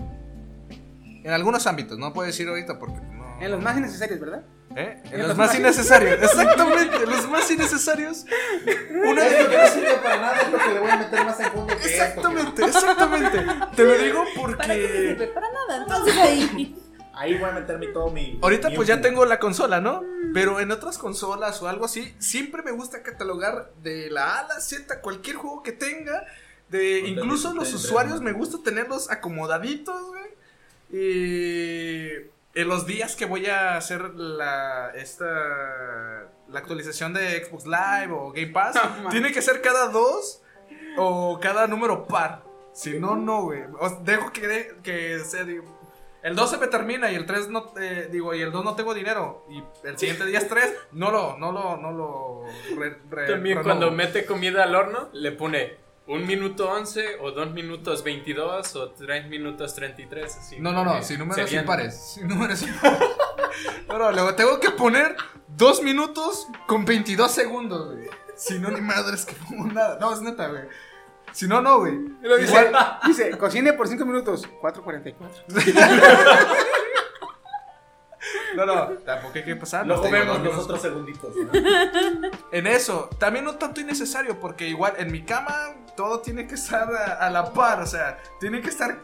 S4: En algunos ámbitos, no puedo decir ahorita porque no.
S1: En los más innecesarios, ¿verdad?
S4: ¿Eh? En,
S1: en
S4: los,
S1: los
S4: más
S1: más-
S4: innecesarios, exactamente, en los más innecesarios. Una
S7: esto que <laughs> no sirve para nada es lo que le voy a meter más en fondo que esto, que-
S4: Exactamente, exactamente. Te lo digo
S6: ¿Para qué te
S4: porque
S6: sirve? Para nada, entonces ahí.
S7: Ahí voy a meter mi todo mi.
S4: ahorita
S7: mi
S4: pues ya
S7: último.
S4: tengo la consola, ¿no? Pero en otras consolas o algo así, siempre me gusta catalogar de la A a la Z cualquier juego que tenga. De
S7: Contenido
S4: incluso los
S7: de
S4: usuarios me
S7: internet.
S4: gusta tenerlos acomodaditos, güey. Y en los días que voy a hacer la esta la actualización de Xbox Live o
S5: <laughs>
S4: Game Pass, tiene que ser cada dos o cada número par. Si no, no, güey. O sea, dejo que, de- que se- digo, el 2 se me termina y el 3 no eh, digo y el 2 no tengo dinero y el siguiente día es 3, no lo no lo no lo re- re-
S5: También
S4: renovo.
S5: cuando mete comida al horno, le pone un minuto 11 o dos minutos 22 o tres minutos 33. Así,
S4: No, no, no,
S5: porque
S4: sin números
S5: serían-
S4: impares. Sin números impares. <laughs> Pero luego tengo que poner 2 minutos con 22 segundos, güey. Si no, ni madres que pongo nada. No, es neta, güey. Si no, no, güey. Y lo dice,
S1: Igual, dice, cocine por 5 minutos, 4.44.
S4: No, no, tampoco hay que pasar.
S7: Luego
S4: pues, te digo,
S7: vemos
S4: dos
S7: los
S4: minutos.
S7: otros segunditos. ¿no?
S4: En eso, también no tanto innecesario, porque igual en mi cama todo tiene que estar a, a la par, o sea, tiene que estar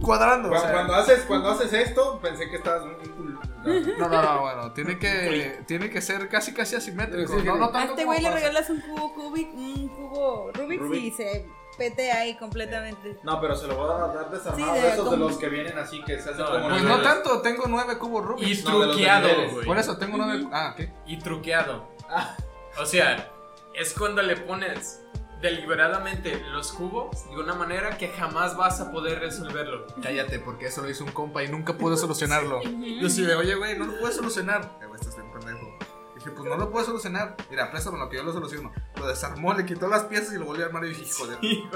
S4: cuadrando. o
S7: Cuando,
S4: sea.
S7: cuando haces, cuando haces esto, pensé que estabas. muy cool.
S4: No, no, no, bueno, tiene que, tiene que ser casi, casi asimétrico.
S1: Sí,
S4: No, no
S6: A
S4: tanto
S6: este
S4: como
S6: güey le
S4: para-
S6: regalas un cubo cubic, un cubo Rubik's y
S7: Rubik.
S6: se pete ahí completamente.
S7: No, pero se lo voy a dar desarmado.
S6: Sí, de-
S7: de esos de
S6: como-
S7: los que vienen así, que se hacen
S5: No,
S7: como.
S4: Pues no tanto, tengo nueve cubos
S5: Y
S4: Rubik.
S7: No, de los
S5: truqueado,
S7: niveles.
S5: güey.
S4: Por eso tengo nueve. Ah, ¿qué?
S5: Y truqueado.
S7: Ah.
S5: O sea, es cuando le pones deliberadamente los cubos de una manera que jamás vas a poder resolverlo.
S4: Cállate, porque eso lo hizo un compa y nunca pude solucionarlo. Yo sí de, oye, güey, no lo pude solucionar. Eh, güey, estás bien pendejo. Y Dije, pues no lo puedo solucionar. Mira, préstame lo que yo lo soluciono. Lo desarmó, le quitó las piezas y lo volvió a armar y dije, joder. Güey,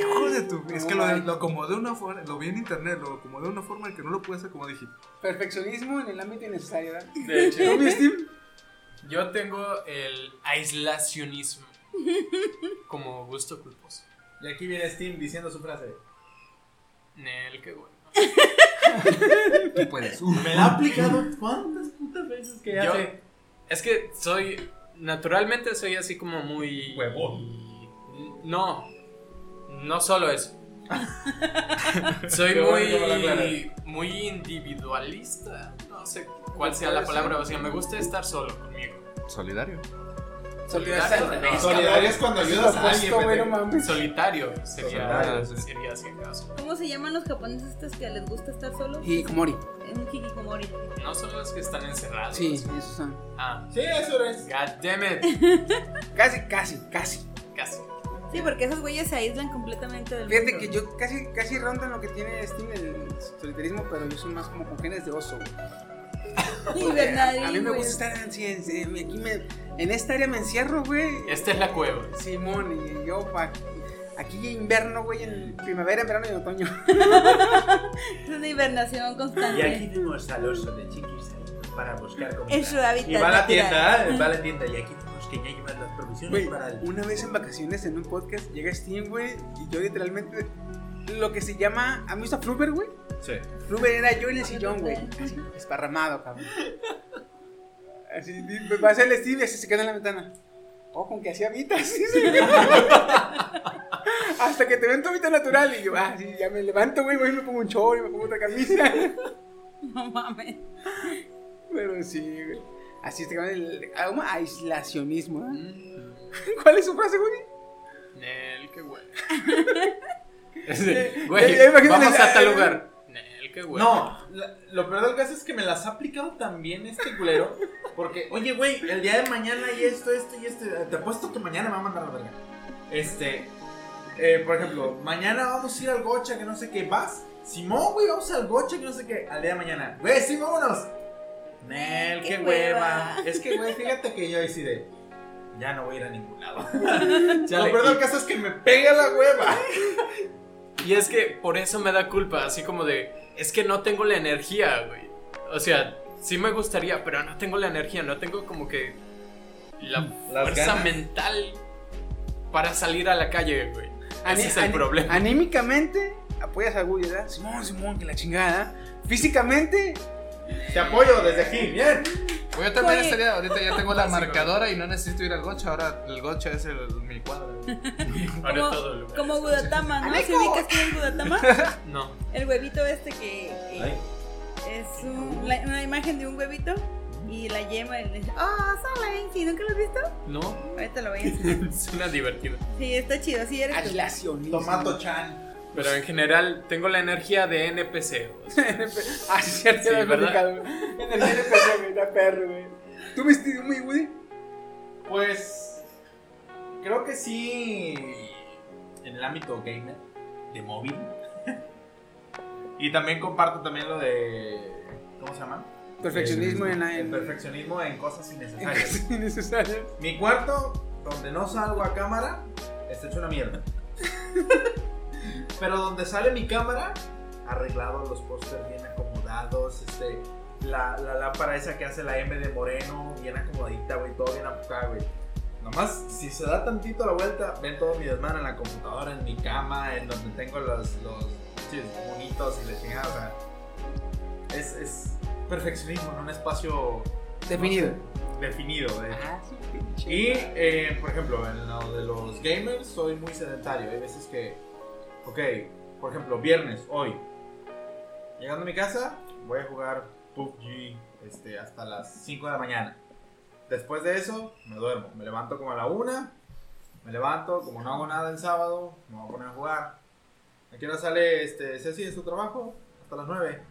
S4: hijo de tu. Es que lo, lo acomodé de una forma, lo vi en internet, lo acomodé de una forma en que no lo pude hacer como dije.
S1: Perfeccionismo en el ámbito innecesario, ¿verdad?
S5: De
S4: <laughs>
S5: hecho,
S1: ¿Tú, mi Steve?
S5: yo tengo el aislacionismo como gusto culposo.
S2: Y aquí viene Steam diciendo su frase.
S5: Nel, qué bueno.
S4: Tú puedes.
S2: Me la ha aplicado cuántas putas veces que
S5: Yo-
S2: hace.
S5: Es que soy. Naturalmente soy así como muy.
S2: Huevón.
S5: No. No solo
S2: <laughs>
S5: eso. soy
S2: Qué bueno que me lo
S5: muy.
S2: aclaras.
S5: Muy individualista. No sé cuál sea la palabra. O sea, me gusta estar solo conmigo.
S4: Solidario.
S5: Solidario. no,
S2: Solidario es cuando ayudas a alguien.
S1: Puesto, bueno,
S2: pendejo.
S1: mames.
S5: Solitario sería.
S2: Solitario, sí.
S5: Sería así acaso.
S6: ¿Cómo se llaman los japoneses estos que les gusta estar solos?
S1: Hikikomori.
S6: Es un hikikomori.
S5: No son los que están encerrados.
S1: Sí, esos son.
S5: Ah.
S2: Sí, eso es.
S5: God damn it.
S1: Casi, casi, casi.
S5: Casi.
S6: Sí, porque esos güeyes se aíslan completamente del
S1: Fíjate
S6: mundo.
S1: que yo casi, casi rondan lo que tiene Steam el solitarismo, pero yo soy más como con genes de oso. güey.
S6: Hibernarín,
S1: a mí me
S6: güey.
S1: gusta estar así, en, en- aquí me- en esta área me encierro, güey.
S5: Esta es la cueva.
S1: Simón, y yo pa- aquí invierno, güey, en primavera, en verano y en otoño.
S6: Es una hibernación
S2: Y aquí
S6: constante.
S2: tenemos al oso de chiquis para buscar comida.
S6: En su hábitat.
S2: Y va a la
S6: natural.
S2: tienda, ¿eh? va a la tienda y aquí tenemos que ya llevar las provisiones
S1: Güey,
S2: para el...
S1: una vez en vacaciones en un podcast llega Steam, güey, y yo literalmente lo que se llama, a mí me gusta Flubber, güey.
S2: Sí.
S1: Flubber era yo en el sillón, güey, así, esparramado, cabrón. Así, di- pues, va a ser el Steam y así se queda en la ventana. Oh, con que hacía vida, <laughs> sí, sí. Hasta que te ven tu vida natural y yo, ah, sí, ya me levanto, güey, voy y me pongo un chor y me pongo otra camisa.
S6: <laughs> No mames.
S1: Pero sí, güey. Así se llama el ah, un aislacionismo. ¿eh? ¿Cuál es su frase, güey?
S5: Nel, qué <laughs> bueno.
S2: Sí.
S5: Güey,
S1: Ya, ya imagínate-
S5: vamos a
S1: eh,
S5: tal lugar. Nel, qué bueno.
S2: No, la- lo peor del caso es que me las ha aplicado también este culero. Porque, oye, güey, el día de mañana y esto, esto y esto. Te apuesto que mañana me va a mandar a la verga. Este, eh, por ejemplo, mañana vamos a ir al Gocha, que no sé qué. ¿Vas? Simón, güey, vamos al Gocha, que no sé qué. Al día de mañana. Güey, sí, vámonos. Nel,
S6: Qué
S2: qué,
S6: hueva.
S2: hueva. Es que, güey, fíjate que yo decidí. Ya no voy a ir a ningún lado.
S5: Chale,
S2: Lo peor del caso es que me pega la hueva.
S5: Y es que por eso me da culpa, así como de, es que no tengo la energía, güey. O sea, sí me gustaría, pero no tengo la energía, no tengo como que la
S2: Las
S5: fuerza
S2: ganas.
S5: mental para salir a la calle, güey.
S1: Ani-
S5: Ese es el
S1: ani-
S5: problema.
S1: Anímicamente, apoyas a Gulli, ¿verdad? Simón, Simón, que la chingada. Físicamente,
S2: Te apoyo desde aquí, bien.
S4: Pues yo también
S6: Oye.
S4: estaría, ahorita ya tengo la marcadora y no necesito ir al gocha, ahora el gocha es el, mi cuadro.
S5: Para
S6: como-
S5: todo lugar.
S6: Como Budatama, ¿no?
S1: ¡Aleco!
S6: ¿Se ubicas quién es
S2: <laughs>
S6: Budatama?
S5: No.
S6: El huevito este que que
S2: Ay.
S6: es un- la- una imagen de un huevito y la yema. y le- ¡Ah, Solane! ¿Sí? ¿Nunca lo has visto?
S5: No.
S6: Ahorita lo voy a
S5: <laughs>
S6: enseñar.
S5: Suena divertido.
S6: Sí, está chido. Sí, eres tú.
S1: aislacionismo.
S2: Tomato Chan.
S5: Pero en general tengo la energía de NPC. o sea,
S1: Así es Ah, cierto,
S5: Sí,
S1: lo he
S5: ¿verdad?
S1: platicado, güey. En el NPC, güey, está perro, güey. ¿Tú viste muy Woody?
S2: Pues creo que sí en el ámbito gamer de móvil. <laughs> y también comparto también lo de ¿cómo se llama?
S1: Perfeccionismo
S2: El-
S1: en la.
S2: el
S1: En...
S2: perfeccionismo en
S1: <laughs>
S2: cosas innecesarias.
S1: Innecesario.
S2: Mi cuarto donde no salgo a cámara está hecho una mierda. Pero donde sale mi cámara arreglado los pósters bien acomodados, este la, la lámpara esa que hace la M de Moreno, bien acomodita, güey, todo bien apocado, güey. Nomás, si se da tantito la vuelta, ven todo mi desmadre en la computadora, en mi cama, en donde tengo los, los pinches monitos y la chingada, o sea. Es, es perfeccionismo en un espacio
S1: Definido.
S2: definido, eh.
S1: Ah, sí,
S2: Y, eh, por ejemplo, en lo de los gamers soy muy sedentario. Hay veces que, ok, por ejemplo, viernes, hoy, llegando a mi casa, voy a jugar PUBG este, hasta las 5 de la mañana. Después de eso, me duermo. Me levanto como a la 1, me levanto, como no hago nada el sábado, me voy a poner a jugar. ¿A qué hora sale este, Ceci de su trabajo? Hasta las 9.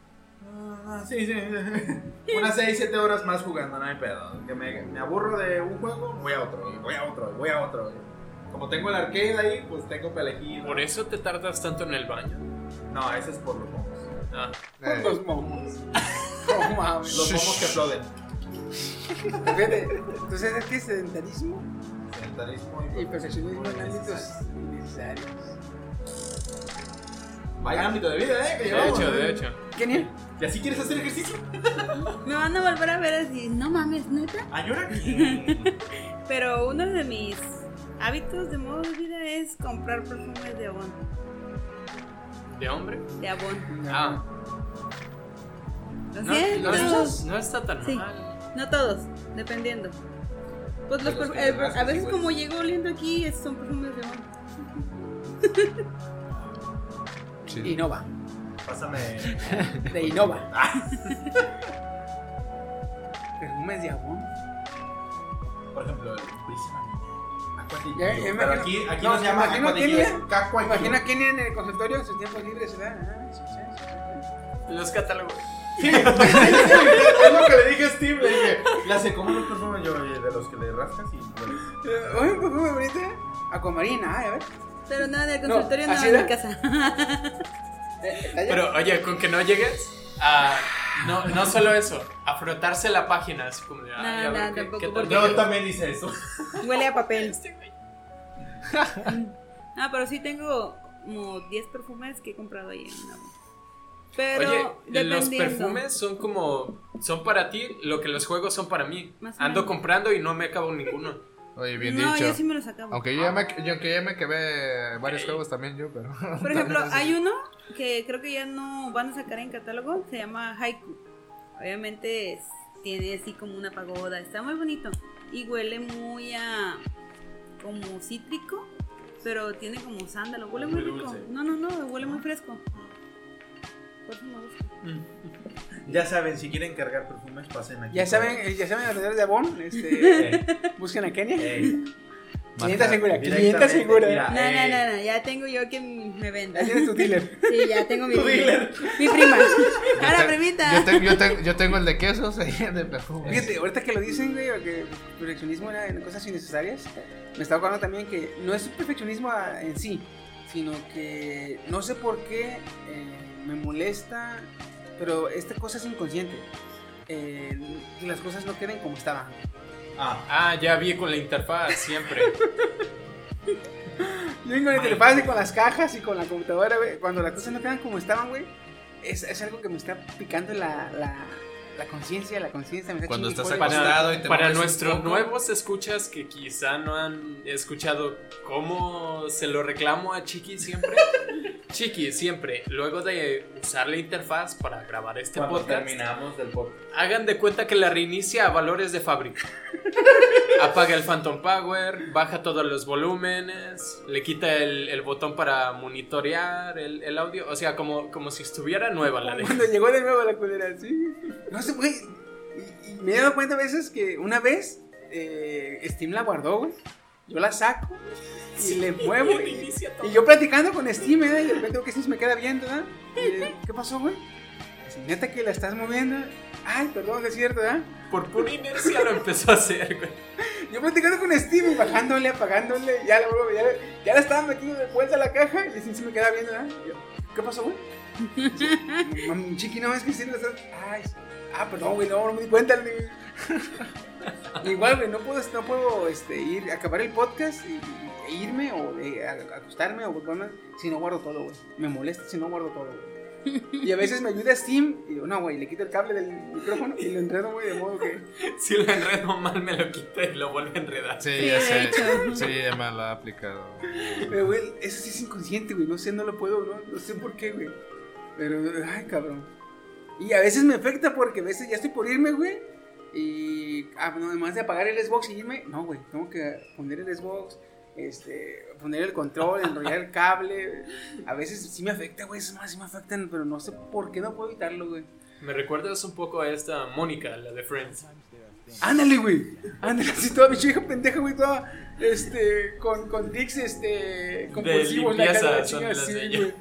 S2: Ah, sí, <laughs> sí. Unas 6, 7 horas más jugando, no hay pedo. Que me, me aburro de un juego, voy a otro, y voy a otro, y voy a otro. y- Como tengo el arcade ahí, pues tengo que elegir.
S5: Por eso te tardas tanto en el baño.
S2: No, ese es por los pomos.
S5: Ah,
S1: Con
S4: Eh,
S1: los momos. <laughs> No mames.
S2: Los pomos que aplauden.
S1: Fíjate, Entonces, ¿es que es sedentarismo?
S7: Sedentarismo
S1: Y perfeccionismo en ámbitos
S7: innecesarios.
S1: innecesarios.
S7: Vaya ámbito de vida, ¿eh? Que
S5: De
S7: llevamos,
S5: hecho, de
S7: ¿eh?
S5: hecho.
S1: Genial.
S7: ¿Y así quieres hacer ejercicio?
S6: Me van a volver a ver así, no mames, neta.
S7: ¿Ayora qué?
S6: <laughs> Pero uno de mis hábitos de modo de vida es comprar perfumes de Avon.
S5: ¿De hombre?
S6: De Avon.
S5: Ah,
S6: Lo
S5: no,
S6: siento.
S5: no, es- no está tan
S6: Sí.
S5: mal.
S6: No todos, dependiendo. Pues los
S7: Los
S6: perf-
S7: que
S6: eh,
S7: rascan
S6: a
S7: y
S6: veces
S7: huelen.
S6: como llego oliendo aquí, es- son perfumes de Avon.
S1: Innova.
S7: Pásame.
S1: De Innova.
S7: Ah.
S1: <laughs> Perfumes de abón.
S7: Por ejemplo, el Prisma.
S1: Ya- ya
S7: Acuatillo. Pero
S1: imagino-
S7: aquí, aquí
S1: no,
S7: nos llama
S1: imagino
S7: acuatillo.
S1: que
S7: es
S1: ya-
S7: cacuatillo.
S1: Imagina a Kenny en el consultorio en sus tiempos libres, ¿verdad? Ah, sí, sí, sí,
S5: Los catálogos.
S7: <laughs> es lo que le dije a Steve. Le dije, la sé, ¿cómo los perfumes yo? oye, De los que le rascas y pues, hueles.
S1: sí. Eh, Oye, un perfume bonito. Acuamarina, ah, a ver.
S6: Pero no, del
S1: No,
S6: consultorio no,
S1: ¿así
S6: en
S1: era?
S6: mi casa.
S1: Eh, está ya.
S5: Pero oye, con que no llegues a. No, no solo eso, a frotarse la página, así como de. ah,
S6: No,
S5: ya
S6: no,
S5: ver qué-
S6: tampoco,
S5: qué tal.
S6: porque-
S7: Yo también hice eso.
S6: Huele a papel. <laughs> ah, pero sí tengo como 10 perfumes que he comprado ahí en Avon. Pero
S5: Oye, los
S6: dependiendo.
S5: perfumes son como. Son para ti lo que los juegos son para mí.
S6: Más o
S5: Ando
S6: menos.
S5: comprando y no me acabo ninguno.
S4: Oye, bien
S6: no,
S4: dicho.
S6: yo sí me los acabo.
S4: Aunque yo ya me, yo, aunque ya me quemé varios juegos también yo, pero...
S6: Por
S4: <laughs>
S6: ejemplo, hay uno que creo que ya no van a sacar en catálogo, se llama Haiku. Obviamente es- tiene así como una pagoda, está muy bonito y huele muy a como cítrico, pero tiene como sándalo, huele muy
S7: Muy
S6: rico.
S7: dulce.
S6: No, no, no, huele muy fresco.
S4: Ah,
S6: Por eso me gusta.
S7: Ya saben, si quieren cargar perfumes, pasen aquí.
S1: Ya saben, eh, ya saben los vendedores de abón.
S7: <laughs>
S1: Este,
S7: Ey,
S1: busquen a Kenia.
S7: ey,
S1: 500 segura, 500
S7: directamente,
S1: segura.
S7: mira,
S6: No,
S4: eh.
S7: ey.
S2: eh,
S6: no, no, no, ya tengo yo que me venda.
S1: Ya tienes tu dealer.
S6: Sí, ya tengo mi
S7: <laughs> Tu
S6: dealer.
S7: dealer.
S6: Mi
S4: <laughs>
S6: prima. <laughs> Ahora,
S4: te-
S6: primita.
S4: Yo, te- yo te- yo tengo el de <laughs> quesos y el de perfumes.
S1: Fíjate, ahorita que lo dicen, güey, o que el perfeccionismo era en cosas innecesarias, me estaba acordando también que no es el perfeccionismo a- en sí, sino que no sé por qué eh, me molesta, pero esta cosa es inconsciente. Eh, que las cosas no queden como estaban.
S7: Ah,
S5: Ah, ya vi con la interfaz
S4: <laughs>
S5: siempre.
S1: Yo vengo con el interfaz y con las cajas y con la computadora, güey. Cuando las cosas no quedan como estaban, güey, es, es algo que me está picando la, la, la conciencia, la conciencia. me está
S4: Cuando
S1: chingue
S4: estás
S1: y cuelgue.
S4: acostado y te
S5: Para
S4: mueves un
S5: nuestros
S4: poco.
S5: nuevos escuchas que quizá no han escuchado cómo se lo reclamo a Chiqui
S4: <laughs>
S5: siempre. Chiqui, siempre, luego de usar la interfaz para grabar este
S7: cuando
S5: podcast,
S7: terminamos del podcast.
S5: hagan de cuenta que la reinicia a valores de
S4: <laughs>
S5: fábrica. Apaga el Phantom Power, baja todos los volúmenes, le quita el, el botón para monitorear el, el audio. O sea, como, como si estuviera nueva la de.
S1: <laughs> Cuando llegó de nuevo la culera, sí. No sé, güey. Y- y Me he dado cuenta a veces que una vez eh, Steam la guardó, güey. Yo la saco y le muevo. <laughs> Y, y yo platicando con Steam, ¿eh? Y de repente veo que Steam se me queda viendo, ¿verdad? Y, eh, ¿Qué pasó, güey? Dice, Neta que la estás moviendo. Ay, perdón, es cierto, ¿verdad?
S5: Por pura inercia lo empezó a hacer, güey.
S1: Yo platicando con Steam y bajándole, apagándole. Ya la, vuelvo- ya, la- ya la estaba metiendo de vuelta a la caja y Steam se me queda viendo, ¿verdad? Y yo, ¿Qué pasó, güey? Mami, chiqui, no, es que sí, lo estás... Ay, sí. ah, perdón, güey, no, no me di cuenta. ni- Igual, güey, no puedo, no puedo este, ir, acabar el podcast y, e irme o de- a- acostarme o volverme si no guardo todo, güey. Me molesta si no guardo todo, güey. Y a veces me ayuda Steam y digo, no, güey, le quito el cable del micrófono y lo enredo, güey, de modo que...
S5: Si lo enredo mal, me lo quita y lo vuelve a enredar.
S4: Sí,
S6: Sí,
S4: ya
S6: de
S4: sé.
S6: hecho.
S4: Sí, ya me lo ha aplicado.
S1: Pero, güey, eso sí es inconsciente, güey. No sé, no lo puedo, no, no sé por qué, güey. Pero, ay, cabrón. Y a veces me afecta porque a veces ya estoy por irme, güey. Y ah, no, además de apagar el Xbox y irme, no, güey, tengo que poner el Xbox, este, poner el control, enrollar el cable. A veces sí me afecta, güey, es más, sí me afectan, pero no sé por qué no puedo evitarlo, güey.
S5: Me recuerdas un poco a esta Mónica, la de Friends.
S1: Ándale, güey. Ándale, así toda mi chica pendeja, güey, toda este con con tics este compulsivos la
S5: limpieza,
S1: cara de la
S5: son
S1: chica,
S5: las
S1: sí,
S5: de ella.
S1: güey.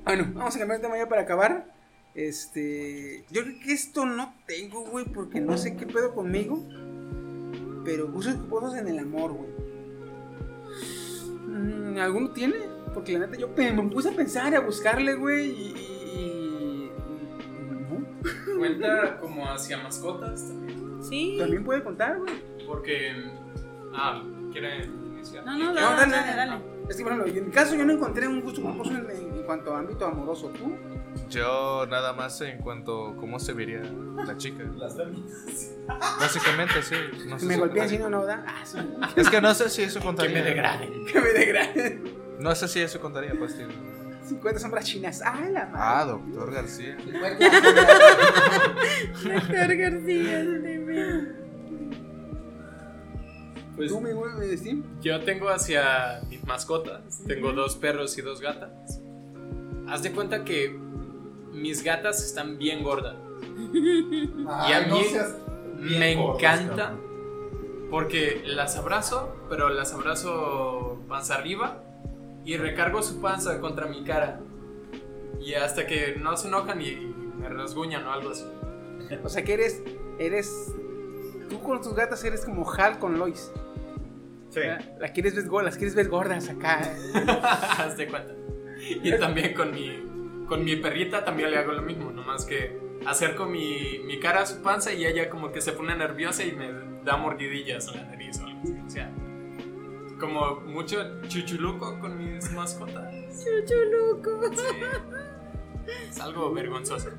S1: <laughs> Bueno, vamos a cambiar de tema ya para acabar. Este, yo creo que esto no tengo, güey, porque no sé qué pedo conmigo. Pero uso cosas en el amor, güey. Mm, ¿Alguno tiene? Porque la neta yo pe- me puse a pensar, a buscarle, güey, y, y- y- no.
S5: cuenta como hacia mascotas también.
S6: Sí.
S1: También puede contar, güey.
S5: Porque. Ah, ¿quieren iniciar?
S6: No, no,
S1: No,
S6: dale,
S1: dale,
S6: dale, dale.
S1: Es que, por ejemplo, yo en mi caso yo no encontré un gusto culposo en, en cuanto a ámbito amoroso. ¿Tú?
S4: Yo nada más en cuanto cómo se vería la chica. Básicamente, sí. No sé
S1: me
S4: si-
S1: golpea así, no, no, da. Ah, sí.
S4: Es que no sé si eso contaría.
S1: Que me <laughs> degraden.
S4: No sé si eso contaría, pues, tío.
S1: 50 sombras chinas. Ah, la madre.
S4: Ah, doctor García.
S6: Doctor García, de verdad.
S5: Pues
S1: ¿Tú me vuelves a decir?
S5: yo tengo hacia mis mascotas. Tengo dos perros y dos gatas. Haz de cuenta que mis gatas están bien gordas. Y a
S2: Ay, no
S5: mí
S2: seas bien
S5: me
S2: gordas,
S5: encanta
S2: cabrón.
S5: porque las abrazo, pero las abrazo panza arriba y recargo su panza contra mi cara. Y hasta que no se enojan y me rasguñan o algo así. <laughs>
S1: O sea, que eres. Eres. Tú con tus gatas eres como Hal con Lois.
S2: Sí.
S1: La, la quieres ver gorda, las quieres ver gordas acá. <laughs>
S5: Haz de cuenta. Y también con mi, con mi perrita también le hago lo mismo, nomás que acerco mi, mi cara a su panza y ella como que se pone nerviosa y me da mordidillas en la nariz o algo así. O sea, como mucho chuchuluco con mis mascotas.
S6: Chuchuluco.
S5: Es algo vergonzoso,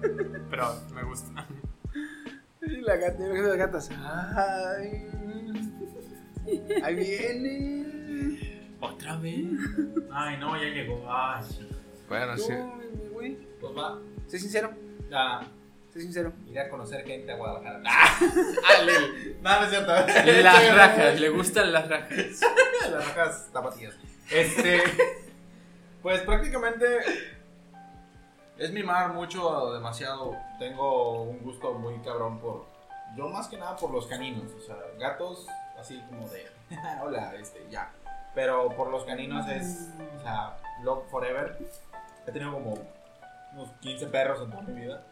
S5: pero me gusta.
S1: Y la gata, yo me quedo de las gatas. Ay. Ahí viene.
S5: ¿Otra vez?
S2: Ay,
S5: <laughs>
S2: no, ya llegó. Ay.
S4: Bueno,
S1: Tú,
S4: sí.
S1: mi güey.
S2: Pues va.
S1: Sé sincero,
S2: Ah,
S1: sé sincero.
S2: iré a conocer gente a
S1: <laughs>
S2: Guadalajara. Ah, <laughs> No, no es cierto.
S5: Las rajas, le gustan las rajas.
S2: Las rajas zapatillas. Este. Pues prácticamente. Es mimar mucho, demasiado. Tengo un gusto muy cabrón por. Yo más que nada por los caninos. O sea, gatos así como de. <laughs> Hola, este, ya. Pero por los caninos es. O sea, love forever. He tenido como unos 15 perros en toda mi vida.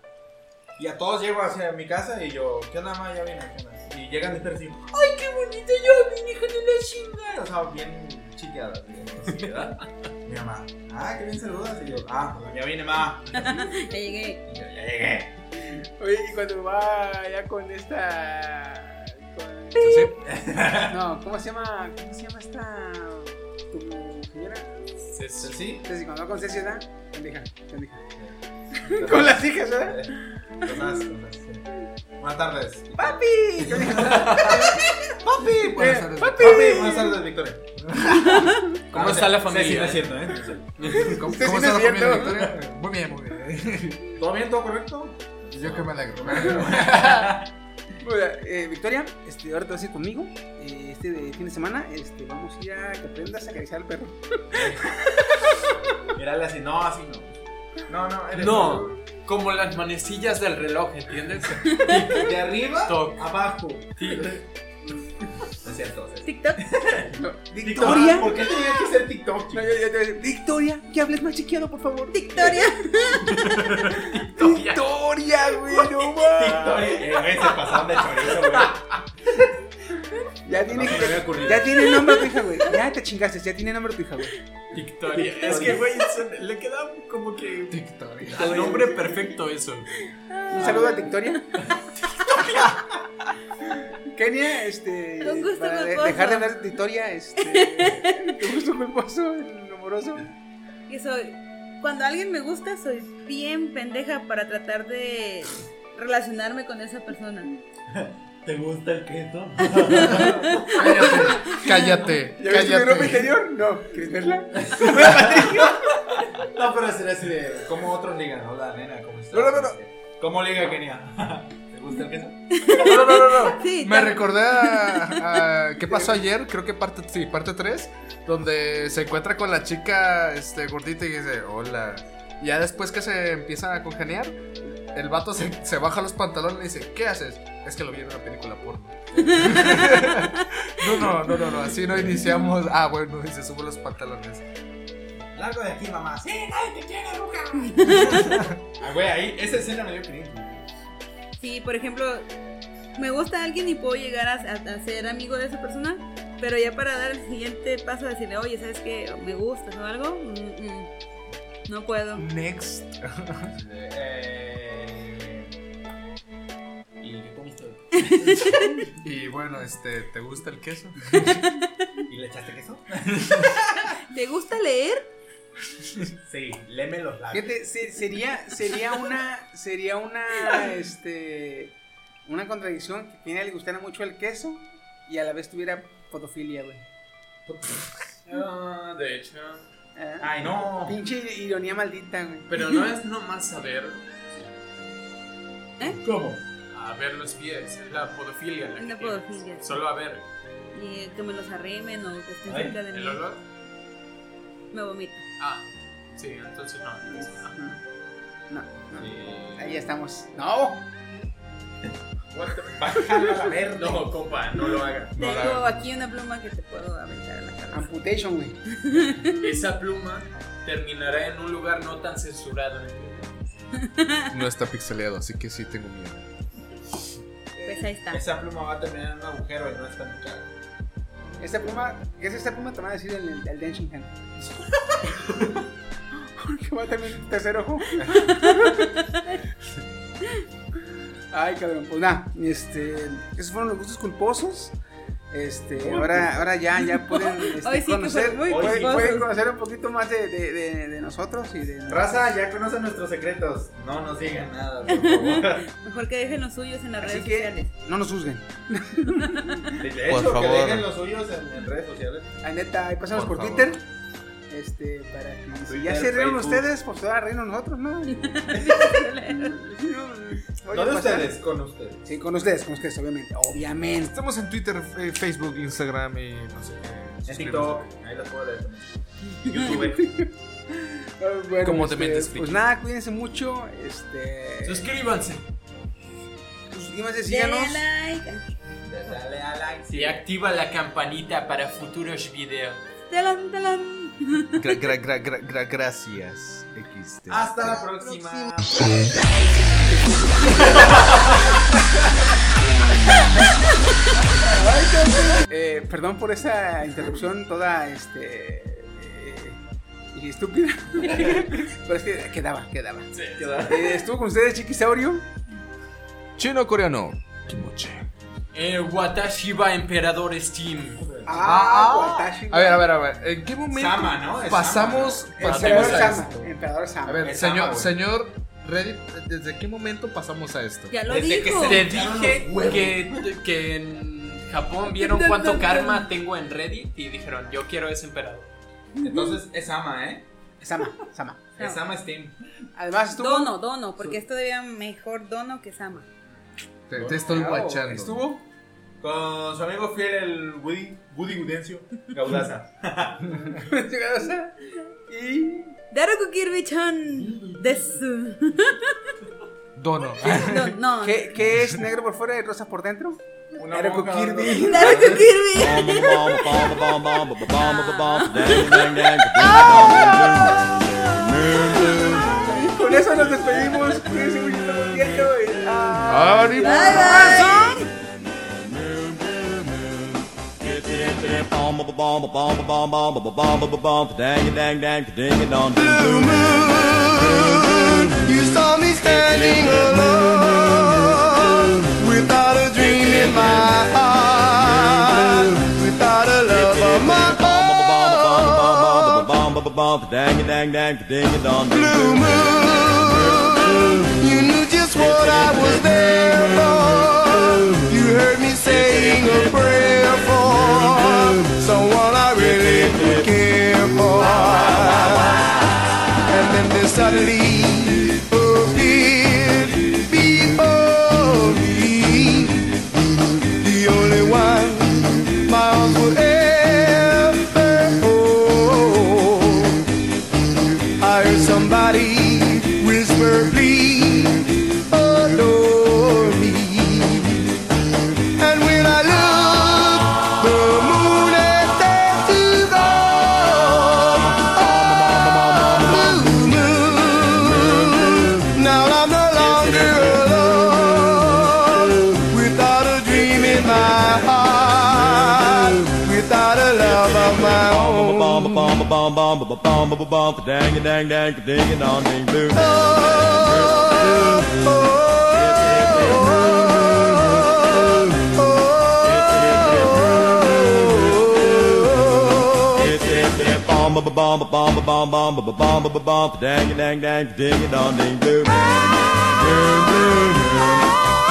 S2: Y a todos llego hacia mi casa y yo, ¿qué onda, ma? Ya viene, ¿qué onda? Y llegan de así, ¡ay, qué bonito! Yo vine, hija de la chingada. O sea, bien chiqueadas, digamos así, ¿verdad? <laughs> mi mamá, ¡ah, qué bien saludas! Y yo, ¡ah, pues ya viene, ma!
S6: Ya llegué.
S2: Y yo, ya llegué. <laughs>
S1: Oye, y cuando va ya con esta. con- <laughs> No, ¿cómo se llama? ¿Cómo se llama esta. tu señora?
S2: ¿Sí? ¿Sí?
S1: Ceci, cuando va con Ceci, ¿verdad? Pendeja, pendeja. Con las hijas, ¿verdad?
S2: Cosas, cosas, sí. Buenas tardes.
S1: ¡Papi!
S4: <laughs>
S1: ¡Papi!
S4: Buenas
S1: eh,
S4: tardes.
S1: ¡Papi!
S2: Papi, buenas tardes, Victoria.
S5: ¿Cómo
S2: Ah,
S5: está la
S2: sí,
S5: familia,
S2: sí, no es
S5: eh?
S2: cierto, ¿eh? No es cierto.
S5: <laughs>
S4: ¿Cómo,
S1: Usted
S4: cómo
S1: sí
S4: está la
S1: me
S4: familia,
S1: siento.
S4: Victoria? Muy bien, muy bien.
S2: ¿Todo bien? ¿Todo correcto?
S4: Yo que me alegro.
S1: Bueno, eh, Victoria, este, ahora te vas a ir conmigo. eh, este de fin de semana, este, vamos a ir a que aprendas a acariciar al perro.
S2: Mírale así, no, así no. No, no, eres
S5: No, como las manecillas del reloj, ¿entiendes?
S2: De arriba,
S5: Toc.
S2: abajo. <laughs> No es cierto, no es cierto.
S6: TikTok.
S1: Victoria.
S2: ¿Por qué tenía que ser TikTok?
S1: No,
S2: chico?
S1: yo- yo te voy a decir, Victoria, que hables más chiqueado, por favor.
S6: Victoria.
S1: <laughs> Victoria, güey, no más.
S2: Eh, güey, se pasaron de chorizo, güey.
S1: Ya tiene,
S2: No se me había ocurrido.
S1: ya tiene nombre tu hija, güey. Ya te chingaste, ya tiene nombre tu hija, güey.
S5: Victoria. Es que, güey, se- le queda como que. Victoria. Al nombre perfecto eso.
S1: Un saludo a Victoria. Kenia, este.
S6: Un gusto
S1: para de-
S6: culposo.
S1: dejar de hablar de
S6: <laughs>
S1: Victoria, este. Un gusto culposo, amoroso.
S6: Que soy. Cuando alguien me gusta, soy bien pendeja para tratar de relacionarme con esa persona.
S2: ¿Te gusta el queso?
S4: Cállate,
S1: ¿Ya ves mi ropa
S4: cállate.
S1: interior? No, ¿quieres verla?
S2: No, pero será así de. ¿Cómo otros ligan? Hola, nena, ¿cómo estás?
S1: No, no, no, no.
S2: ¿Cómo liga Kenia? <laughs> ¿Te gusta el queso?
S4: No, no, no, no.
S6: Sí,
S4: Me
S6: tam-
S4: recordé a, a- qué pasó ayer, creo que parte sí, parte 3, donde se encuentra con la chica este gordita y dice, "Hola." Ya después que se empiezan a congeniar, el vato se, se baja los pantalones y dice, "¿Qué haces?" Es que lo vi en una película <laughs> porno. no, no, no, no, no, así no iniciamos. Ah, bueno, dice, "Subo los pantalones."
S2: Largo de aquí, mamá. Sí, nadie te quiere, nunca. <laughs> ah, güey, ahí, esa escena me dio cringe.
S6: Sí, por ejemplo, me gusta alguien y puedo llegar a, a- a ser amigo de esa persona, pero ya para dar el siguiente paso, decirle, oye, ¿sabes qué? ¿Me gustas o algo? Mm, mm. No puedo.
S4: Next.
S2: Eh,
S4: Y bueno, este, ¿te gusta el queso?
S2: ¿Y le echaste queso?
S6: ¿Te gusta leer?
S2: Sí, leme los labios.
S1: Fíjate, se- sería, sería una, sería una, este, una contradicción que a Pineda le gustara mucho el queso y a la vez tuviera fotofilia, güey.
S5: Ah, de hecho.
S1: Ah,
S2: Ay, no.
S1: Pinche ironía maldita, güey.
S5: Pero no es nomás saber
S2: ¿Cómo?
S5: a ver los pies, es la podofilia la que
S6: La
S5: tienes.
S6: podofilia.
S5: Solo a ver
S6: Y eh, que me los arremen o que estén
S2: Ay,
S6: cerca de mí.
S5: el olor.
S6: Me vomito.
S5: Ah, sí, entonces no. Ah. entonces no.
S1: No, no.
S5: Y-
S1: Ahí estamos. ¡No!
S5: What the- Bájalo a la verga. No, compa, no Ah, lo haga. No lo
S6: Tengo
S5: haga.
S6: aquí una pluma que te puedo aventar a la cabeza.
S1: Amputation, güey.
S5: Esa pluma terminará en un lugar no tan censurado.
S4: No está pixeleado, así que sí tengo miedo.
S6: Pues ahí está.
S2: Esa pluma va a terminar en un agujero y no está en tu cara.
S1: Esta pluma, ¿qué es esta pluma? Te van a decir el, el Dancing
S6: <laughs>
S1: Hand. Porque va también el
S6: <laughs>
S1: tercer ojo. Ay, cabrón. Pues nada, este, esos fueron los gustos culposos. Este, ahora, ahora ya, ya pueden este,
S6: <laughs> Hoy sí que
S1: conocer,
S6: fueron muy
S1: pueden-
S6: culposos.
S1: pueden conocer un poquito más de, de, de, de nosotros y de
S2: Raza, ya conocen nuestros secretos. No nos digan nada, <laughs> por favor.
S6: Mejor que dejen los suyos en las
S1: Así
S6: redes
S1: que-
S6: sociales.
S1: no nos juzguen.
S2: De hecho,
S4: Por favor.
S2: que dejen los suyos en, en redes sociales.
S1: La neta, ahí pasamos por,
S4: Por favor.
S1: Twitter. Este, para que si
S2: Twitter,
S1: ya se rieron
S2: Facebook.
S1: ustedes, pues se van a reírnos nosotros, <laughs> ¿no? pues,
S2: No de ustedes, con ustedes.
S1: Sí, con ustedes, con ustedes, obviamente. Obviamente.
S4: Estamos en Twitter, eh, Facebook, Instagram y no sé qué.
S2: En TikTok, ahí los puedo leer.
S1: Ah, Bueno,
S4: Como
S1: este,
S4: te metes,
S1: Pues
S4: Friki.
S1: nada, cuídense mucho. Este. pues,
S5: Suscríbanse
S1: Suscríbanse, síganos.
S6: Denle like.
S2: Dale a like.
S5: y activa la campanita para futuros videos.
S6: Talán, talán.
S4: Gra- gra- gra- gra- gra- gracias, XD.
S2: Hasta la próxima.
S1: Eh, perdón por esa interrupción toda este. eh, y <laughs> estúpida. Pero es que quedaba, quedaba. Eh, estuvo con ustedes, Chiquisaurio.
S4: Chino coreano. Kimoche.
S5: Eh, Watashi wa Emperador Steam.
S1: Ah, Watashi.
S4: A ver, a ver, a ver. ¿En qué momento
S2: Sama, ¿no? Es
S4: pasamos,
S2: Sama,
S1: El
S4: pasamos
S1: Emperador
S4: a
S1: Sama.
S4: esto?
S1: Emperador Sama.
S4: A ver,
S2: Es Sama,
S4: señor,
S2: güey.
S4: señor Reddit, ¿desde qué momento pasamos a esto?
S6: Ya lo
S5: Desde que
S6: dijo.
S5: se te dije que, que en Japón vieron
S2: <laughs>
S5: cuánto karma tengo en Reddit y dijeron, yo quiero ese emperador.
S2: Entonces es ama, ¿eh?
S1: Sama, Sama.
S2: Es ama Steam.
S1: Además estuvo. <laughs>
S6: Dono, dono, porque es todavía mejor dono que Sama.
S4: Te, te estoy
S2: Claro,
S4: guachando.
S2: Estuvo con su amigo fiel, el Woody, Woody Gudencio Gaudaza.
S1: y.
S6: Daruku Kirby-chan. Desu.
S4: Dono.
S6: No, no.
S1: Ah. ¿Qué, ¿Qué es negro por fuera y rosa por dentro? Un arco
S2: monja,
S1: Kirby.
S6: Daruku Kirby.
S1: Con eso nos despedimos. Cuídense mucho, estamos viendo. y- Ah.
S4: ¡Ánimo!
S8: You saw me standing alone without a dream in my heart, without a love of my own. Blue moon, you knew just what I was there for. You heard me saying a prayer for someone I really care for. And then they suddenly appeared before me. The only one my arms will ever hold. I heard somebody whisper, please adore me. And when I look, the moon is there to Oh, Now I'm no longer alone without a dream in my heart, without a love of my own.
S9: bum ba ba bum ba bum ba bum bum ba ba bum ba ba bum dang dang dang ding it on ding boom boom boom boom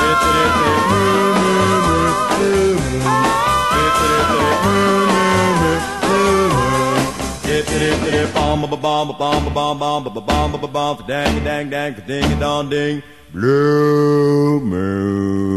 S9: it's it it's it boom boom boom boom boom it's it it's it boom boom boom boom boom it's it it's it bum ba ba bum ba bum ba bum bum ba ba bum ba ba bum dang dang dang ding it on ding blue moon